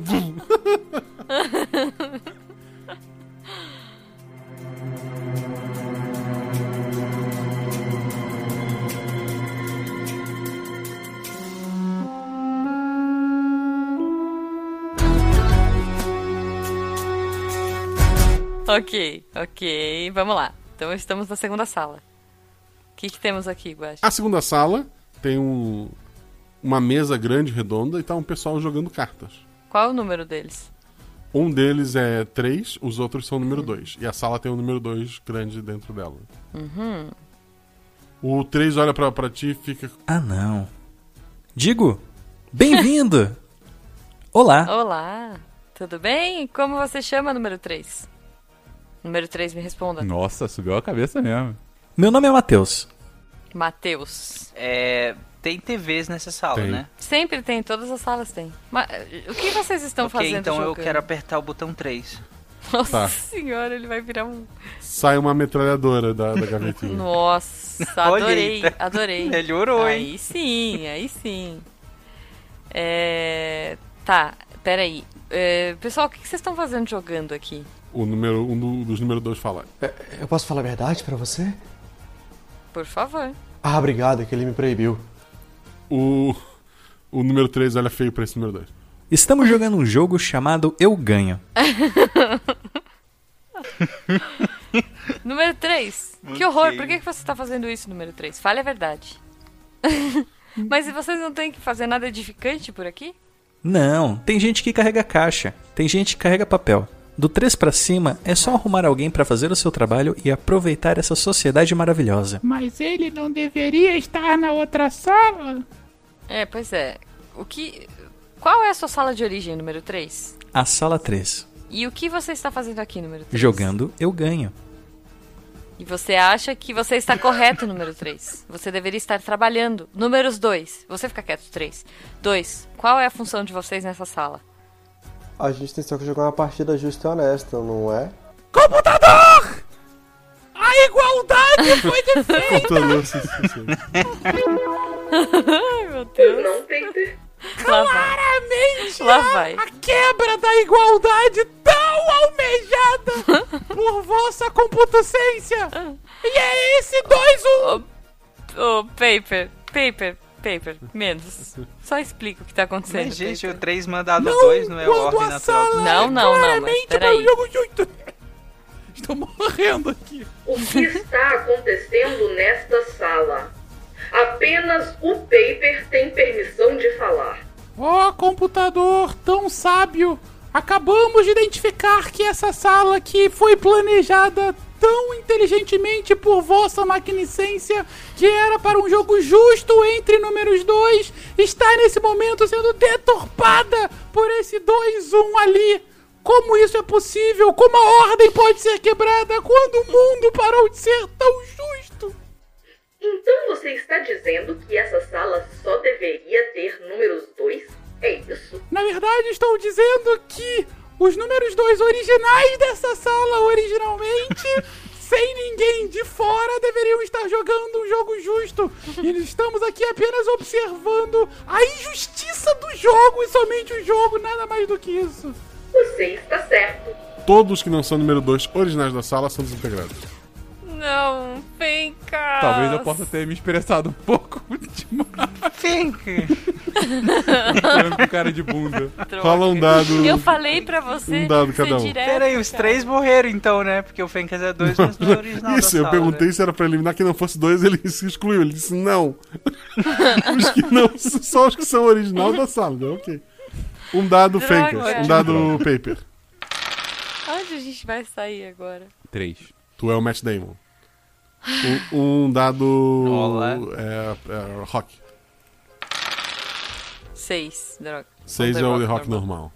O: Ok, ok, vamos lá. Então estamos na segunda sala. O que, que temos aqui, Guax?
A: A segunda sala tem um, uma mesa grande, redonda, e tá um pessoal jogando cartas.
O: Qual é o número deles?
A: Um deles é 3, os outros são o número 2. E a sala tem o número 2 grande dentro dela.
O: Uhum.
A: O 3 olha pra, pra ti e fica.
H: Ah, não. Digo, bem-vindo! Olá!
O: Olá, tudo bem? Como você chama, número 3? Número 3, me responda.
C: Nossa, subiu a cabeça mesmo.
H: Meu nome é Matheus.
O: Matheus.
P: É, tem TVs nessa sala,
H: Tem.
P: né?
O: Sempre tem, todas as salas tem. Mas o que vocês estão
P: ok,
O: fazendo
P: então eu
O: jogando?
P: quero apertar o botão 3.
O: Nossa
A: Tá.
O: senhora, ele vai virar um...
A: Sai uma metralhadora da, da gavetinha.
O: Nossa,
P: Olha,
O: adorei,
P: então.
O: adorei.
P: Melhorou,
O: aí
P: hein?
O: sim, aí sim. É... Tá, peraí. É... Pessoal, o que que vocês estão fazendo jogando aqui?
A: O número, um do- dos número 2 fala.
X: Eu posso falar a verdade pra você?
O: Por favor.
X: Ah, obrigado, é que ele me proibiu.
A: O, o número 3 olha feio pra esse número 2.
H: Estamos jogando um jogo chamado Eu Ganho.
O: Número 3. Que
H: Ok.
O: horror, por que que você está fazendo isso, número 3? Fale a verdade. Mas e vocês não têm que fazer nada edificante por aqui?
H: Não, tem gente que carrega caixa, tem gente que carrega papel. Do 3 pra cima é só arrumar alguém pra fazer o seu trabalho e aproveitar essa sociedade maravilhosa.
T: Mas ele não deveria estar na outra sala?
O: É, pois é. O que. Qual é a sua sala de origem, número 3?
H: A sala 3.
O: E o que você está fazendo aqui, número 3?
H: Jogando Eu Ganho.
O: E você acha que você está correto, número 3. Você deveria estar trabalhando. Números 2. Você fica quieto, 3. 2. Qual é a função de vocês nessa sala?
Y: A gente tem só que jogar uma partida justa e honesta, não é?
T: Computador! A igualdade foi
A: Tá
T: defeita!
O: Ai, meu Deus.
T: Não
N: tem
O: Lá vai.
T: Claramente
O: Lá
T: há
O: vai.
T: a quebra da igualdade tão almejada por vossa computacência. E é esse 2-1.
O: Ô, paper, paper, paper, menos. Só explica o que tá acontecendo.
P: Mas, gente, o 3 mandado 2 não é tipo o ordem natural. do-
O: Não, não, não, mas peraí.
C: Morrendo aqui.
N: O que está acontecendo nesta sala? Apenas o paper tem permissão de falar.
T: Ó computador tão sábio, acabamos de identificar que essa sala que foi planejada tão inteligentemente por vossa magnicência, que era para um jogo justo entre números dois, está nesse momento sendo deturpada por esse 2-1 ali. Como isso é possível? Como a ordem pode ser quebrada quando o mundo parou de ser tão
N: Então você está dizendo que essa sala só deveria ter números 2? É isso?
T: Na verdade, estou dizendo que os números dois originais dessa sala, originalmente, sem ninguém de fora, deveriam estar jogando um jogo justo. E estamos aqui apenas observando a injustiça do jogo e somente o jogo, nada mais do que isso.
N: Você está certo.
A: Todos que não são número 2 originais da sala são desintegrados.
O: Não, vem cá.
C: Talvez eu possa ter me expressado um pouco demais.
O: Fink.
C: Olhando com cara de bunda.
O: Droga.
A: Rola um dado.
O: Eu falei pra você.
A: Um dado cada
O: ser
A: um.
O: direto,
P: Peraí, os
O: cara.
P: três morreram então, né? Porque o Fencas é 2, mas não é original.
A: Isso,
P: da
A: eu
P: sala,
A: perguntei
P: né?
A: se era pra eliminar que não fosse dois, ele se excluiu. Ele disse não. os que não, só os que são original da sala, né? Ok. Um dado
O: Droga.
A: Fencas, um dado
O: Droga.
A: Paper.
O: Onde a gente vai sair agora?
A: 3. Tu é o Matt Damon. Um, um dado. É, é, rock.
O: Seis, droga.
A: 6 é o The Rock normal.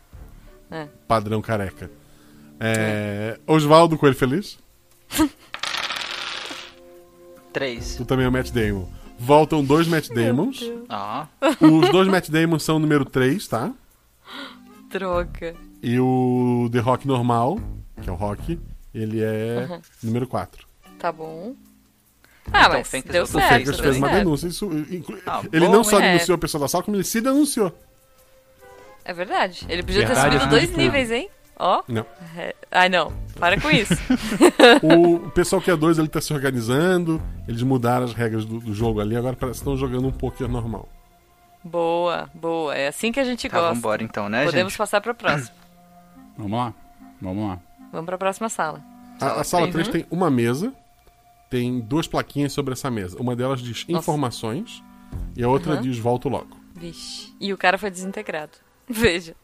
O: É.
A: Padrão careca. É, Osvaldo Coelho Feliz.
P: Três.
A: Tu também é o Matt Damon. Voltam dois Matt Damons.
P: Ah.
A: Os dois Matt Damons são o número 3, tá?
O: Droga.
A: E o The Rock normal, que é o Rock, ele é
O: Aham.
A: número 4.
O: Tá bom. Ah, mas deu
A: Então, o
O: certo.
A: Fakers
O: deu
A: fez uma
O: certo.
A: denúncia. isso, inclu-
O: Ah,
A: ele
O: bom,
A: não só
O: hein?
A: denunciou o pessoal da sala, como ele se denunciou.
O: É verdade. Ele podia
A: Verdade,
O: ter subido
A: sim,
O: dois
A: sim.
O: níveis, hein? Ó.
A: Não.
O: É... Ai, não. Para com isso.
A: o pessoal que é 2 ele tá se organizando. Eles mudaram as regras do, do jogo ali, agora parece que estão jogando um pouquinho normal.
O: boa, boa. É assim que a gente
A: Tá,
O: gosta.
A: vambora então, né,
O: Podemos
A: gente?
O: passar pra próxima.
C: Vamos lá. Vamos lá.
O: Vamos pra próxima sala.
A: A, a sala 3
O: três, né?
A: tem uma mesa, tem duas plaquinhas sobre essa mesa. Uma delas diz informações e a outra
O: Aham.
A: diz volto logo.
O: Vixe. E o cara foi desintegrado. Veja.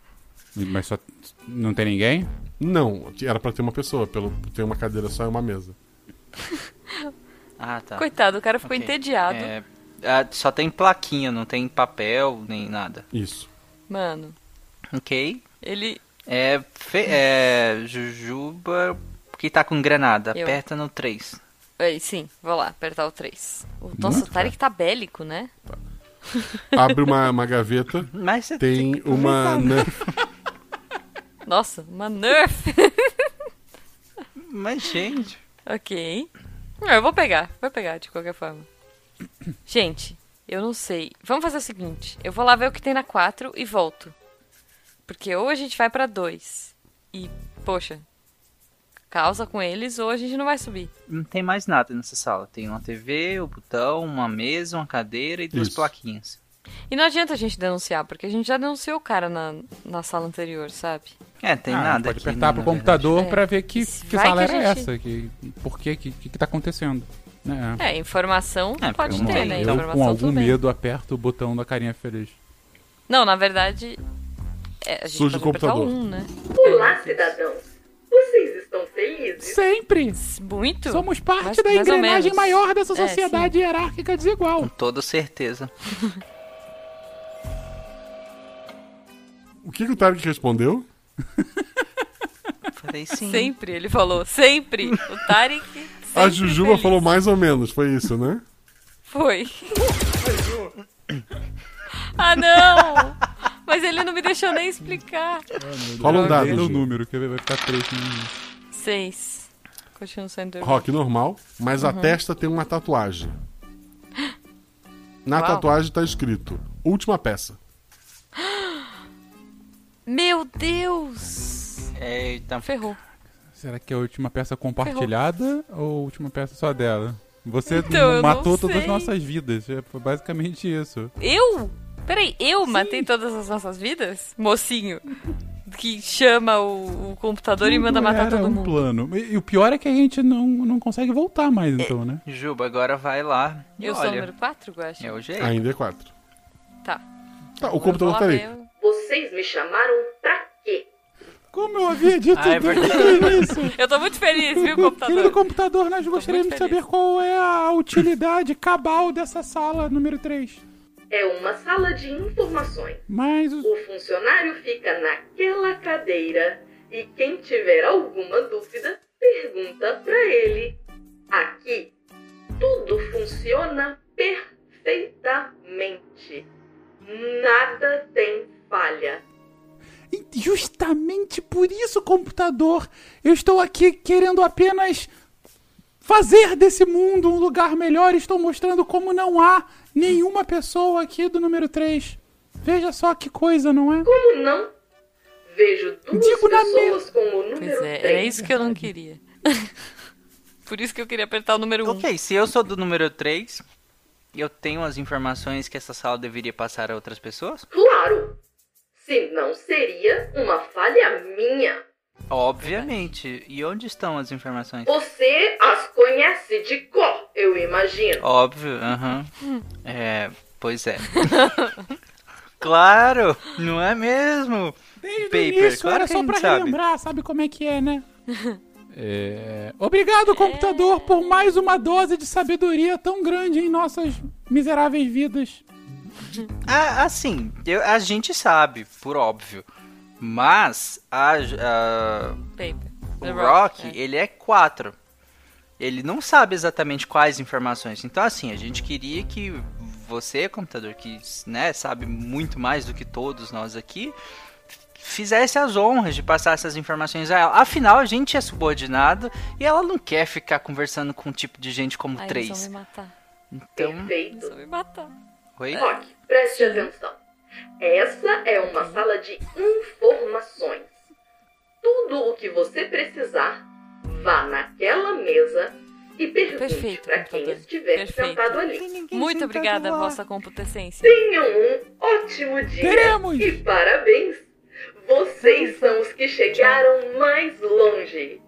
C: Mas só. Não tem ninguém?
A: Não, era pra ter uma pessoa, pelo ter uma cadeira só e uma mesa.
P: Ah, tá.
O: Coitado, o cara ficou
P: Ok.
O: entediado.
P: É, ah, só tem plaquinha, não tem papel nem nada.
A: Isso.
O: Mano,
P: Ok.
O: ele.
P: É, fe- é Jujuba que tá com granada.
O: Eu.
P: Aperta no 3.
O: Ei, sim, vou lá, apertar o 3. O nosso
A: Muito
O: Tarek tá bélico, né?
A: Abre uma, uma gaveta,
P: Mas você
A: tem uma.
O: aproveitar,
A: Nerf.
O: Nossa, uma nerf!
P: Mas, gente.
O: Ok. Não, eu vou pegar, vou pegar de qualquer forma. Gente, eu não sei. Vamos fazer o seguinte: eu vou lá ver o que tem na 4 e volto. Porque ou a gente vai pra 2 e, poxa, causa com eles, ou a gente não vai subir.
P: Não tem mais nada nessa sala. Tem uma TV, o botão, uma mesa, uma cadeira e duas
O: Isso.
P: plaquinhas.
O: E não adianta a gente denunciar, porque a gente já denunciou o cara na, na sala anterior, sabe?
P: É, tem
C: Ah, a gente
P: nada
C: Pode
P: aqui.
C: apertar
P: né,
C: pro
P: na
C: computador
O: É.
C: pra ver que,
O: Se
C: que
O: vai
C: sala
O: que a
C: era
O: gente-
C: essa. Que, por que, que, que que tá acontecendo. É.
O: É, informação pode
C: Vamos lá.
O: ter, né?
C: Eu,
O: informação
C: com algum
O: tudo bem.
C: medo, aperto o botão da carinha feliz.
O: Não, na verdade. É, a gente
C: Surge
O: pode
C: o computador.
O: apertar um, né?
N: Olá, cidadãos. Vocês estão felizes?
T: Sempre!
O: Muito!
T: Somos parte
O: Mais-
T: da
O: mais ou
T: engrenagem
O: menos.
T: maior dessa
O: É, sim.
T: sociedade hierárquica desigual.
P: Com toda certeza.
A: O que, que o Tarek respondeu?
P: Falei sim.
O: Sempre, ele falou, sempre. O Tarek
A: A Jujuba falou mais ou menos, foi isso, né?
O: Foi. ah, não! Mas ele não me deixou nem explicar.
A: Fala um dado,
C: Deu o
A: Ju.
C: número, que vai ficar três. um. no-
O: Seis. Continua sendo...
A: Rock normal, mas a
O: Uhum.
A: testa tem uma tatuagem. Na
O: Uau.
A: tatuagem tá escrito: última peça.
O: Meu Deus!
P: Eita.
O: Ferrou.
C: Será que é a última peça compartilhada ou a última peça só dela? Você
O: Então, eu não
C: matou todas as
O: sei.
C: nossas vidas. é, Foi basicamente isso.
O: Eu? Peraí, eu matei todas as nossas vidas? Mocinho. Que chama o, o computador e manda
C: Tudo
O: matar
C: era
O: todo
C: um
O: mundo.
C: plano. E, e o pior é que a gente não, não consegue voltar mais,
O: É.
C: então, né?
P: Juba, agora vai lá. e
O: Eu sou o
P: olha.
O: número 4, Guaxa?
P: É o jeito.
A: Ainda é 4.
O: Tá.
A: Tá,
C: Ah,
A: o computador tá aí.
N: Vocês me chamaram pra quê?
C: Como eu havia dito
O: Ah, é
C: desde
O: verdade.
C: o início.
O: Eu tô muito feliz, viu, computador?
C: Querido computador, nós gostaríamos de
O: muito
C: saber qual é a utilidade cabal dessa sala número 3.
N: É uma sala de informações.
C: Mas
N: o funcionário fica naquela cadeira e quem tiver alguma dúvida pergunta pra ele. Aqui tudo funciona perfeitamente. Nada tem falha.
T: Justamente por isso, computador, eu estou aqui querendo apenas fazer desse mundo um lugar melhor. Estou mostrando como não há nenhuma pessoa aqui do número 3. Veja só que coisa, não é?
N: Como não? Vejo duas
O: Digo na
N: pessoas com o número
O: Pois é,
N: três.
O: era isso que eu não queria. Por isso que eu queria apertar o número 1.
P: Ok, se eu sou do número 3 e eu tenho as informações que essa sala deveria passar a outras pessoas,
N: Claro! Se não seria uma falha minha.
P: obviamente. E onde estão as informações?
N: Você as conhece de cor, eu imagino.
P: Óbvio, aham. É, pois é. claro, não é mesmo? Paper,
T: Isso
P: claro
T: era
P: que
T: só
P: a gente
T: pra
P: sabe.
T: relembrar, sabe como é que é, né?
O: É.
T: Obrigado, computador, por mais uma dose de sabedoria tão grande em nossas miseráveis vidas.
P: Ah, assim, eu- a gente sabe, por óbvio. Mas a, a-
O: Paper.
P: o Rock, ele é 4. Ele não sabe exatamente quais informações. Então, assim, a gente queria que você, computador, que né, sabe muito mais do que todos nós aqui, fizesse as honras de passar essas informações a ela. Afinal, a gente é subordinado e ela não quer ficar conversando com um tipo de gente como
O: Ai, eles vão
P: 3.
O: me matar.
P: Então,
N: Perfeito.
O: Vão me matar.
P: oi?
N: Rock, preste atenção. Essa é uma sala de informações. Tudo o que você precisar, vá naquela mesa e pergunte
O: Perfeito,
N: para quem estiver sentado ali.
O: Muito obrigada, vossa computecência.
N: Tenham um ótimo dia
O: Teremos!
N: e parabéns! Vocês são os que chegaram mais longe.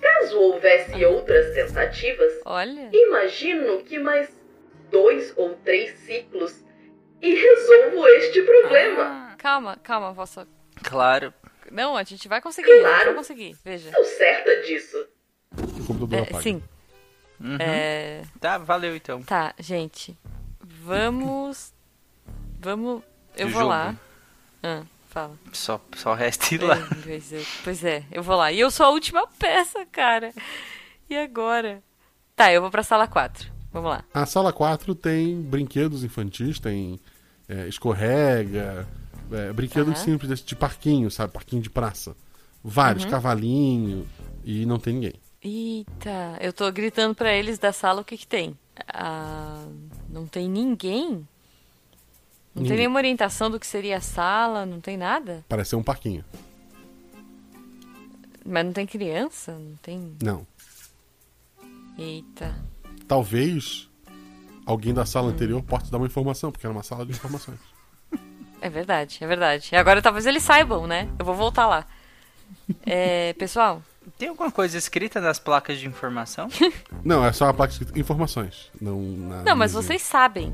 N: Caso houvesse outras tentativas, imagino que mais dois ou três ciclos e resolvo este
O: Ah.
N: problema.
O: Calma, calma, vossa...
P: Claro.
O: Não, a gente vai conseguir, a gente vai
N: Claro.
O: conseguir. Veja.
N: Estou certa disso.
A: O computador
O: É,
A: apaga.
O: sim.
P: Uhum.
O: É...
P: Tá, valeu então.
O: Tá, gente. Vamos... Vamos... Eu vou
P: Juba.
O: lá. Ah, fala.
P: Só, só resta ir lá.
O: É, Pois é, pois é, eu vou lá. E eu sou a última peça, cara. E agora? Tá, eu vou pra sala 4. Vamos lá.
A: A sala 4 tem brinquedos infantis, tem é, escorrega, é, brinquedos
O: Aham.
A: simples desse, de parquinho, sabe? Parquinho de praça. Vários,
O: Uhum.
A: cavalinho, e não tem ninguém.
O: Eita, eu tô gritando pra eles da sala o que que tem. Ah, não tem ninguém? Não
A: Ninguém.
O: tem nenhuma orientação do que seria a sala, não tem nada?
A: Parece ser um parquinho.
O: Mas não tem criança, não tem...
A: Não.
O: Eita.
A: Talvez alguém da sala anterior possa dar uma informação, porque era uma sala de informações.
O: É verdade, é verdade. E agora talvez eles saibam, né? Eu vou voltar lá. É, pessoal,
P: Tem alguma coisa escrita nas placas de informação?
A: Não, é só uma placa escrita informações. Não, na
O: Não, mas
A: mesinha.
O: vocês sabem.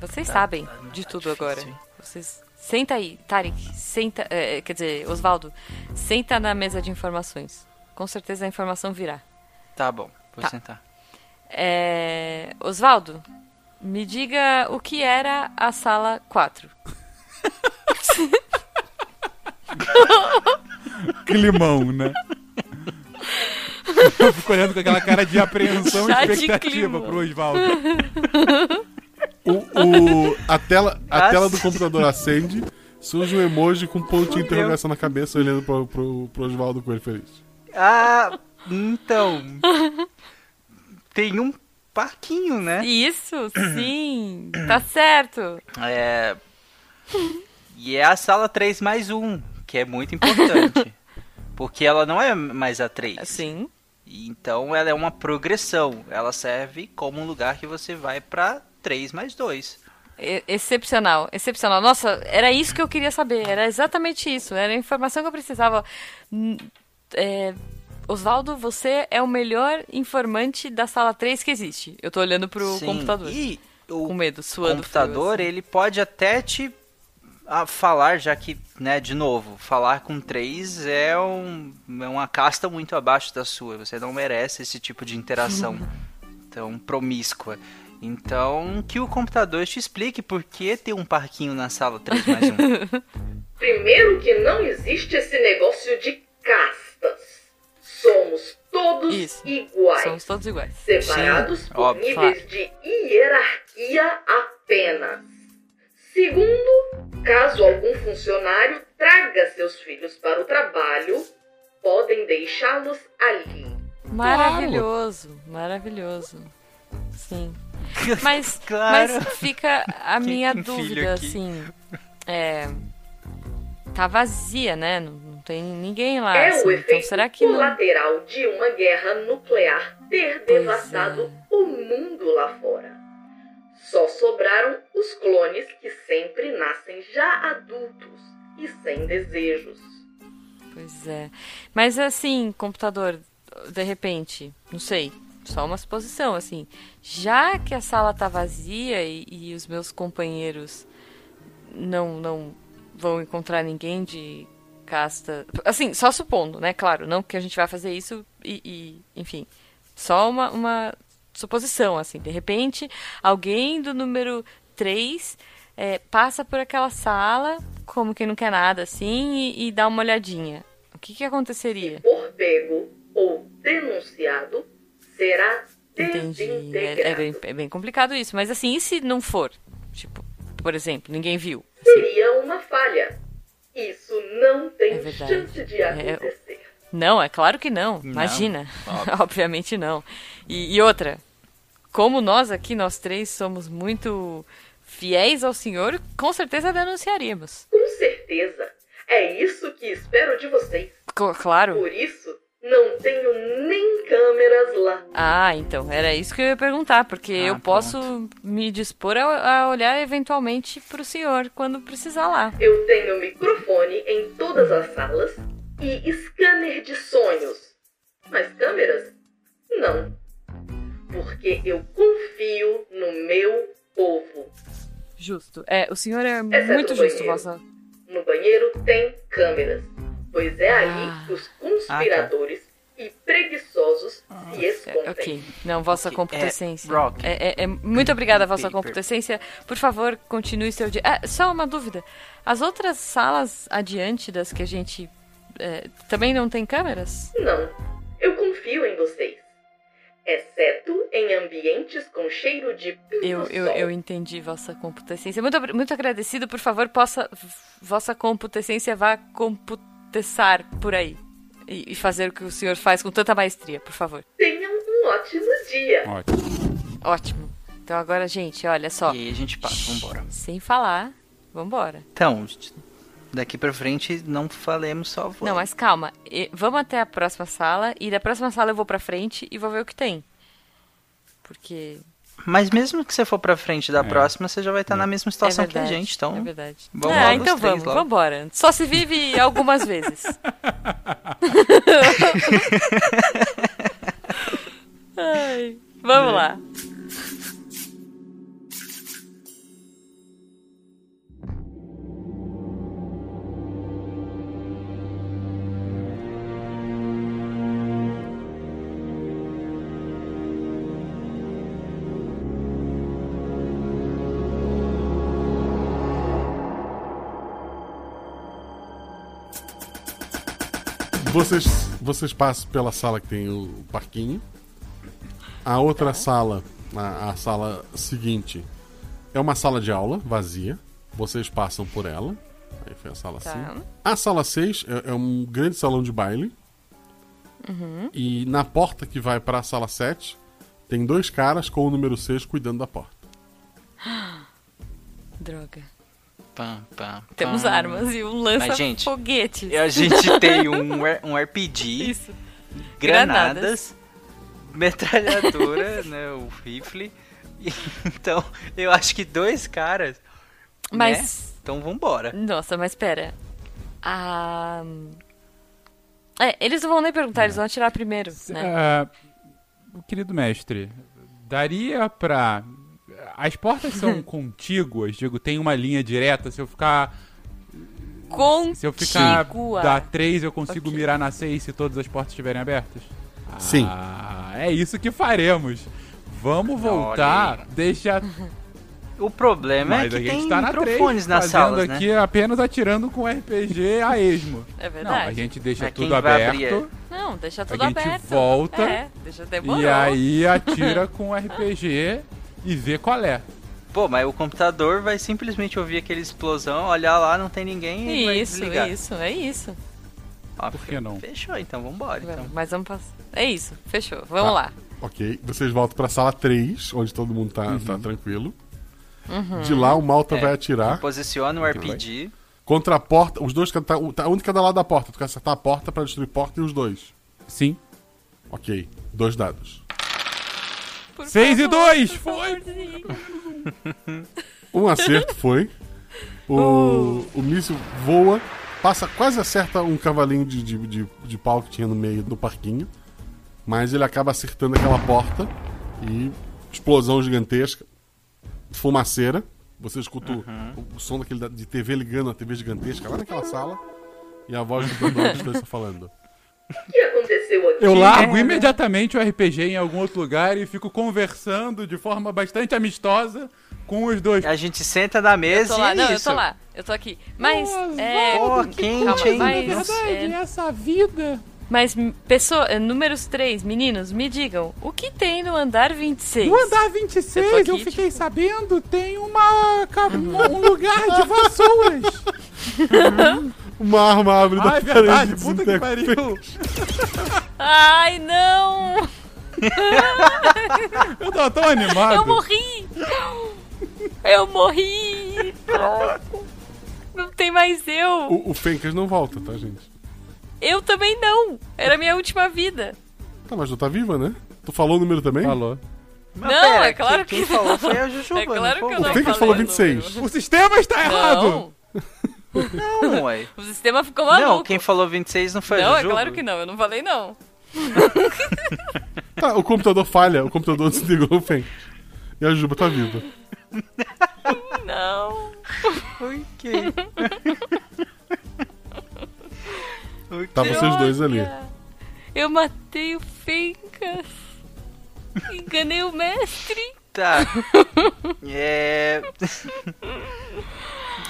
O: Vocês
P: Tá,
O: sabem
P: tá, não
O: de
P: tá
O: tudo agora.
P: difícil.
O: Vocês. Senta aí, Tarek. Senta. é, quer dizer, Osvaldo, senta na mesa de informações. Com certeza a informação virá.
P: Tá bom, vou
O: Tá.
P: sentar.
O: É, Osvaldo, me diga o que era a sala 4.
C: Climão, né? Eu fico olhando com aquela cara de apreensão e
O: Chá de
C: expectativa
O: clima.
C: pro Osvaldo.
A: O, o- a tela, a
C: Ah,
A: tela do
C: sim.
A: computador acende, surge um emoji com um ponto de
P: Fudeu.
A: interrogação na cabeça olhando pro, pro, pro Oswaldo Coelho Feliz.
P: Ah, então. Tem um paquinho, né?
O: Isso, sim. Tá certo.
P: É. E é a sala 3 mais 1, que é muito importante. porque ela não é mais a 3.
O: Sim.
P: Então ela é uma progressão. Ela serve como um lugar que você vai pra 3 mais 2.
O: E- Excepcional, excepcional. Nossa, era isso que eu queria saber. Era exatamente isso. Era a informação que eu precisava. Hum, É, Osvaldo, você é o melhor informante da sala 3 que existe. Eu tô olhando pro
P: Sim,
O: computador.
P: e
O: com medo,
P: O
O: suando. frio,
P: computador,
O: assim.
P: ele pode até te ah, falar, já que, né, de novo, falar com 3 é, um, é uma casta muito abaixo da sua. Você não merece esse tipo de interação tão promíscua. Então, que o computador te explique por que tem um parquinho na sala 3 mais 1.
N: Primeiro que não existe esse negócio de castas. Somos todos iguais.
O: Somos todos iguais.
N: Separados
O: Sim,
N: por
O: óbvio.
N: níveis de hierarquia apenas. Segundo, caso algum funcionário traga seus filhos para o trabalho, podem deixá-los ali.
O: Maravilhoso, maravilhoso. Sim. Mas,
N: Claro.
O: mas fica a
N: Quem
O: minha
N: tem filho
O: dúvida,
N: aqui?
O: assim. É, tá vazia, né? Não, não tem ninguém lá.
N: é
O: assim. então
N: o efeito
O: será que não. é.
N: colateral de uma guerra nuclear ter devastado o mundo lá fora. Só sobraram os clones que sempre nascem já adultos e sem desejos.
O: Pois é. Mas assim, computador, de repente, não sei, só uma suposição, assim. Já que a sala tá vazia e, e os meus companheiros não, não vão encontrar ninguém de casta. Assim, só supondo, né? Claro, não que a gente vai fazer isso e. e, enfim. Só uma, uma suposição, assim. De repente, alguém do número 3 passa por aquela sala, como quem não quer nada, assim, e, e dá uma olhadinha. O que, que aconteceria?
N: Por pego ou denunciado, será
O: Entendi.
N: desintegrado.
O: É, é bem, é bem complicado isso. Mas assim, e se não for? Tipo, por exemplo, ninguém viu.
N: Seria uma falha. Isso não tem
O: É verdade.
N: chance de
O: É,
N: acontecer.
O: Não, é claro que não.
N: Não,
O: Imagina.
N: óbvio.
O: Obviamente não. E, e outra, como nós aqui, nós três, somos muito fiéis ao senhor, com certeza denunciaríamos.
N: Com certeza. É isso que espero de vocês.
O: Co- claro.
N: Por isso, não tenho nem câmeras lá.
O: Ah, então, era isso que eu ia perguntar, porque eu posso me dispor a, a olhar eventualmente pro senhor quando precisar lá.
N: Eu tenho microfone em todas as salas e scanner de sonhos. Mas câmeras? Não. Porque eu confio no meu povo.
O: Justo. É, o senhor é
N: Exceto
O: muito
N: no
O: justo,
N: banheiro.
O: vossa.
N: No banheiro tem câmeras, pois é ali
O: Ah.
N: que os
O: tá.
N: conspiradores e preguiçosos se escondem.
O: Ah, Ok. Não, vossa competência.
N: Rock.
O: É, é- é- muito obrigada, vossa
N: Paper.
O: competência. Por favor, continue seu dia. Ah, só uma dúvida. As outras salas adiante das que a gente. é, também não tem câmeras?
N: Não, eu confio em vocês. Exceto em ambientes com cheiro de pinho
O: Eu, eu, eu entendi vossa computescência. Muito, abri- muito agradecido, por favor, possa vossa computescência vá computessar por aí. E, e fazer o que o senhor faz com tanta maestria, por favor.
N: Tenham um ótimo dia.
O: Ótimo. Então agora, gente, olha só.
P: E aí a gente passa, vambora.
O: Sem falar, vambora.
P: Então, daqui pra frente não falemos só
O: Não, mas calma. E- vamos até a próxima sala. E da próxima sala eu vou pra frente e vou ver o que tem. Porque.
P: Mas mesmo que você for pra frente da próxima, você já vai estar na mesma situação
O: É verdade,
P: que a gente, então.
O: é verdade.
P: Vamos
O: ah,
P: logo
O: então
P: os três
O: vamos,
P: logo.
O: vambora. Só se vive algumas vezes. Ai, vamos lá.
A: Vocês Vocês passam pela sala que tem o parquinho. A
O: Tá.
A: outra sala, a, a sala seguinte, é uma sala de aula vazia. Vocês passam por ela. Aí foi a sala
O: Tá.
A: 5. A sala 6 é, é um grande salão de baile.
O: Uhum.
A: E na porta que vai para a sala 7, tem dois caras com o número 6 cuidando da porta.
O: Droga.
P: Pam, pam,
O: Temos
P: pam.
O: armas e um lança
P: Mas, gente,
O: foguetes.
P: a gente tem um, R- um RPG, granadas,
O: Granadas.
P: metralhadora, né, o rifle. E- Então, eu acho que dois caras.
O: Mas-
P: Né? Então vambora.
O: Nossa, mas pera. Ah... É, eles não vão nem perguntar, eles vão atirar primeiro, né?
C: Ah, querido mestre, daria pra. As portas são contíguas, digo, tem uma linha direta. Se eu ficar.
O: Contígua.
C: Se eu ficar da 3, eu consigo mirar na 6 se todas as portas estiverem abertas?
A: Sim.
C: Ah, é isso que faremos. Vamos voltar,
P: Olha.
C: deixa.
P: O problema
C: Mas
P: é
C: a
P: que
C: gente
P: tem
C: tá na
P: microfones
C: 3,
P: nas
C: fazendo
P: salas,
C: aqui
P: né?
C: apenas atirando com RPG a esmo.
O: É verdade.
C: Não, a gente deixa
P: Mas
C: tudo
P: quem vai
C: aberto.
P: abrir é-
O: Não, deixa tudo
C: A gente
O: aberto.
C: volta.
O: É, deixa demorou.
C: E aí atira com RPG e vê qual é.
P: Pô, mas o computador vai simplesmente ouvir aquela explosão, olhar lá, não tem ninguém e vai
O: Isso,
P: desligar.
O: isso, é isso.
P: Ó,
C: Por que não?
P: Fechou, então vambora. Então.
O: Mas vamos passar. É isso, fechou. Vamos
A: Tá.
O: lá.
A: Ok, vocês voltam pra sala 3, onde todo mundo tá, tá tranquilo.
O: Uhum.
A: De lá, o Malta
P: É,
A: vai atirar.
P: Posiciona o RPG.
A: Contra a porta, os dois, tá, um- tá um de cada lado da porta. Tu quer acertar a porta pra destruir a porta e os dois.
C: Sim.
A: Ok, dois dados.
C: 6 e 2! Foi!
A: Um acerto foi. O, o míssil voa, passa, quase acerta um cavalinho de, de, de, de pau que tinha no meio do parquinho. Mas ele acaba acertando aquela porta e explosão gigantesca, fumaceira. Você escuta o- o, o som daquele da- de TV ligando, a TV gigantesca lá naquela sala. E a voz do Dodô à distância falando.
N: O que aconteceu aqui?
C: Eu
O: É,
C: largo imediatamente o RPG em algum outro lugar e fico conversando de forma bastante amistosa com os dois.
P: A gente senta na
O: Eu
P: mesa
O: tô lá,
P: e é
O: não, eu
P: isso.
O: tô lá, eu tô aqui. Mas. é,
P: Pô,
O: calma,
P: quente, hein?
O: mas,
P: Não sei.
O: é,
C: essa vida.
O: Mas, m- pessoa, eh, números 3, meninos, me digam, o que tem no andar 26?
C: No andar
O: Eu tô
C: 26,
O: aqui, tipo- Uhum.
C: eu, fiquei sabendo, tem uma, ca- um lugar de vassouras.
A: Uma arma abre da assim,
C: Ah, é
A: parede
C: verdade,
A: e
C: puta que
A: desintegra.
C: pariu.
O: Ai, não!
C: Eu tô tão animado.
O: Eu morri! Eu morri! Não tem mais eu!
A: O, o Fencas não volta, tá, gente?
O: Eu também não! Era a minha última vida!
A: Tá, mas tu tá viva, né? Tu falou o número também?
C: Falou.
O: não, é claro
P: quem-
O: que
P: quem falou
O: não.
P: foi a Jujuba,
O: É claro
P: não foi
O: que eu
P: o
O: não
A: O Fencas falou 26.
C: O sistema está errado!
P: Não, ué.
O: O sistema ficou maluco.
P: Não, quem falou 26 não foi
O: Não,
P: o
O: é
P: jogo.
O: claro que não, eu não falei não.
A: Tá, o computador falha, o computador desligou o Fen. E a Juba tá viva.
O: Não.
P: Ok.
A: Tá vocês dois ali.
O: Eu matei o Fencas. Enganei o mestre.
P: Tá. É...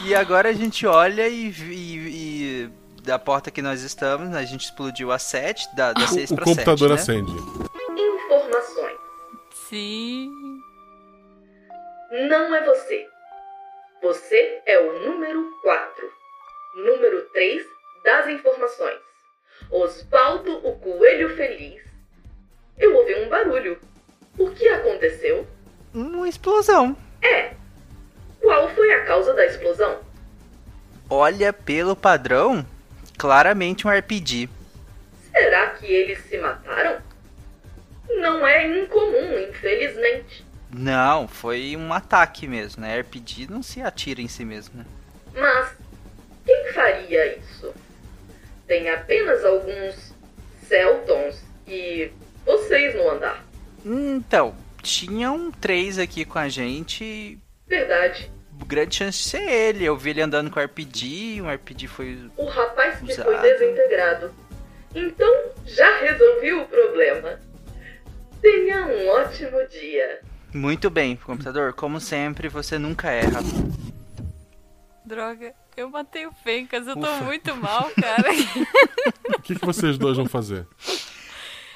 P: e agora a gente olha e, e- e da porta que nós estamos, a gente explodiu a 7, da, da 6
A: O
P: pra 7,
A: computador
P: né?
A: acende.
N: Informações.
O: Sim.
N: Não é você. Você é o número 4. Número 3 das informações. Osvaldo, o coelho feliz. Eu ouvi um barulho. O que aconteceu?
P: Uma explosão.
N: É. Qual foi a causa da explosão?
P: Olha pelo padrão, claramente um RPG.
N: Será que eles se mataram? Não é incomum, infelizmente.
P: Não, foi um ataque mesmo, né? RPG não se atira em si mesmo, né?
N: Mas quem faria isso? Tem apenas alguns Celtons e vocês no andar.
P: Então, tinham três aqui com a gente.
N: Verdade.
P: Grande chance de ser ele. Eu vi ele andando com o RPG, um RPG foi.
N: O rapaz que foi
P: Usado.
N: desintegrado. Então já resolvi o problema. Tenha um ótimo dia.
P: Muito bem, computador. Como sempre, você nunca erra.
O: Droga, eu matei o Fencas, eu tô muito mal, cara.
A: O que, que vocês dois vão fazer?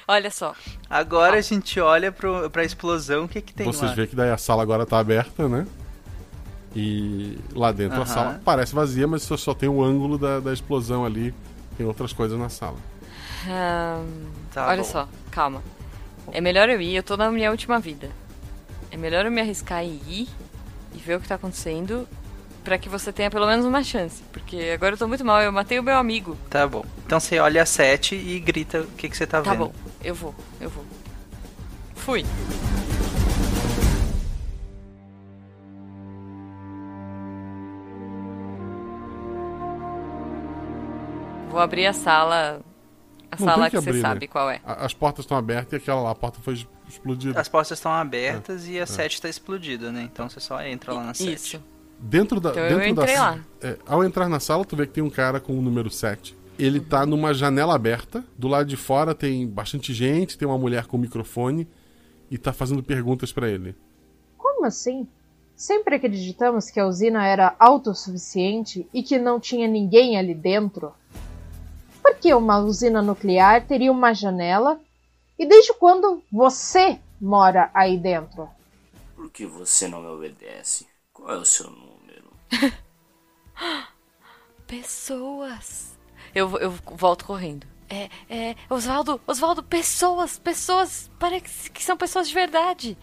O: Olha só.
P: Agora a gente olha pro, pra explosão, o que que tem
A: Vocês
P: lá?
A: veem que daí a sala agora tá aberta, né? E lá dentro a
P: Aham.
A: sala parece vazia, mas só, só tem o ângulo da, da explosão ali. Tem outras coisas na sala.
O: Ahn,
P: Tá
O: olha
P: bom.
O: só, calma. É melhor eu ir, eu tô na minha última vida. É melhor eu me arriscar e ir e ver o que tá acontecendo pra que você tenha pelo menos uma chance. Porque agora eu tô muito mal, eu matei o meu amigo.
P: Tá bom. Então você olha a 7 e grita o que, que você tá,
O: Tá
P: vendo.
O: bom, eu vou, eu vou. Fui. Vou abrir a sala. A
A: Não
O: sala
A: tem
O: que, você
A: abrir, né?
O: sabe qual é.
A: A- as portas estão abertas e aquela lá, a porta foi es- explodida.
P: As portas estão abertas e
A: É.
P: a 7 tá explodida, né? Então você só entra lá na 7.
O: Isso.
A: Dentro da.
O: Então eu
A: dentro
O: entrei
A: da,
O: lá.
A: é, ao entrar na sala, tu vê que tem um cara com o número 7. Ele tá numa janela aberta. Do lado de fora tem bastante gente, tem uma mulher com microfone e tá fazendo perguntas pra ele.
L: Como assim? Sempre acreditamos que a usina era autossuficiente e que não tinha ninguém ali dentro. Por que uma usina nuclear teria uma janela? E desde quando você mora aí dentro?
M: Por que você não me obedece? Qual é o seu número?
O: Pessoas. Eu, eu volto correndo. É, é, Osvaldo, Osvaldo, pessoas, pessoas, parece que são pessoas de verdade.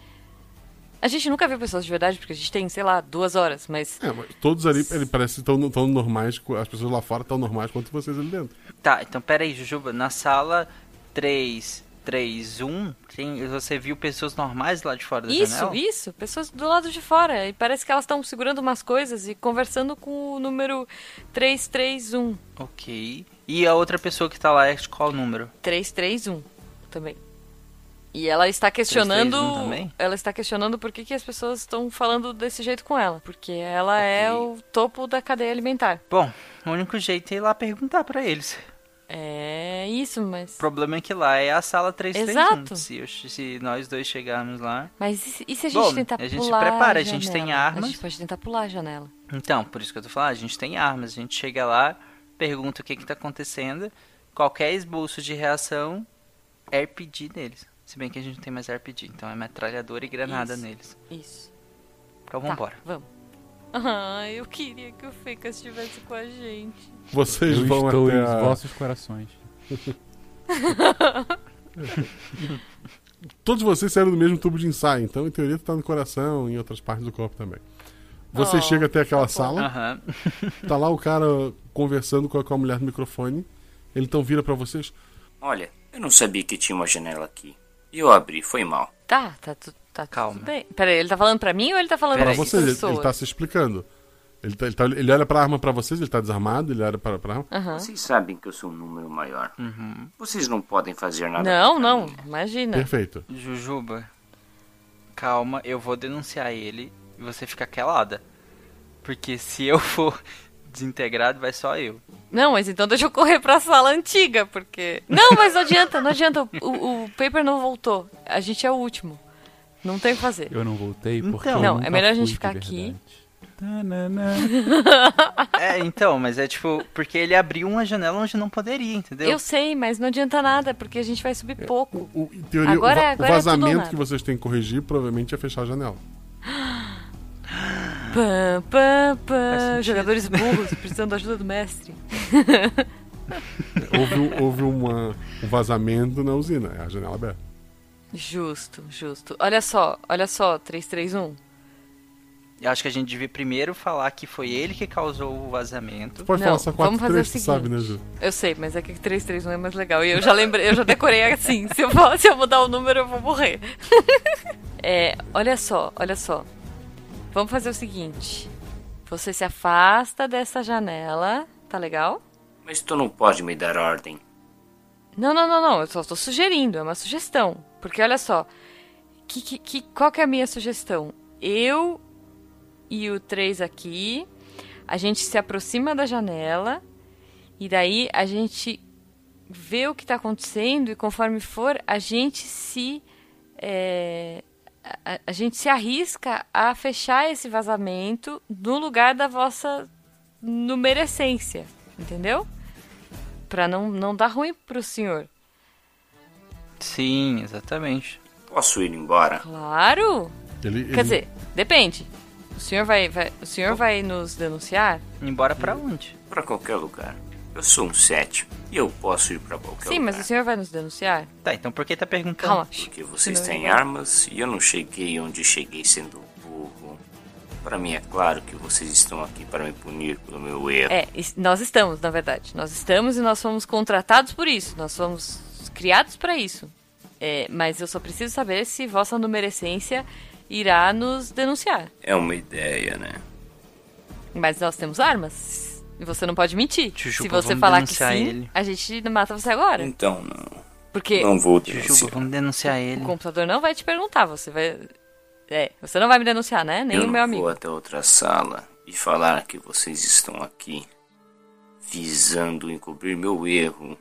O: A gente nunca vê pessoas de verdade, porque a gente tem, sei lá, duas horas, mas.
A: É, mas todos ali ele parece que estão tão normais, co- as pessoas lá fora estão normais quanto vocês ali dentro.
P: Tá, então pera aí, Jujuba. Na sala 3, 3, 1, tem, você viu pessoas normais lá de fora da
O: Isso,
P: janela?
O: isso, pessoas do lado de fora. E parece que elas estão segurando umas coisas e conversando com o número 331.
P: Ok. E a outra pessoa que tá lá é de qual número?
O: 331 também. E ela está questionando.
P: 331 também?
O: Ela está questionando por que, que as pessoas estão falando desse jeito com ela. Porque ela é o topo da cadeia alimentar.
P: Bom, o único jeito é ir lá perguntar pra eles.
O: É isso, mas.
P: O problema é que lá é a sala 331.
O: Exato.
P: Se, eu- se nós dois chegarmos lá.
O: Mas e se, e se a gente
P: Bom,
O: tentar
P: a gente
O: pular
P: prepara,
O: a
P: a gente
O: janela?
P: tem armas.
O: A gente pode tentar pular a janela.
P: Então, por isso que eu tô falando, a gente tem armas, a gente chega lá, pergunta o que que tá acontecendo, qualquer esboço de reação, é RPG neles. Se bem que a gente não tem mais RPG, então é metralhadora e granada
O: Isso,
P: neles.
O: Isso.
P: Então
O: Tá,
P: vambora.
O: vamos. Ah, eu queria que o Fencas estivesse com a gente.
A: Vocês
C: Eu
A: vão
C: estou
A: até
C: em
A: a-
C: vossos corações.
A: Todos vocês saíram do mesmo tubo de ensaio, então em teoria tu tá no coração e em outras partes do corpo também. Você
Z: Oh,
A: chega até aquela
Z: tá bom.
A: sala,
Z: Aham.
A: tá lá o cara conversando com a, com a mulher no microfone. Ele então vira pra vocês.
M: Olha, eu não sabia que tinha uma janela aqui. E eu abri, foi mal.
O: Tá, tá, tu, tá
P: Calma.
O: tudo bem. Peraí, ele tá falando pra mim ou ele tá falando
A: Pra
O: as
A: vocês, ele,
O: pessoas?
A: ele tá se explicando. Ele, tá- ele, tá- ele olha pra arma pra vocês, ele tá desarmado, ele olha pra, pra arma.
O: Aham.
M: Vocês sabem que eu sou um número maior.
P: Uhum.
M: Vocês não podem fazer nada.
O: Não, não, imagina.
A: Perfeito.
P: Jujuba, calma, eu vou denunciar ele e você fica calada. Porque se eu for desintegrado, vai só eu.
O: Não, mas então deixa eu correr pra sala antiga, porque. Não, mas não adianta, não adianta. o- O, o paper não voltou. A gente é o último. Não tem o que fazer.
C: Eu não voltei porque.
O: Então,
C: eu
O: não,
C: nunca
O: é melhor a
C: fui
O: gente
C: de
O: ficar
C: verdade.
O: aqui.
P: É, então, mas é tipo, porque ele abriu uma janela onde não poderia, entendeu?
O: Eu sei, mas não adianta nada, porque a gente vai subir pouco.
A: Em teoria, o,
O: agora,
A: va- o
O: agora é tudo
A: vazamento
O: ou
A: que
O: nada.
A: vocês têm que corrigir provavelmente é fechar a janela.
O: Pã, pã, pã. Jogadores burros precisando da ajuda do mestre.
A: Houve, um- houve uma- um vazamento na usina, é a janela aberta.
O: justo, justo. Olha só, olha só, 331.
P: Eu acho que a gente devia primeiro falar que foi ele que causou o vazamento.
O: Não, vamos fazer o seguinte.
C: né,
O: Eu sei, mas é que 331 é mais legal. E eu já lembrei, eu já decorei assim. Se eu, for- se eu mudar o número, eu vou morrer. É, olha só, olha só. Vamos fazer o seguinte. Você se afasta dessa janela, tá legal?
M: Mas tu não pode me dar ordem.
O: Não, não, não, não. Eu só tô sugerindo, é uma sugestão. Porque olha só. Que, que, que- qual que é a minha sugestão? Eu e o 3 aqui, a gente se aproxima da janela e daí a gente vê o que tá acontecendo e conforme for, a gente se. é, a, a- a gente se arrisca a fechar esse vazamento no lugar da vossa numerescência, entendeu? Pra não, não dar ruim pro senhor.
P: Sim, exatamente.
M: Posso ir embora?
O: Claro!
A: Ele,
O: Quer dizer, depende. O senhor vai, vai- o senhor vai nos denunciar?
P: Embora pra onde?
M: Pra qualquer lugar. Eu sou um sete e eu posso ir pra qualquer
O: Sim, mas o senhor vai nos denunciar?
P: Tá, então por que tá perguntando?
O: Calma.
M: Porque vocês
O: Não,
M: têm
O: não.
M: armas e eu não cheguei onde cheguei sendo um burro. Pra mim é claro que vocês estão aqui para me punir pelo meu erro.
O: É, es- nós estamos, na verdade. Nós estamos e nós fomos contratados por isso. Nós fomos criados para isso. É, mas eu só preciso saber se vossa numerescência irá nos denunciar.
M: É uma ideia, né?
O: Mas nós temos armas. E você não pode mentir.
M: Jujuba,
O: se você
M: vamos
O: falar que sim,
M: denunciar ele.
O: a gente mata você agora.
M: Então não.
O: Porque
M: Não vou
P: Jujuba,
M: denunciar.
P: vamos denunciar ele.
O: o computador não vai te perguntar. Você vai. É, você não vai me denunciar, né? Nem
M: eu
O: o
M: não
O: meu amigo.
M: vou até outra sala e falar que vocês estão aqui visando encobrir meu erro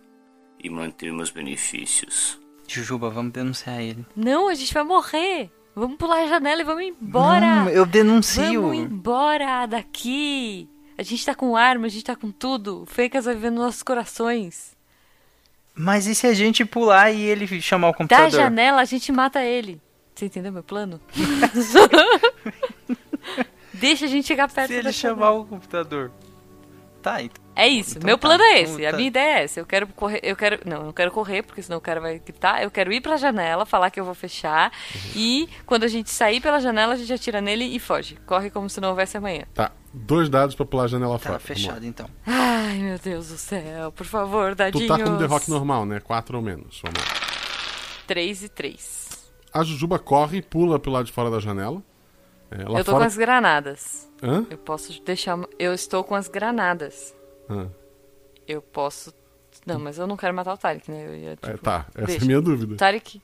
M: e manter meus benefícios.
P: Jujuba, vamos denunciar ele.
O: Não, a gente vai morrer. Vamos pular a janela e vamos embora.
P: Não, eu denuncio.
O: Vamos embora daqui. A gente tá com arma, a gente tá com tudo. O Fencas vai viver nos nossos corações.
P: Mas e se a gente pular e ele chamar o
O: Da
P: computador?
O: janela a gente mata ele. Você entendeu meu plano? Deixa a gente chegar perto
P: Se ele
O: da
P: chamar o computador. Tá, então.
O: É isso,
P: Então
O: meu
P: tá,
O: plano é
P: então
O: esse. A
P: tá.
O: minha ideia é essa. Eu quero correr, eu quero, não, eu não quero correr porque senão o cara vai gritar. Eu quero ir pra janela, falar que eu vou fechar e quando a gente sair pela janela a gente atira nele e foge. Corre como se não houvesse amanhã.
A: Tá, dois dados pra pular a janela fora. Tá,
P: fechado então.
O: Ai, meu Deus do céu, por favor,
A: Tu
O: dadinhos.
A: tá com o The Rock normal, né? Quatro ou menos. Vamos lá.
O: 3 e 3.
A: A Jujuba corre e pula pro lado de fora da janela. É, lá
O: eu tô
A: fora...
O: com as granadas.
A: Hã?
O: Eu posso deixar. Eu estou com as granadas.
A: Ah,
O: Eu posso. Não, mas eu não quero matar o Tarek, né? Eu ia, tipo,
A: tá, essa é a
O: deixa.
A: minha dúvida.
O: Tarek.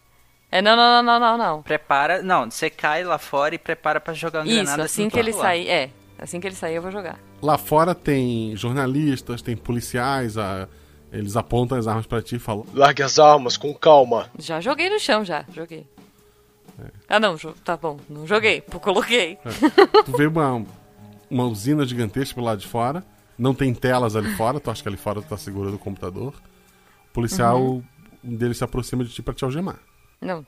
O: É, não, não, não, não, não, não.
P: Prepara. Não, você cai lá fora e prepara pra jogar uma
O: Isso,
P: granada
O: assim que
P: pra
O: ele
P: pular.
O: sair. É, assim que ele sair eu vou jogar.
A: Lá fora tem jornalistas, tem policiais, a- eles apontam as armas pra ti e falam:
Q: Largue as armas com calma.
O: Já joguei no chão, já. Joguei. Ah, não, jo- tá bom. Não joguei. Pô, coloquei.
A: É. Tu vê uma, uma usina gigantesca pro lado de fora. Não tem telas ali fora. Tu acha que ali fora tu tá segura do computador. O policial,
O: Uhum.
A: um deles se aproxima de ti pra te algemar.
O: Não.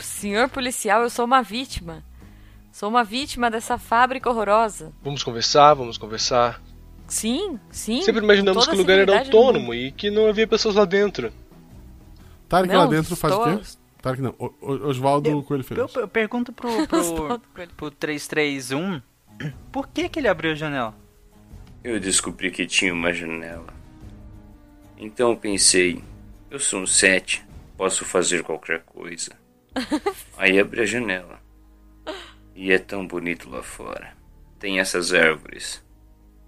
O: Senhor policial, eu sou uma vítima. Sou uma vítima dessa fábrica horrorosa.
Q: Vamos conversar, vamos conversar.
O: Sim, sim.
Q: Sempre
O: com
Q: imaginamos
O: toda
Q: que o
O: a
Q: lugar era
O: civilidade do
Q: autônomo e que não havia pessoas lá dentro.
A: Tarek
Q: Não,
A: lá dentro faz o quê?
Q: estou-
A: Tarek não. O- o- Oswaldo Coelho
P: Eu,
A: Feliz.
P: eu pergunto pro, pro, pro 331 por que, que ele abriu a janela?
M: Eu descobri que tinha uma janela. Então eu pensei, eu sou um sete, posso fazer qualquer coisa. Aí abri a janela. E é tão bonito lá fora. Tem essas árvores.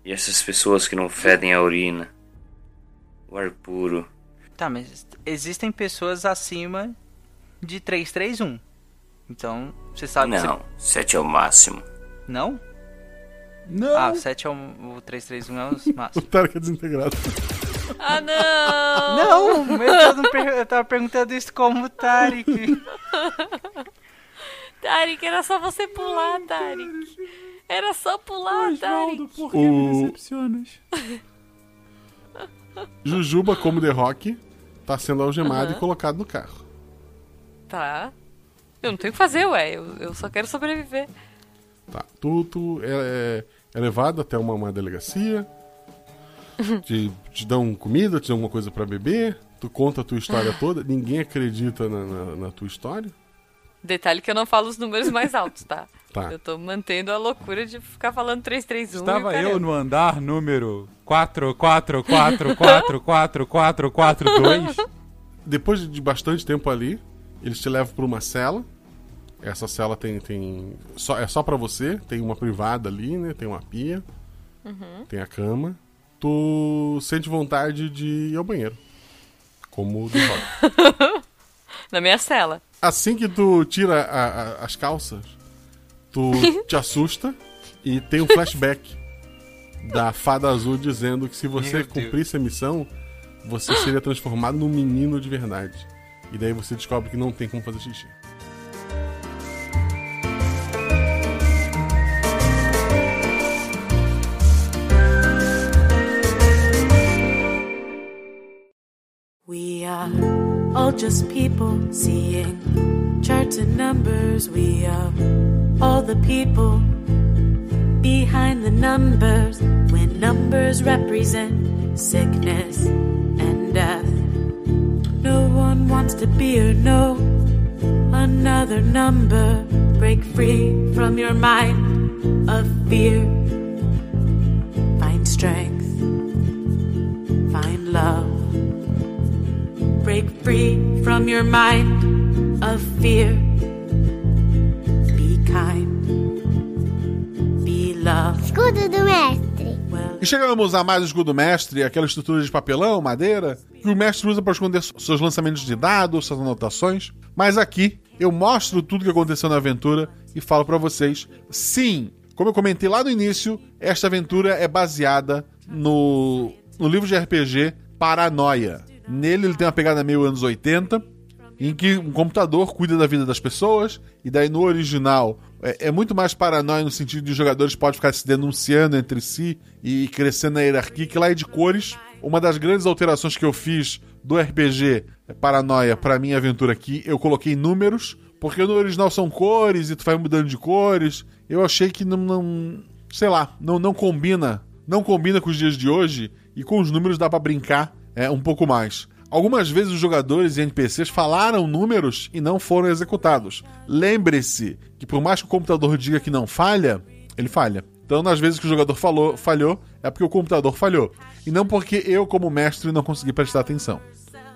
M: E essas pessoas que não fedem a urina. O ar puro.
P: Tá, mas existem pessoas acima de 331. Então, você sabe que
M: Não,
P: você-
M: sete é o máximo.
P: Não?
A: Não.
P: Ah, o 7 é o, o 331 é os
A: O
P: máximos.
A: Tarek é desintegrado.
O: Ah, não!
P: Não, eu, tô- não per- eu tava perguntando isso como o Tarek.
O: Tarek, era só você pular, Tarek. Era só pular, Tarek.
A: O Jujuba, como The Rock, tá sendo algemado
O: Aham.
A: e colocado no carro.
O: Tá. Eu não tenho o que fazer, ué. Eu, eu só quero sobreviver.
A: Tá. Tu, tu é, é levado até uma, uma delegacia. Te, te dão comida, te dão alguma coisa pra beber. Tu conta a tua história toda. Ninguém acredita na, na- na tua história.
O: Detalhe que eu não falo os números mais altos, tá?
A: Tá.
O: Eu tô mantendo a loucura de ficar falando 331.
C: Estava
O: e o
C: eu
O: caramba.
C: no andar número 44444442.
A: Depois de bastante tempo ali, eles te levam pra uma cela. Essa cela tem. tem só, é só pra você. Tem uma privada ali, né? Tem uma pia.
O: Uhum.
A: Tem a cama. Tu sente vontade de ir ao banheiro. Como o do Rock.
O: Na minha cela.
A: Assim que tu tira a- a- as calças, tu te assusta e tem um flashback da fada azul dizendo que se você
W: Meu Deus.
A: cumprisse a missão, você seria transformado num menino de verdade. E daí você descobre que não tem como fazer xixi.
D: all just people seeing charts and numbers. We are all the people behind the numbers. When numbers represent sickness and death, no one wants to be or know another number. Break free from your mind of fear. Find strength, find love break free from your mind of fear. Be kind, be love. Escudo do mestre.
A: E chegamos a mais o escudo mestre, aquela estrutura de papelão, madeira, que o mestre usa para esconder seus lançamentos de dados, suas anotações. Mas aqui eu mostro tudo que aconteceu na aventura e falo para vocês: sim, como eu comentei lá no início, esta aventura é baseada no, no livro de RPG Paranoia, Nele ele tem uma pegada meio anos 80, em que um computador cuida da vida das pessoas, e daí no original é, é muito mais paranoia no sentido de os jogadores podem ficar se denunciando entre si e crescendo na hierarquia, que lá é de cores. Uma das grandes alterações que eu fiz do RPG é Paranoia para minha aventura aqui, eu coloquei números, porque no original são cores e tu vai mudando de cores. Eu achei que não, não sei lá, não, não combina, não combina com os dias de hoje e com os números dá para brincar é, um pouco mais. Algumas vezes os jogadores e NPCs falaram números e não foram executados. Lembre-se que por mais que o computador diga que não falha, ele falha. Então, nas vezes que o jogador falou, falhou, é porque o computador falhou. E não porque eu, como mestre, não consegui prestar atenção.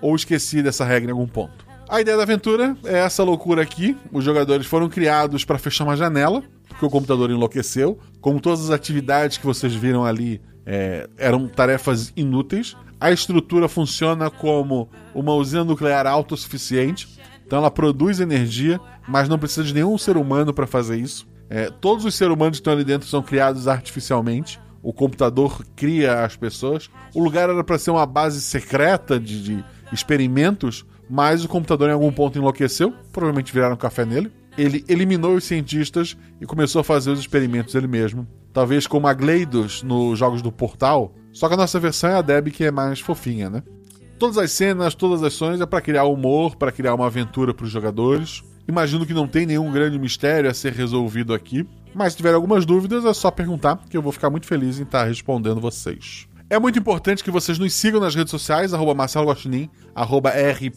A: Ou esqueci dessa regra em algum ponto. A ideia da aventura é essa loucura aqui. Os jogadores foram criados para fechar uma janela, porque o computador enlouqueceu. Como todas as atividades que vocês viram ali é, eram tarefas inúteis. A estrutura funciona como uma usina nuclear autossuficiente, então ela produz energia, mas não precisa de nenhum ser humano para fazer isso. É, todos os seres humanos que estão ali dentro são criados artificialmente. O computador cria as pessoas. O lugar era para ser uma base secreta de, de experimentos, mas o computador em algum ponto enlouqueceu. Provavelmente viraram café nele ele eliminou os cientistas e começou a fazer os experimentos ele mesmo. Talvez como a Gleidos nos jogos do Portal, só que a nossa versão é a Deb que é mais fofinha, né? Todas as cenas, todas as ações é para criar humor, para criar uma aventura para os jogadores. Imagino que não tem nenhum grande mistério a ser resolvido aqui, mas se tiver algumas dúvidas é só perguntar que eu vou ficar muito feliz em estar respondendo vocês. É muito importante que vocês nos sigam nas redes sociais, arroba Marcelo Guaxinim, arroba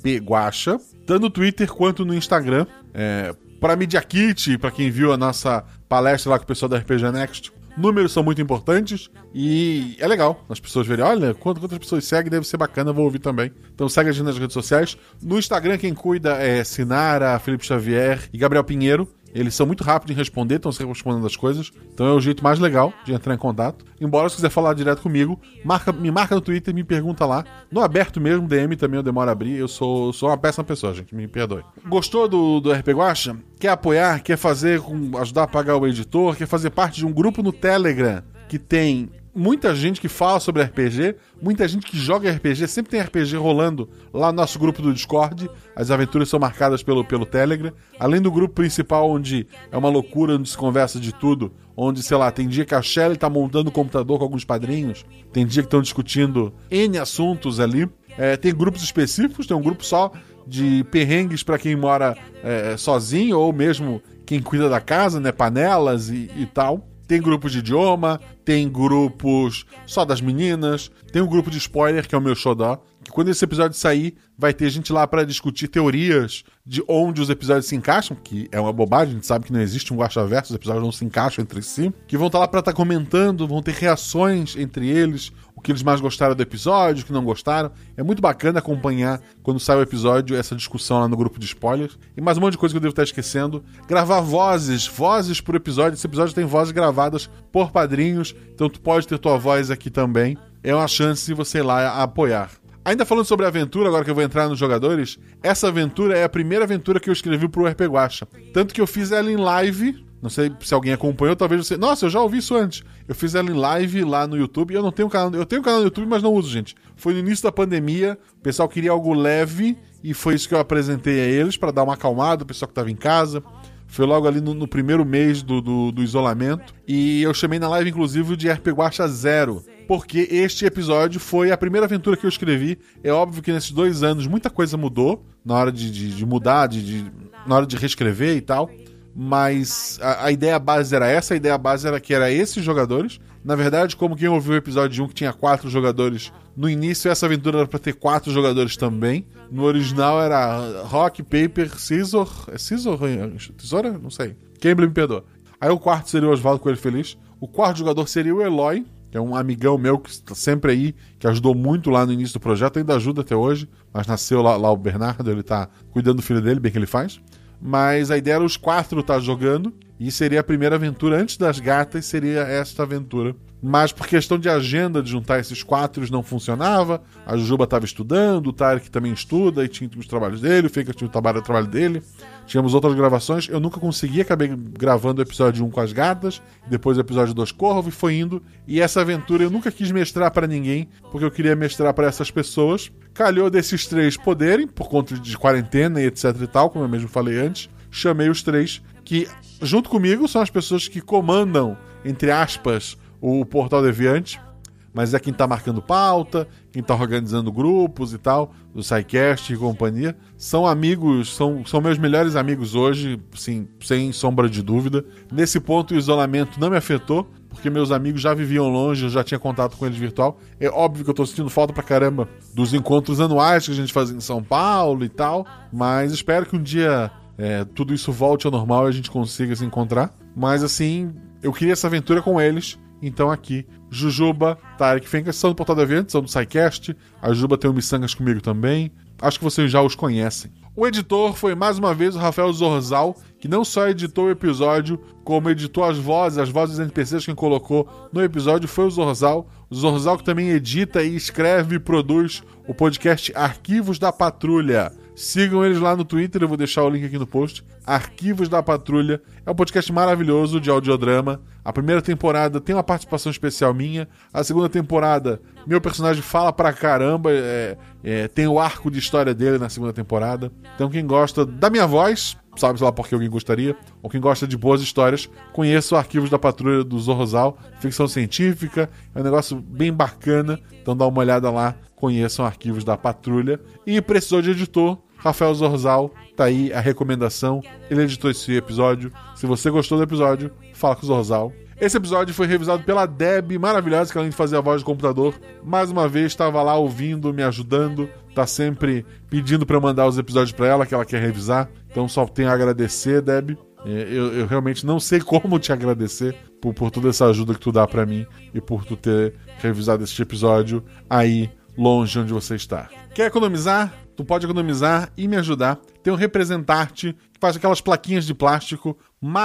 A: rpguacha, tanto no Twitter quanto no Instagram. É, para Media Kit, para quem viu a nossa palestra lá com o pessoal da RPG Next. Números são muito importantes e é legal as pessoas verem. Olha, quantas pessoas seguem, deve ser bacana, vou ouvir também. Então segue a gente nas redes sociais. No Instagram, quem cuida é Sinara, Felipe Xavier e Gabriel Pinheiro. Eles são muito rápidos em responder, estão se respondendo as coisas. Então é o jeito mais legal de entrar em contato. Embora, se quiser falar direto comigo, marca, me marca no Twitter, me pergunta lá. No aberto mesmo, DM também eu demoro a abrir. Eu sou, sou uma péssima pessoa, gente, me perdoe. Gostou do, do RP Guacha? Quer apoiar? Quer fazer, com, ajudar a pagar o editor? Quer fazer parte de um grupo no Telegram que tem muita gente que fala sobre RPG, muita gente que joga RPG, sempre tem RPG rolando lá no nosso grupo do Discord. As aventuras são marcadas pelo, pelo Telegram. Além do grupo principal, onde é uma loucura, onde se conversa de tudo, onde, sei lá, tem dia que a Shelly tá montando o computador com alguns padrinhos, tem dia que estão discutindo N assuntos ali. É, tem grupos específicos, tem um grupo só de perrengues para quem mora é, sozinho ou mesmo quem cuida da casa, né? Panelas e, e tal tem grupos de idioma, tem grupos só das meninas, tem um grupo de spoiler, que é o meu xodó, que quando esse episódio sair, vai ter gente lá para discutir teorias de onde os episódios se encaixam, que é uma bobagem, a gente sabe que não existe um guachaverso, os episódios não se encaixam entre si, que vão estar tá lá para estar tá comentando, vão ter reações entre eles, o que eles mais gostaram do episódio, o que não gostaram. É muito bacana acompanhar quando sai o episódio essa discussão lá no grupo de spoilers. E mais um monte de coisa que eu devo estar esquecendo. Gravar vozes, vozes por episódio. Esse episódio tem vozes gravadas por padrinhos, então tu pode ter tua voz aqui também. É uma chance de você ir lá apoiar. Ainda falando sobre a aventura, agora que eu vou entrar nos jogadores, essa aventura é a primeira aventura que eu escrevi pro RP Guacha. Tanto que eu fiz ela em live não sei se alguém acompanhou, talvez você. Nossa, eu já ouvi isso antes. Eu fiz ela em live lá no YouTube. Eu não tenho canal. Eu tenho canal no YouTube, mas não uso, gente. Foi no início da pandemia. O pessoal queria algo leve e foi isso que eu apresentei a eles para dar uma acalmada. O pessoal que estava em casa. Foi logo ali no, no primeiro mês do, do, do, isolamento. E eu chamei na live, inclusive, de RP Guacha Zero. porque este episódio foi a primeira aventura que eu escrevi. É óbvio que nesses dois anos muita coisa mudou na hora de, de- de mudar, de, de- na hora de reescrever e tal. Mas a, a ideia base era essa, a ideia base era que era esses jogadores. Na verdade, como quem ouviu o episódio 1 que tinha quatro jogadores, no início essa aventura era pra ter quatro jogadores também. No original era Rock, Paper, Scissor. É Scissor? Tesoura? Não sei. Cambly me perdoa. Aí o quarto seria o Oswaldo Coelho Feliz. O quarto jogador seria o Eloy, que é um amigão meu que está sempre aí, que ajudou muito lá no início do projeto, ainda ajuda até hoje, mas nasceu lá, lá o Bernardo, ele tá cuidando do filho dele, bem que ele faz. Mas a ideia era os quatro estar jogando, e seria a primeira aventura antes das gatas, seria esta aventura. Mas por questão de agenda de juntar esses quatro não funcionava. A Juba estava estudando, o Tarek também estuda e tinha os trabalhos dele, o Faker tinha o trabalho, o trabalho dele. Tínhamos outras gravações. Eu nunca consegui, acabei gravando o episódio 1 com as gatas, depois o episódio 2 Corvo e foi indo. E essa aventura eu nunca quis mestrar pra ninguém, porque eu queria mestrar pra essas pessoas. Calhou desses três poderem, por conta de quarentena e etc e tal, como eu mesmo falei antes. Chamei os três que, junto comigo, são as pessoas que comandam, entre aspas, o Portal Deviante mas é quem tá marcando pauta, quem tá organizando grupos e tal, do SciCast e companhia. São amigos, são, são meus melhores amigos hoje, sim, sem sombra de dúvida. Nesse ponto, o isolamento não me afetou, porque meus amigos já viviam longe, eu já tinha contato com eles virtual. É óbvio que eu tô sentindo falta pra caramba dos encontros anuais que a gente fazia em São Paulo e tal, mas espero que um dia é, tudo isso volte ao normal e a gente consiga se encontrar. Mas assim, eu queria essa aventura com eles. Então aqui, Jujuba, Tarek Fencas são do Portal do Evento, são do SciCast. A Jujuba tem o Missangas comigo também. Acho que vocês já os conhecem. O editor foi mais uma vez o Rafael Zorzal, que não só editou o episódio, como editou as vozes, as vozes dos NPCs que colocou no episódio foi o Zorzal. O Zorzal que também edita e escreve e produz o podcast Arquivos da Patrulha. Sigam eles lá no Twitter, eu vou deixar o link aqui no post. Arquivos da Patrulha é um podcast maravilhoso de audiodrama. A primeira temporada tem uma participação especial minha. A segunda temporada, meu personagem fala pra caramba. é- é, tem o arco de história dele na segunda temporada. Então, quem gosta da minha voz, sabe sei lá porque alguém gostaria, ou quem gosta de boas histórias, conheça o Arquivos da Patrulha do Zorrozal. Ficção científica, é um negócio bem bacana. Então, dá uma olhada lá. Conheçam Arquivos da Patrulha. E precisou de editor, Rafael Zorzal, tá aí a recomendação. Ele editou esse episódio. Se você gostou do episódio, fala com o Zorzal. Esse episódio foi revisado pela Deb, maravilhosa, que além de fazer a voz do computador, mais uma vez estava lá ouvindo, me ajudando, tá sempre pedindo para mandar os episódios para ela, que ela quer revisar. Então só tenho a agradecer, Deb. É, Eu, eu realmente não sei como te agradecer por, por toda essa ajuda que tu dá para mim e por tu ter revisado este episódio aí longe onde você está. Quer economizar? Tu pode economizar e me ajudar. Tem um representante que faz aquelas plaquinhas de plástico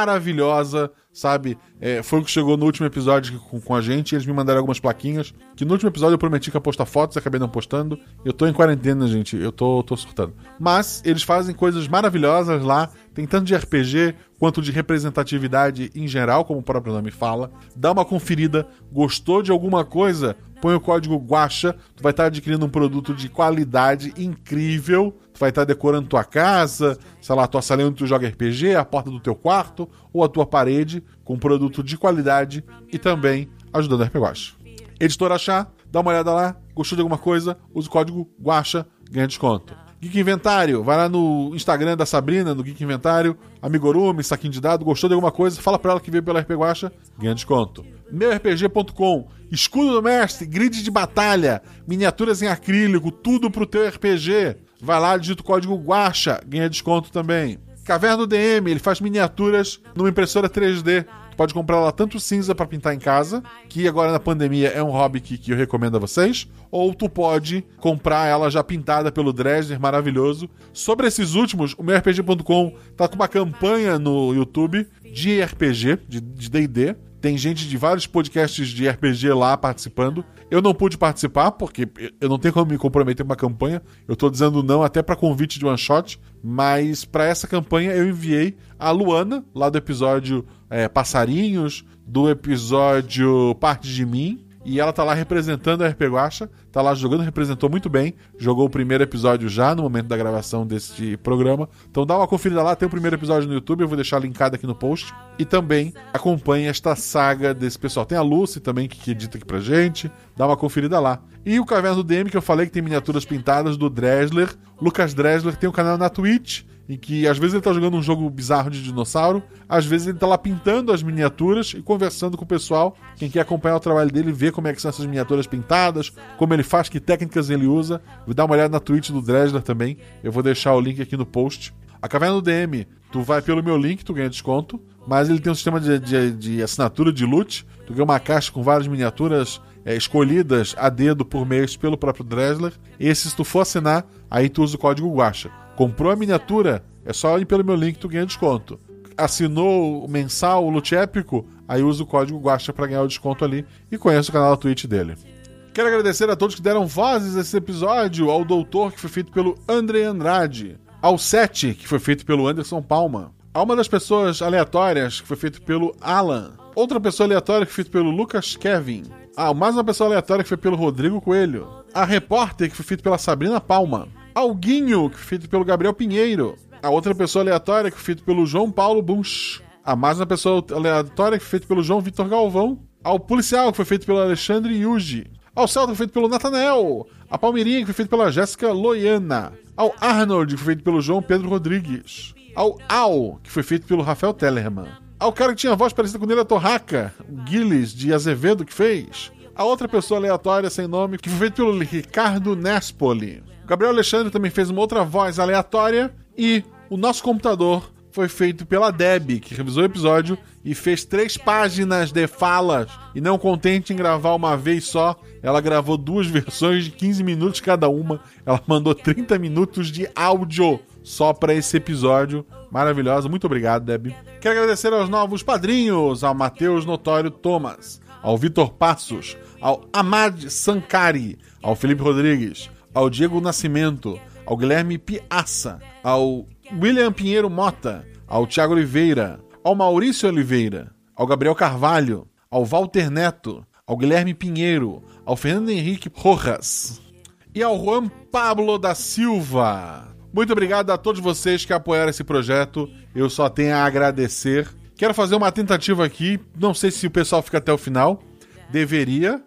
A: maravilhosa, sabe? É, foi o que chegou no último episódio com, com a gente. Eles me mandaram algumas plaquinhas. Que no último episódio eu prometi que ia postar fotos, acabei não postando. Eu tô em quarentena, gente. Eu tô, tô surtando. Mas eles fazem coisas maravilhosas lá. Tem tanto de RPG quanto de representatividade em geral, como o próprio nome fala. Dá uma conferida. Gostou de alguma coisa? Põe o código GUAXA. Tu vai estar adquirindo um produto de qualidade incrível. Tu vai estar decorando tua casa, sei lá, tua salinha onde tu joga RPG, a porta do teu quarto ou a tua parede com produto de qualidade e também ajudando o RPG Guacha. Editora Chá, dá uma olhada lá, gostou de alguma coisa, usa o código GUACHA, ganha desconto. Geek Inventário, vai lá no Instagram da Sabrina, no Geek Inventário, Amigurumi, Saquinho de Dado, gostou de alguma coisa, fala pra ela que veio pela RPG Guacha, ganha desconto. MeuRPG.com, Escudo do Mestre, Grid de Batalha, miniaturas em acrílico, tudo pro teu RPG. Vai lá, digita o código GUACHA, ganha desconto também. Caverna do DM, ele faz miniaturas numa impressora 3D. Tu pode comprar lá tanto cinza pra pintar em casa, que agora na pandemia é um hobby que, que eu recomendo a vocês, ou tu pode comprar ela já pintada pelo Dresner, maravilhoso. Sobre esses últimos, o meu RPG.com tá com uma campanha no YouTube de RPG, de de D&D. Tem gente de vários podcasts de RPG lá participando. Eu não pude participar, porque eu não tenho como me comprometer com uma campanha. Eu tô dizendo não até pra convite de one shot. Mas pra essa campanha eu enviei a Luana, lá do episódio é, Passarinhos, do episódio Parte de Mim E ela tá lá representando a RP Guacha, tá lá jogando, representou muito bem. Jogou o primeiro episódio já no momento da gravação deste programa. Então dá uma conferida lá, tem o primeiro episódio no YouTube, eu vou deixar linkado aqui no post. E também acompanha esta saga desse pessoal. Tem a Lucy também que edita aqui pra gente, dá uma conferida lá. E o Caverna do DM, que eu falei que tem miniaturas pintadas do Dresler. Lucas Dresler tem um canal na Twitch, em que às vezes ele tá jogando um jogo bizarro de dinossauro, às vezes ele tá lá pintando as miniaturas e conversando com o pessoal. Quem quer acompanhar o trabalho dele, ver como é que são essas miniaturas pintadas, como ele faz, que técnicas ele usa. Vou dar uma olhada na Twitch do Dresler também. Eu vou deixar o link aqui no post. A Caverna do DM, tu vai pelo meu link, tu ganha desconto. Mas ele tem um sistema de, de- de assinatura de loot. Tu ganha uma caixa com várias miniaturas é, escolhidas a dedo por mês pelo próprio Dresler. Esse, se tu for assinar, aí tu usa o código Guacha. Comprou a miniatura? É só ir pelo meu link tu ganha desconto. Assinou o mensal, o loot épico? Aí usa o código Guacha pra ganhar o desconto ali. E conhece o canal da Twitch dele. Quero agradecer a todos que deram vozes a esse episódio, ao Doutor, que foi feito pelo André Andrade, ao Sete, que foi feito pelo Anderson Palma, a uma das pessoas aleatórias, que foi feito pelo Alan, outra pessoa aleatória, que foi feito pelo Lucas Kevin, a mais uma pessoa aleatória, que foi pelo Rodrigo Coelho, a Repórter, que foi feito pela Sabrina Palma, Alguinho, que foi feito pelo Gabriel Pinheiro, a outra pessoa aleatória, que foi feito pelo João Paulo Bunch, a mais uma pessoa aleatória, que foi feito pelo João Vitor Galvão, ao Policial, que foi feito pelo Alexandre Yuji, ao Celta, que foi feito pelo Nathanael. A Palmeirinha, que foi feito pela Jéssica Loiana. Ao Arnold, que foi feito pelo João Pedro Rodrigues. Ao Al, que foi feito pelo Rafael Tellerman. Ao cara que tinha a voz parecida com o Neila Torraca, o Gilles de Azevedo, que fez. A outra pessoa aleatória, sem nome, que foi feito pelo Ricardo Nespoli. O Gabriel Alexandre também fez uma outra voz aleatória. E o nosso computador foi feito pela Deb, que revisou o episódio e fez três páginas de falas. E não contente em gravar uma vez só, ela gravou duas versões de 15 minutos cada uma. Ela mandou 30 minutos de áudio só para esse episódio. Maravilhosa, muito obrigado, Deb. Quero agradecer aos novos padrinhos, ao Matheus Notório Thomas, ao Vitor Passos, ao Amad Sankari, ao Felipe Rodrigues, ao Diego Nascimento, ao Guilherme Piaça, ao William Pinheiro Mota, ao Tiago Oliveira, ao Maurício Oliveira, ao Gabriel Carvalho, ao Walter Neto, ao Guilherme Pinheiro, ao Fernando Henrique Rojas e ao Juan Pablo da Silva. Muito obrigado a todos vocês que apoiaram esse projeto. Eu só tenho a agradecer. Quero fazer uma tentativa aqui, não sei se o pessoal fica até o final. Deveria,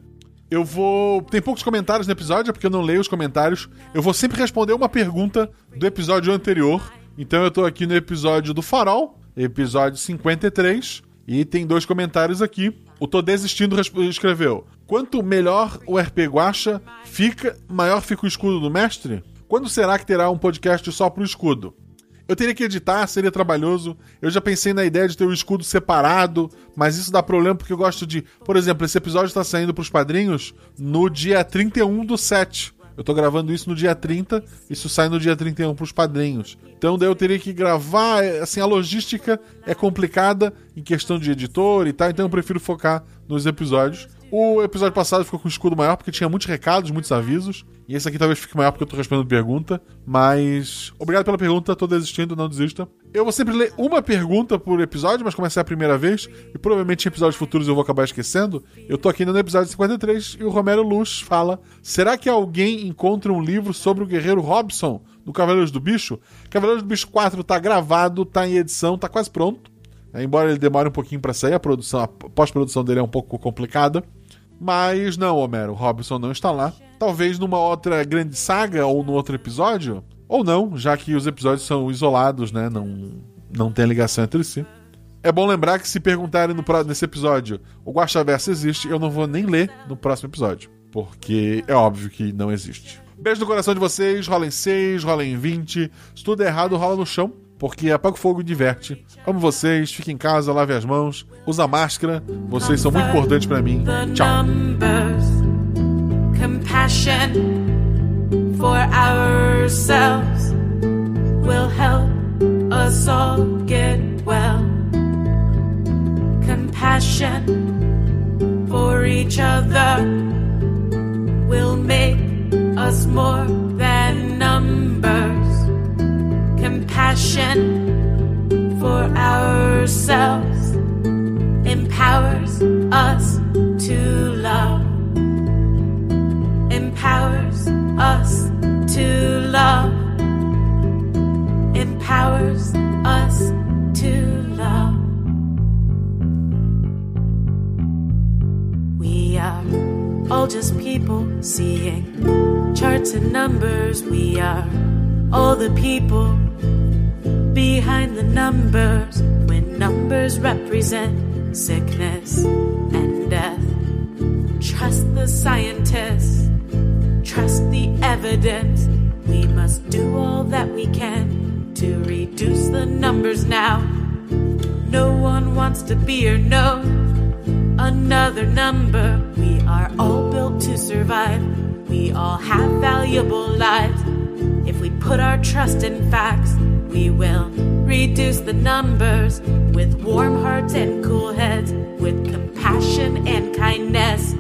A: eu vou. Tem poucos comentários no episódio, é porque eu não leio os comentários. Eu vou sempre responder uma pergunta do episódio anterior. Então eu tô aqui no episódio do Farol, episódio 53, e tem dois comentários aqui. O Tô Desistindo resp- escreveu: Quanto melhor o RP Guacha fica, maior fica o escudo do mestre? Quando será que terá um podcast só pro escudo? Eu teria que editar, seria trabalhoso. Eu já pensei na ideia de ter o escudo separado, mas isso dá problema porque eu gosto de. Por exemplo, esse episódio está saindo para os padrinhos no dia 31 do 7. Eu tô gravando isso no dia 30, isso sai no dia 31 para os padrinhos. Então daí eu teria que gravar, é, assim, a logística é complicada em questão de editor e tal, então eu prefiro focar nos episódios. O episódio passado ficou com o escudo maior porque tinha muitos recados, muitos avisos. E esse aqui talvez fique maior porque eu tô respondendo pergunta. Mas. Obrigado pela pergunta, tô desistindo, não desista. Eu vou sempre ler uma pergunta por episódio, mas como essa é a primeira vez, e provavelmente em episódios futuros eu vou acabar esquecendo. Eu tô aqui ainda no episódio 53 e o Romero Luz fala: Será que alguém encontra um livro sobre o guerreiro Robson do Cavaleiros do Bicho? Cavaleiros do Bicho 4 tá gravado, tá em edição, tá quase pronto. É, Embora ele demore um pouquinho pra sair, a produção, a pós-produção dele é um pouco complicada. Mas não, Homero, o Robson não está lá. Talvez numa outra grande saga ou num outro episódio, ou não, já que os episódios são isolados, né? Não, não tem ligação entre si. É bom lembrar que se perguntarem no pró- nesse episódio o Guaxaverso existe, eu não vou nem ler no próximo episódio. Porque é óbvio que não existe. Beijo no coração de vocês, rola em 6, rola em 20. Se tudo é errado, rola no chão. Porque apaga o fogo e diverte. Amo vocês, fique em casa, lave as mãos, usa máscara. Vocês são muito importantes pra mim.
D: the
A: Tchau.
D: numbers, compassion for ourselves will help us all get well. Compassion for each other will make us more than numbers. Compassion for ourselves empowers us to love. powers us to love. We are all just people seeing charts and numbers. We are all the people behind the numbers when numbers represent sickness and death. Trust the scientists, trust the evidence. We must do all that we can to reduce the numbers now. No one wants to be or know another number. We are all built to survive, we all have valuable lives. If we put our trust in facts, we will reduce the numbers with warm hearts and cool heads, with compassion and kindness.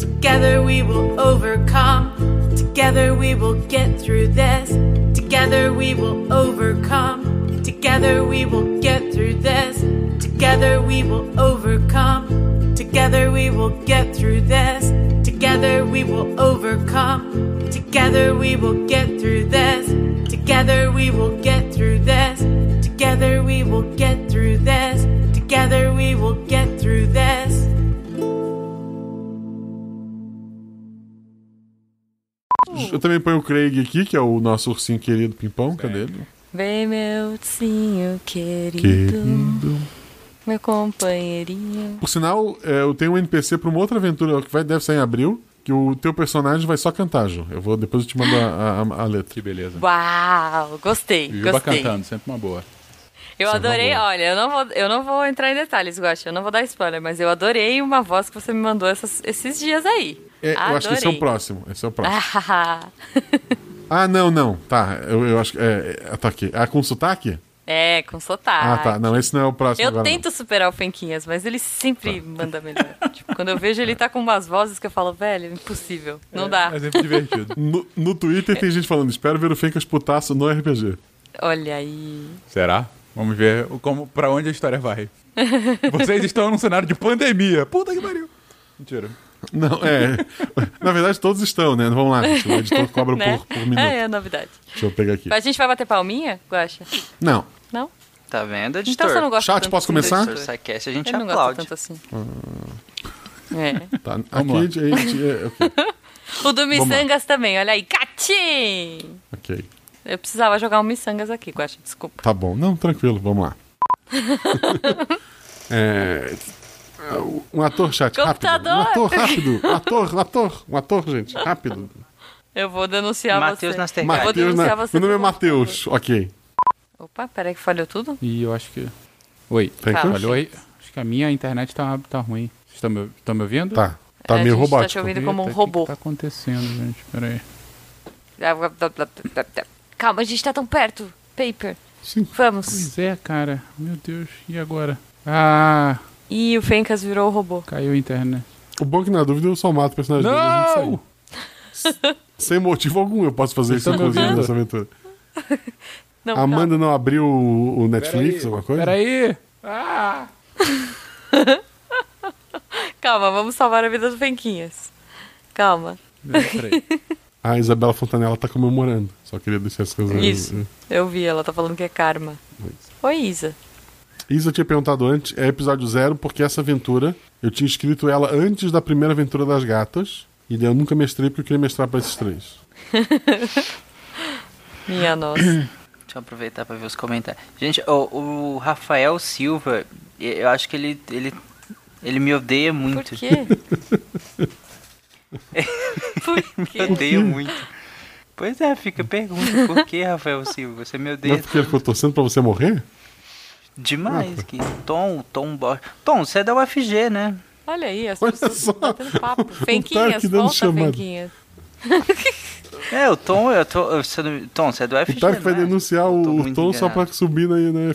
D: Together we will overcome. Together we will get through this. Together we will overcome. Together we will get through this. Together we will overcome. Together we will get through this. Together we will overcome. Together we will get through this. Together we will get through this. Together we will get through this. Together we will get through this.
A: Eu também ponho o Craig aqui, que é o nosso ursinho querido Pimpão. Cadê ele?
O: Vem, meu ursinho querido.
A: Querido.
O: Meu companheirinho.
A: Por sinal, é, eu tenho um NPC pra uma outra aventura que vai, deve sair em abril, que o teu personagem vai só cantar, Ju. Eu vou, depois eu te mando a, a- a letra. Que beleza.
O: Uau, gostei,
C: Juba
O: gostei.
C: cantando, sempre uma boa. Isso é
O: Eu
C: uma
O: adorei,
C: boa.
O: olha, eu não, vou, eu não vou entrar em detalhes, Guaxa, eu não vou dar spoiler, mas eu adorei uma voz que você me mandou essas- esses dias aí.
A: É, eu acho que esse é o
O: Adorei.
A: próximo. Esse é o próximo.
O: Ah,
A: Ah, não, não. Tá, eu, eu acho que. É, é, tá aqui. Ah, com sotaque?
O: é, com sotaque.
A: Ah, tá. Não, esse não é o próximo.
O: Eu
A: agora, não.
O: tento superar o Fenquinhas, mas ele sempre manda melhor. tipo, quando eu vejo ele tá com umas vozes que eu falo, velho, impossível,
A: É,
O: não dá.
A: divertido. No, no Twitter tem gente falando: espero ver o Fencas putaço no RPG.
O: Olha aí.
C: Será? Vamos ver o- como, pra onde a história vai. Vocês estão num cenário de pandemia. Puta que pariu. Mentira.
A: Não, é. Na verdade, todos estão, né? Vamos lá, gente. O editor cobra
O: Né?
A: por, por minuto.
O: É, é novidade.
A: Deixa eu pegar aqui.
O: A gente vai bater palminha, Guaxa?
A: Não.
O: Não?
P: Tá vendo, editor?
O: Então você não gosta
P: Chat,
O: tanto
P: posso
O: assim do
P: começar?
O: editor.
P: Editor SciCast, a gente
O: Eu não gosto
P: aplaude.
O: tanto assim. É.
A: Tá,
C: Vamos lá.
A: aqui a gente. é, ok.
O: O do
A: Vamos lá.
O: Missangas também, olha aí. Catim!
A: ok.
O: Eu precisava jogar um Missangas aqui, Guaxa, desculpa.
A: Tá bom. Não, tranquilo, vamos lá. É, um ator chat rápido. Um
O: Computador!
A: ator rápido. Um ator, um ator, um ator, gente, rápido.
O: Eu vou denunciar
P: Matheus
O: você.
P: Nastergaard.
O: Eu
A: Matheus, né?
O: vou denunciar você.
A: Meu nome é Matheus. Ok.
O: Opa, peraí que falhou tudo?
C: E eu acho que. Oi.
A: Tem Tá. coisa?
C: Falhou aí? Acho que a minha internet tá, tá ruim. Vocês estão me, estão me ouvindo?
A: Tá. Tá
O: É,
A: meio
O: a gente tá
A: robótico.
O: te ouvindo como um
C: Eita,
O: robô.
C: O que que tá acontecendo, gente? Pera aí.
O: Calma, a gente tá tão perto. Paper.
A: Sim.
O: Vamos.
C: Pois é, cara. Meu Deus. E agora? Ah,
O: Ih, o Fencas virou o robô.
C: caiu a internet.
A: O bom é que na dúvida eu só mato o personagem dele. a gente
C: Não!
A: sai. Sem motivo algum eu posso fazer
C: Vocês
A: isso,
C: estão tá me
A: inclusive,
C: ouvindo?
A: nessa aventura.
O: Não,
A: A Amanda não abriu o o Netflix,
C: Peraí,
A: alguma coisa?
C: Peraí.
O: Ah! Calma, vamos salvar a vida do Fenquinhas. Calma.
A: A Isabela Fontanella tá comemorando. Só queria deixar essas coisas.
O: Isso. Eu vi, ela tá falando que é karma. Oi, Isa.
A: Isa tinha perguntado antes, é episódio zero, porque essa aventura, eu tinha escrito ela antes da primeira aventura das gatas, e daí eu nunca mestrei porque eu queria mestrar pra esses três.
O: Minha nossa.
P: Deixa eu aproveitar pra ver os comentários. Gente, o, o Rafael Silva, eu acho que ele, ele, ele me odeia muito. Por
O: quê?
P: me odeia muito. Pois é, fica a pergunta. Por que, Rafael Silva? Você me
A: Não é
P: odeia
A: porque ele ficou torcendo pra você morrer?
P: demais. Que Tom, Tom Borges. Tom, você é da UFG, né?
O: Olha aí, as
P: Olha
O: pessoas
P: só.
O: batendo papo.
P: O
O: Fenquinhas,
P: Tark dando
O: volta,
P: chamada.
O: Fenquinhas.
P: É, o Tom, eu tô. eu- se eu não- Tom, você é do
A: O
P: UFG,
A: Tark vai
P: né?
A: denunciar o, o
P: muito
A: Tom só pra
P: enganado.
A: subir na, na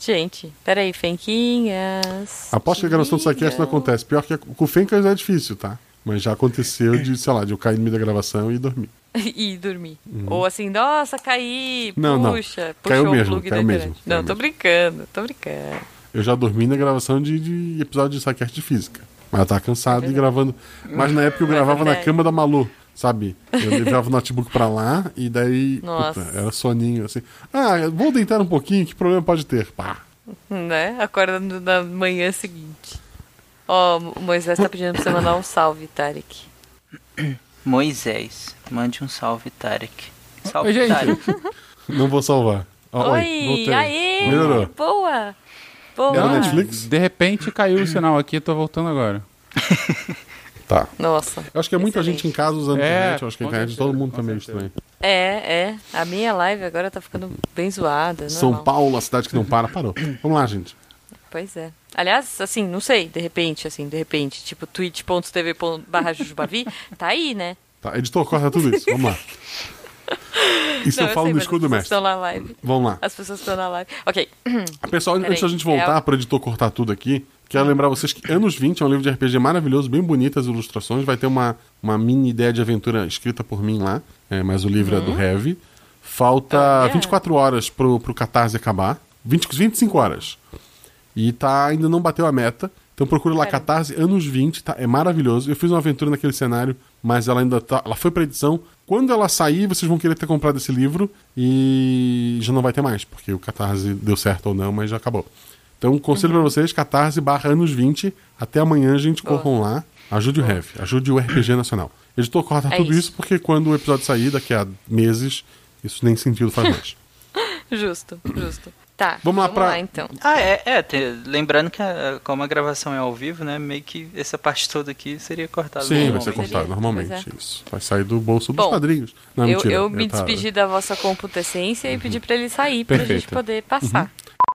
O: Gente, peraí, Fenquinhas.
A: Aposto que a gravação do Psycast não acontece. Pior que com o Fencas é difícil, tá? Mas já aconteceu de, sei lá, de eu cair no meio da gravação e dormir.
O: e dormir.
A: Uhum.
O: Ou assim, nossa, caí,
A: Não, não.
O: puxa, puxou
A: Caiu
O: o
A: mesmo,
O: plug da
A: caiu
O: internet.
A: mesmo,
O: não,
A: caiu
O: tô brincando, tô brincando.
A: Eu já dormi na gravação de, de episódio de Psycast de física. Mas eu tava cansado e gravando. Mas na época eu
O: Mas
A: gravava na
O: é verdade.
A: cama da Malu. Sabe? Eu levava o notebook pra lá e daí.
O: Nossa.
A: era soninho assim. Ah, vou deitar um pouquinho, que problema pode ter? Pá.
O: Né? Acordando na manhã seguinte. Ó, o Moisés tá pedindo pra você mandar um salve, Tarek.
P: Moisés, mande um salve, Tarek. Salve,
A: Oi, gente.
P: Tarek.
A: Não vou salvar. Ó,
O: Oi! Aê!
C: Melhorou.
O: Boa! Boa!
A: Ah.
C: De repente caiu o sinal aqui, tô voltando agora.
A: tá.
O: Nossa.
A: Eu acho que é muita gente em casa usando
C: É,
A: internet. Eu acho que a
C: com
A: internet de todo mundo tá meio estranho.
O: É, é. A minha live agora tá ficando bem zoada.
A: São
O: normal.
A: Paulo, a cidade que não para, parou. Vamos lá, gente.
O: Pois é. Aliás, assim, não sei, de repente, assim, de repente, tipo, twitch.tv barra Jujubavi, tá aí, né?
A: Tá, editor, corta tudo isso. Vamos lá. Isso
O: Não,
A: eu falo
O: sei,
A: no
O: mas
A: escudo,
O: as pessoas
A: mestre.
O: Estão na live.
A: Vamos lá.
O: As pessoas estão na live. Ok.
A: Pessoal,
O: Peraí,
A: antes da gente
O: é
A: voltar
O: a-
A: para o editor cortar tudo aqui, quero lembrar vocês que Anos 20 é um livro de RPG maravilhoso, bem bonito as ilustrações. Vai ter uma, uma mini ideia de aventura escrita por mim lá, é, mas o livro é do Heavy. Falta 24 horas pro, pro Catarse acabar. 20, 25 horas. E tá, ainda não bateu a meta. Então procura lá, Catarse, anos 20, tá? É maravilhoso. Eu fiz uma aventura naquele cenário, mas ela ainda tá. Ela foi pra edição. Quando ela sair, vocês vão querer ter comprado esse livro e já não vai ter mais, porque o Catarse deu certo ou não, mas já acabou. Então, um conselho
O: Uhum.
A: pra vocês, Catarse barra anos 20. Até amanhã, gente, corram lá. Ajude o Rev, ajude o RPG Nacional. Editor, corta
O: É
A: tudo
O: isso.
A: isso, porque quando o episódio sair, daqui a meses, isso nem sentido faz mais.
O: É Justo, justo. Tá.
A: Vamos lá pra-
O: então.
P: Ah, é, é te- lembrando que a- como a gravação é ao vivo, né, meio que essa parte toda aqui seria cortada.
A: Sim, vai ser
P: normalmente.
A: cortado normalmente.
O: Pois é.
A: Isso. Vai sair do bolso dos
O: Bom,
A: padrinhos. Não,
O: eu
A: mentira.
O: eu me
A: tá-
O: despedi da vossa computecência e pedi pra ele sair pra gente
A: Perfeito.
O: poder passar.
A: Uhum.